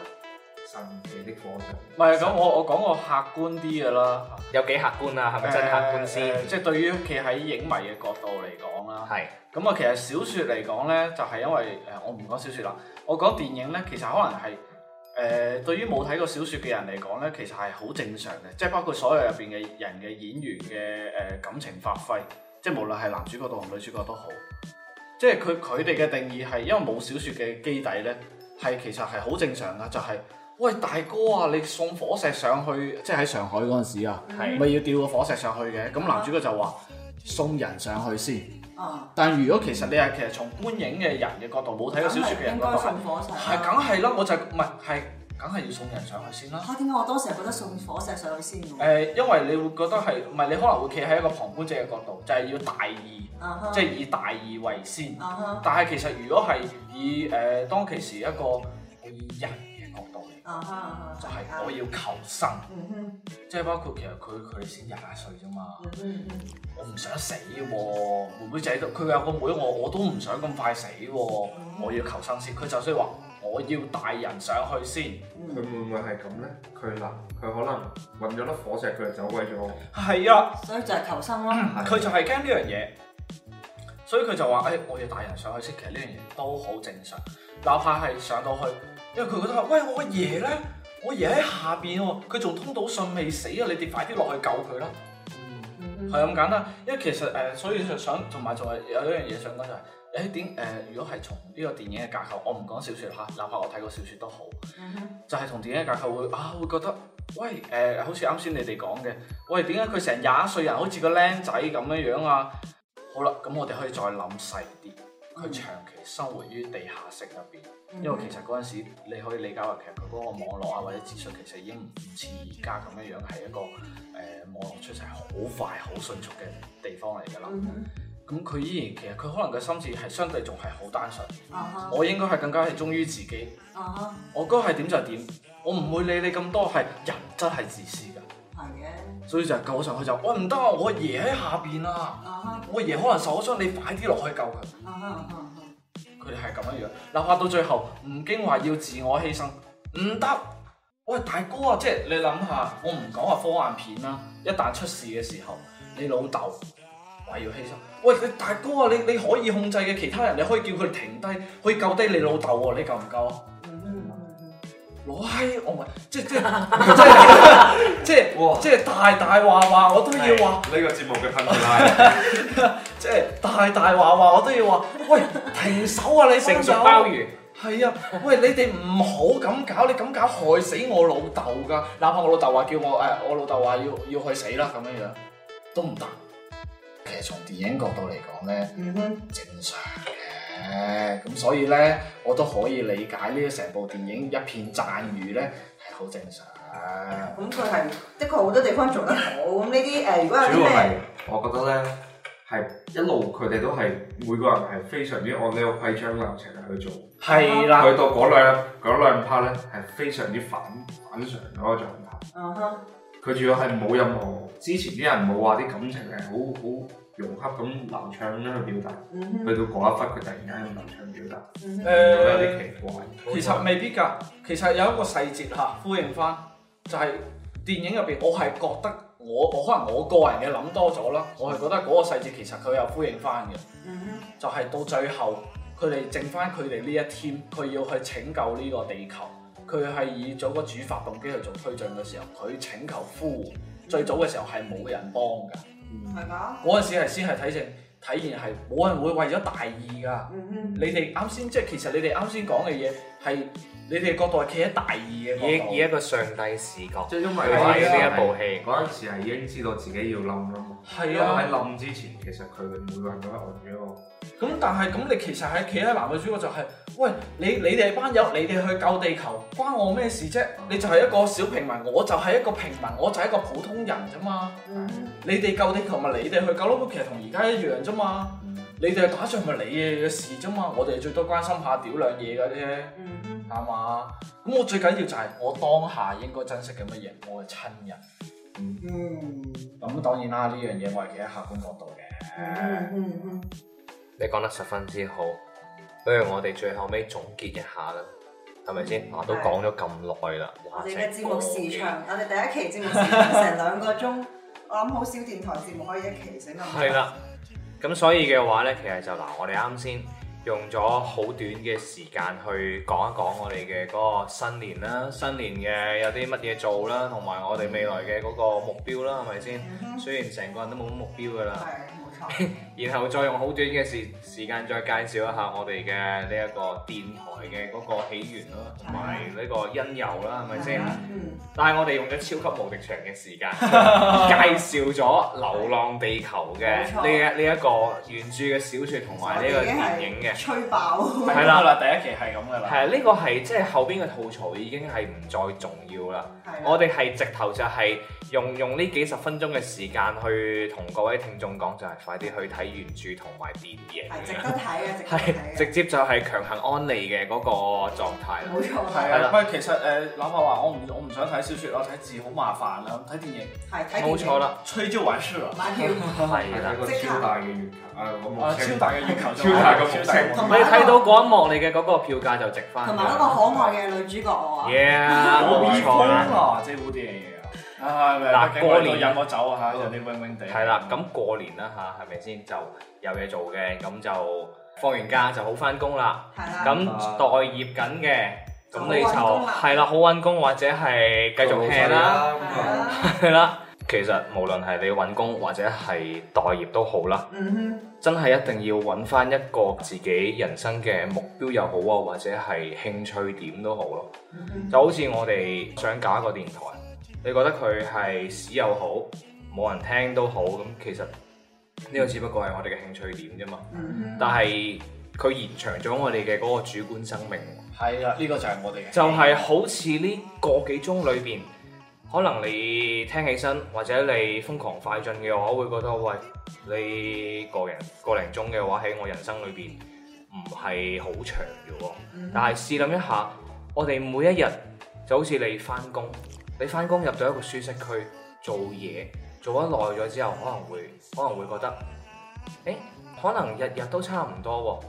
神奇的火石。
唔係咁，我我講個客觀啲嘅啦。
有幾客觀啊？係咪真客觀
誒
先
誒？即係對於企喺影迷嘅角度嚟講啦。
係
咁啊，其實小説嚟講咧，就係、因為誒、呃我唔講小説啦，我講電影咧，其實可能係誒、對於冇睇過小説嘅人嚟講咧，其實係好正常嘅，即係包括所有入邊嘅人嘅演員嘅誒、感情發揮，即係無論係男主角同女主角都好，即係佢佢哋嘅定義係因為冇小説嘅基底咧，係其實係好正常噶，就係、喂大哥啊，你送火石上去，即係喺上海嗰陣時啊，
係
咪要吊個火石上去嘅，咁男主角就話送人上去先。
啊，
但如果其實你係其實從觀影嘅人嘅角度，冇睇過小説嘅人
啊應
嘅
該
角度，
送火石啊
係
啦。
梗係啦，我就唔係係梗係要送人上去先啦。
嚇啊點解我當時係覺得送火石上去先
誒、
嘅？
因為你會覺得係唔係你可能會企喺一個旁觀者嘅角度，就係、要大義，
啊哈，
即係以大義為先。
啊哈，
但係其實如果係以誒、當其時一個以人嘅角度嚟，
啊哈啊哈，
就係、我要求生，
嗯哼，
即係包括其實佢佢先廿歲啫嘛。
嗯哼，嗯哼
我唔想死喎、妹妹仔都佢有個妹我我都唔想咁快死喎、我要求生先。佢就算話我要帶人上去先，
嗯
佢會唔會係咁咧？佢嗱，佢可能揾咗粒火石，佢就走鬼咗。
係啊，
所以就係求生咯。
佢就係驚呢樣嘢，所以佢就話：誒、哎我要帶人上去先。其實呢樣嘢都好正常，哪怕係上到去，因為佢覺得話：喂，我爺咧，我爺喺下邊喎，佢仲通到信未死啊！你哋快啲落去救佢啦！
嗯哼
係咁簡單，因為其實誒、所以就想同埋仲係有一樣嘢想講就係、誒、誒點誒？如果係從呢個電影嘅架構，我唔講小説啦嚇，哪怕我睇過小説都好，就係同電影嘅架構會啊，會覺得喂誒、好似啱先你哋講嘅，喂點解佢成廿歲人好似個僆仔咁樣樣啊？好啦，咁我哋可以再諗細啲，佢長期生活於地下城入邊，因為其實嗰陣時你可以理解為其實佢嗰個網絡啊或者資訊其實已經唔似而家咁樣樣係一個誒、網絡出世好快好迅速嘅地方嚟㗎啦。咁佢依然其實佢可能嘅心智係相對仲係好單純，
啊
我應該係更加係忠於自己，
哈啊
我該係點就係點，我唔會理你咁多，係人真係自私㗎，
哈，係嘅，
所以就係救上去就，喂唔得啊，我爺喺下邊啊，
啊哈
我爺可能受咗傷，你快啲落去救佢，
啊哈啊哈，
佢哋係咁樣樣，哪怕到最後吳京話要自我犧牲，唔得，喂大哥啊，即係你諗下，我唔講話科幻片啦，一旦出事嘅時候，你老豆。話要犧牲。喂，你大哥啊，你你可以控制嘅其他人，你可以叫佢停低，可以救低你老豆喎，你夠唔夠啊？
嗯嗯嗯
攞閪，我唔係，即即即係 即
哇
係即係大大話話，我都要話，
呢個節目嘅噴出 拉，
即係大大話話，我都要話，喂，停手啊你
成熟
班友
鮑魚，
係啊，喂，你哋唔好咁搞，你咁搞害死我老豆㗎。哪怕我老豆話叫我誒、我老豆話要要去死啦咁樣樣，都唔得。其實從電影角度嚟講咧，
嗯哼，
正常嘅。咁所以咧，我都可以理解呢成部電影一片讚譽咧係好正常。
咁佢係的確好多地方做得好，咁呢啲誒如果有啲
主要係
咩，
我覺得咧係一路佢哋都係每個人係非常之按呢個規章流程去做，去
係啦，
到嗰兩嗰兩 part 咧係非常之反反常嗰個狀態。
啊哈，
佢仲要係冇任何之前啲人冇話啲感情係好好融洽咁流暢咁去表達，
嗯
去
哼，
到嗰一忽佢突然間咁流暢表達，
嗯哼，
我覺得有啲奇怪。
其實未必㗎，其實有一個細節嚇，呼應翻就係、電影入邊，我係覺得我我可能我個人嘅諗多咗啦，我係覺得嗰個細節其實佢又呼應翻嘅，
嗯哼，
就係、到最後佢哋剩翻佢哋呢一 team，佢要去拯救呢個地球，佢係以咗個主發動機去做推進嘅時候，佢請求呼援，最早嘅時候係冇人幫㗎，
係㗎，
嗰陣時係先係體現體現係冇人會為咗大義㗎。
嗯哼。
你哋啱先即係其實你哋啱先講嘅嘢係你哋角度係企喺大義嘅
以
角
以
度，
一個上帝視角
即係因為
去睇呢一部戲。
嗰陣時係已經知道自己要冧啦嘛。因為
係
喺
啊。
冧之前，其實佢哋每個人都係按住一個
咁但係咁你其實係企喺男女主角就係、喂你你哋班友你哋去救地球關我咩事啫？你就係一個小平民，我就係一個平民，我就係一個普通人啫嘛。你哋救地球咪你哋去救咯，其實同而家一樣啫嘛。你哋去打仗咪你嘅事啫嘛，我哋最多關心下屌兩嘢嘅啫。
嗯
係嘛？咁我最緊要就係我當下應該珍惜嘅乜嘢？我嘅親人。
嗯
咁當然啦，呢樣嘢我係企喺客觀角度嘅。
嗯嗯
你講得十分之好，不如我哋最後尾總結一下啦，係咪先？啊我都講咗咁耐啦，
嗯我
哇！
哋嘅節目時
成個
長，我哋第一期節目時長成兩個鐘，我諗好少電台節目可以一期整咁耐。
係啦，咁所以嘅話呢，其實就嗱，我哋啱先用咗好短嘅時間去講一講我哋嘅嗰個新年啦，新年嘅有啲乜嘢做啦，同埋我哋未來嘅嗰個目標啦，係咪先？
嗯哼，
雖然成個人都冇乜目標噶啦，
係冇錯。
然後再用好短嘅時時間再介紹一下我哋嘅呢一個電台嘅嗰個起源啦，同埋呢個因由啦，係咪先？
嗯，
但係我哋用咗超級無敵長嘅時 間介紹咗《流浪地球》嘅
冇錯
呢一呢一個原著嘅小説同埋呢個
我哋已經係
電影嘅，
吹爆。
係啦
啦，第一期係咁噶啦。
係啊，呢個係即係後邊嘅吐槽已經係唔再重要啦。
係啊
我
啦，
哋係直頭就係用用呢幾十分鐘嘅時間去同各位聽眾講，就係快啲去睇原著同埋電影
係值
嘅
得，睇啊嘅，值
係
得睇嘅，
直接就係強行安利嘅嗰個狀態啦。
冇錯。
係
係
係啦
啊，喂，其實誒，哪怕話我唔我唔想睇小説，我睇字好麻煩啦，睇電影
係睇電影
冇錯，啦，
吹啊就完事啦。
買票。
係。一個超大嘅月球
係啦
啊！我
啊，
冇
超
聽
大嘅月球就
超大嘅木星
超
同
你
大
埋
嘅
睇到嗰一幕，你嘅嗰個票價就值翻。
同埋嗰個可愛嘅女主角我啊，
Yeah，
我
冇
未
錯
瘋
啦。
啦，即係部電影啊！啊，
嗱
嗱，過
過
年
年
飲個酒啊嚇，有啲 wing wing 地。嗯
係啦，咁過年啦吓，係咪先就有嘢做嘅，咁就放完假就好翻工啦。
係啦，
咁待業緊嘅，咁你
嗯就好搵工啊
就係
啦
啦，好揾工或者係繼續 hea 啦，
咁啊
係啦，
係啦。其實無論係你揾工或者係待業都好啦，
嗯哼，
真係一定要揾翻一個自己人生嘅目標又好啊，或者係興趣點都好咯。
嗯
就好似我哋想搞一個電台，你覺得佢係屎又好，冇人聽都好，咁其實呢個只不過係我哋嘅興趣點啫嘛。
嗯
但係佢延長咗我哋嘅嗰個主觀生命。
係啦，呢個就係我哋嘅。
就係好似呢個幾鐘裏邊，可能你聽起身或者你瘋狂快進嘅話，會覺得喂，你個零個零鐘嘅話喺我人生裏邊唔係好長嘅喎。
哼，
但係試諗一下，我哋每一日就好似你翻工，你翻工入到一個舒適區做嘢，做得耐咗之後，可能會可能會覺得，誒，可能日日都差唔多喎。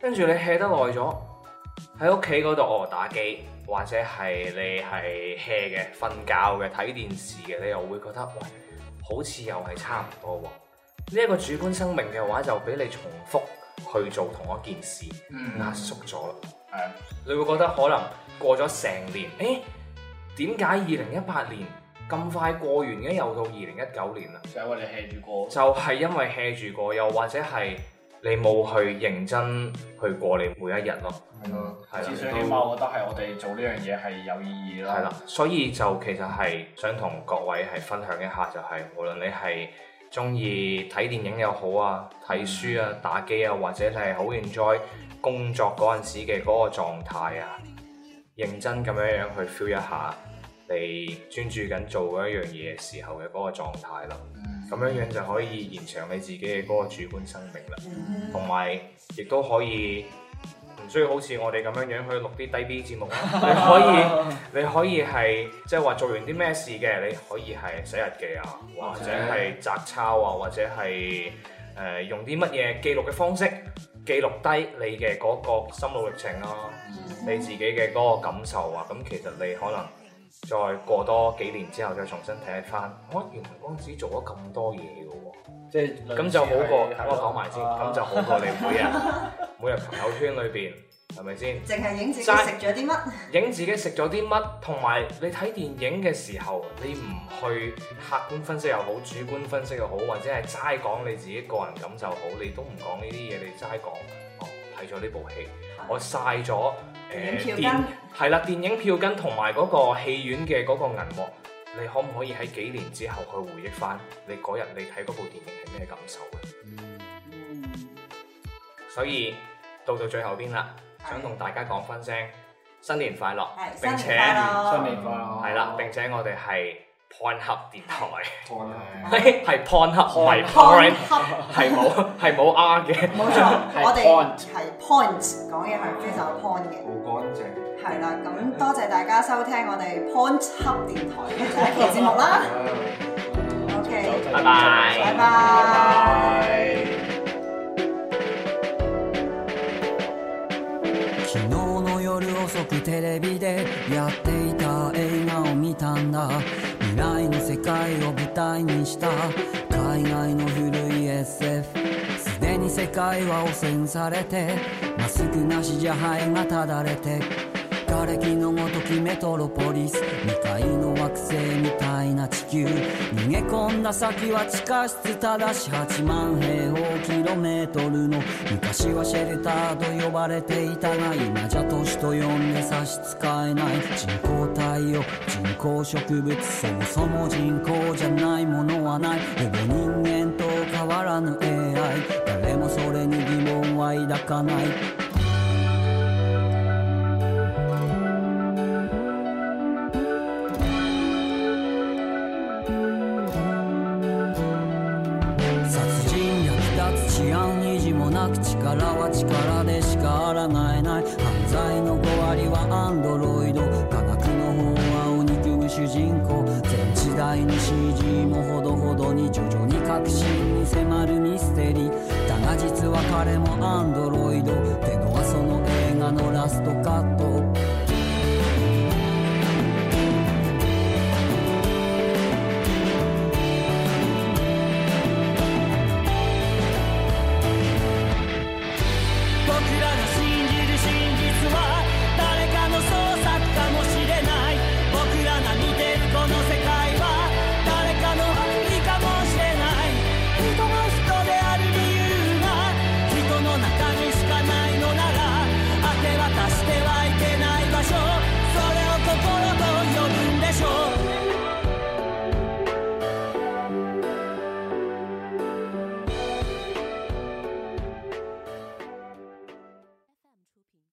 跟住你 hea 得耐咗，喺屋企嗰度哦打機，或者係你係 hea 嘅、瞓覺嘅、睇電視嘅，你又會覺得喂，好似又係差唔多喎。呢一個主觀生命嘅話，就俾你重複去做同一件事。
嗯
壓縮咗啦。
係
你會覺得可能過咗成年，誒點解二零一八年咁快過完嘅，又到二零一九年啦？啊
就係我哋 hea 住過。
就係因為 hea 住過，又或者係你冇去認真去過你每一日咯，
係咯，
係啦
至少起碼我覺得係我哋做呢樣嘢係有意義啦。
係啦，，所以就其實係想同各位係分享一下，就係無論你係中意睇電影又好啊，睇書啊，打機啊，或者你係好 enjoy 工作嗰陣時嘅嗰個狀態啊，認真咁樣樣去 feel 一下你專注緊做嗰一樣嘢時候嘅嗰個狀態啦，咁樣樣就可以延長你自己嘅嗰個主觀生命啦。
嗯
同埋亦都可以唔需要好似我哋咁樣樣去錄啲低 B 節目 啦。你可以你可以係即係話做完啲咩事嘅，你可以係寫日記啊，或者係摘抄啊，或者係誒、呃用啲乜嘢記錄嘅方式記錄低你嘅嗰個心路歷程啊，你自己嘅嗰個感受啊。咁其實你可能。再過多幾年之後，再重新睇翻，我、原來光子做咗咁多嘢嘅喎。
即係
咁就好過，等我講埋先，咁就好過你每日每日朋友圈裏邊係咪先？
淨係影自己食
齋
咗啲乜？
影自己食咗啲乜，同埋你睇電影嘅時候，你唔去客觀分析又好，主觀分析又好，或者係齋講你自己個人感受好，你都唔講呢啲嘢，你齋講哦睇咗呢部戲，我嘥咗
電
誒
影
電
啊票根
係啦，電影票根同埋嗰個戲院嘅嗰個銀幕，你可唔可以喺幾年之後去回憶翻你嗰日你睇嗰部電影係咩感受嘅？所以到到最後邊啦，
係
想同大家講翻聲新年快樂
係，
並
新
且
年快樂
新，年快樂。
哦
啊
係啦，並且我哋係 Point Hub 電台，
Pornhub
係 係 Point Hub 唔係 Point，
point
係冇係冇 R 嘅，
冇錯，
係
我哋
point
係 point 講嘢係非常有 point 嘅。
好乾淨。
係啦，咁多謝大家收聽我哋 Point Hub 電台嘅第一期節目啦。OK，
嗯
啊
拜拜。
拜拜。
昨日の夜遅くテレビでやっていた映画を見たんだ未来の世界を舞台にした海外の古い SF すでに世界は汚染されてマスクなしじゃ灰がただれて瓦礫のごときメトロポリス未開の惑星みたいな地球逃げ込んだ先は地下室ただし8万平方キロメートルの昔はシェルターと呼ばれていたが今じゃ都市と呼んで差し支えない人工太陽人工植物そもそも人工じゃないものはないほぼ人間と変わらぬ AI 誰もそれに疑問は抱かない殺人略奪治安維持もなく力は力でしか抗えない犯罪の5割はアンドロイド科学の法案を憎む主人公全時代に CG もほどほどに徐々に確信に迫るミステリーだが実は彼もアンドロイド手ごわその映画のラストカット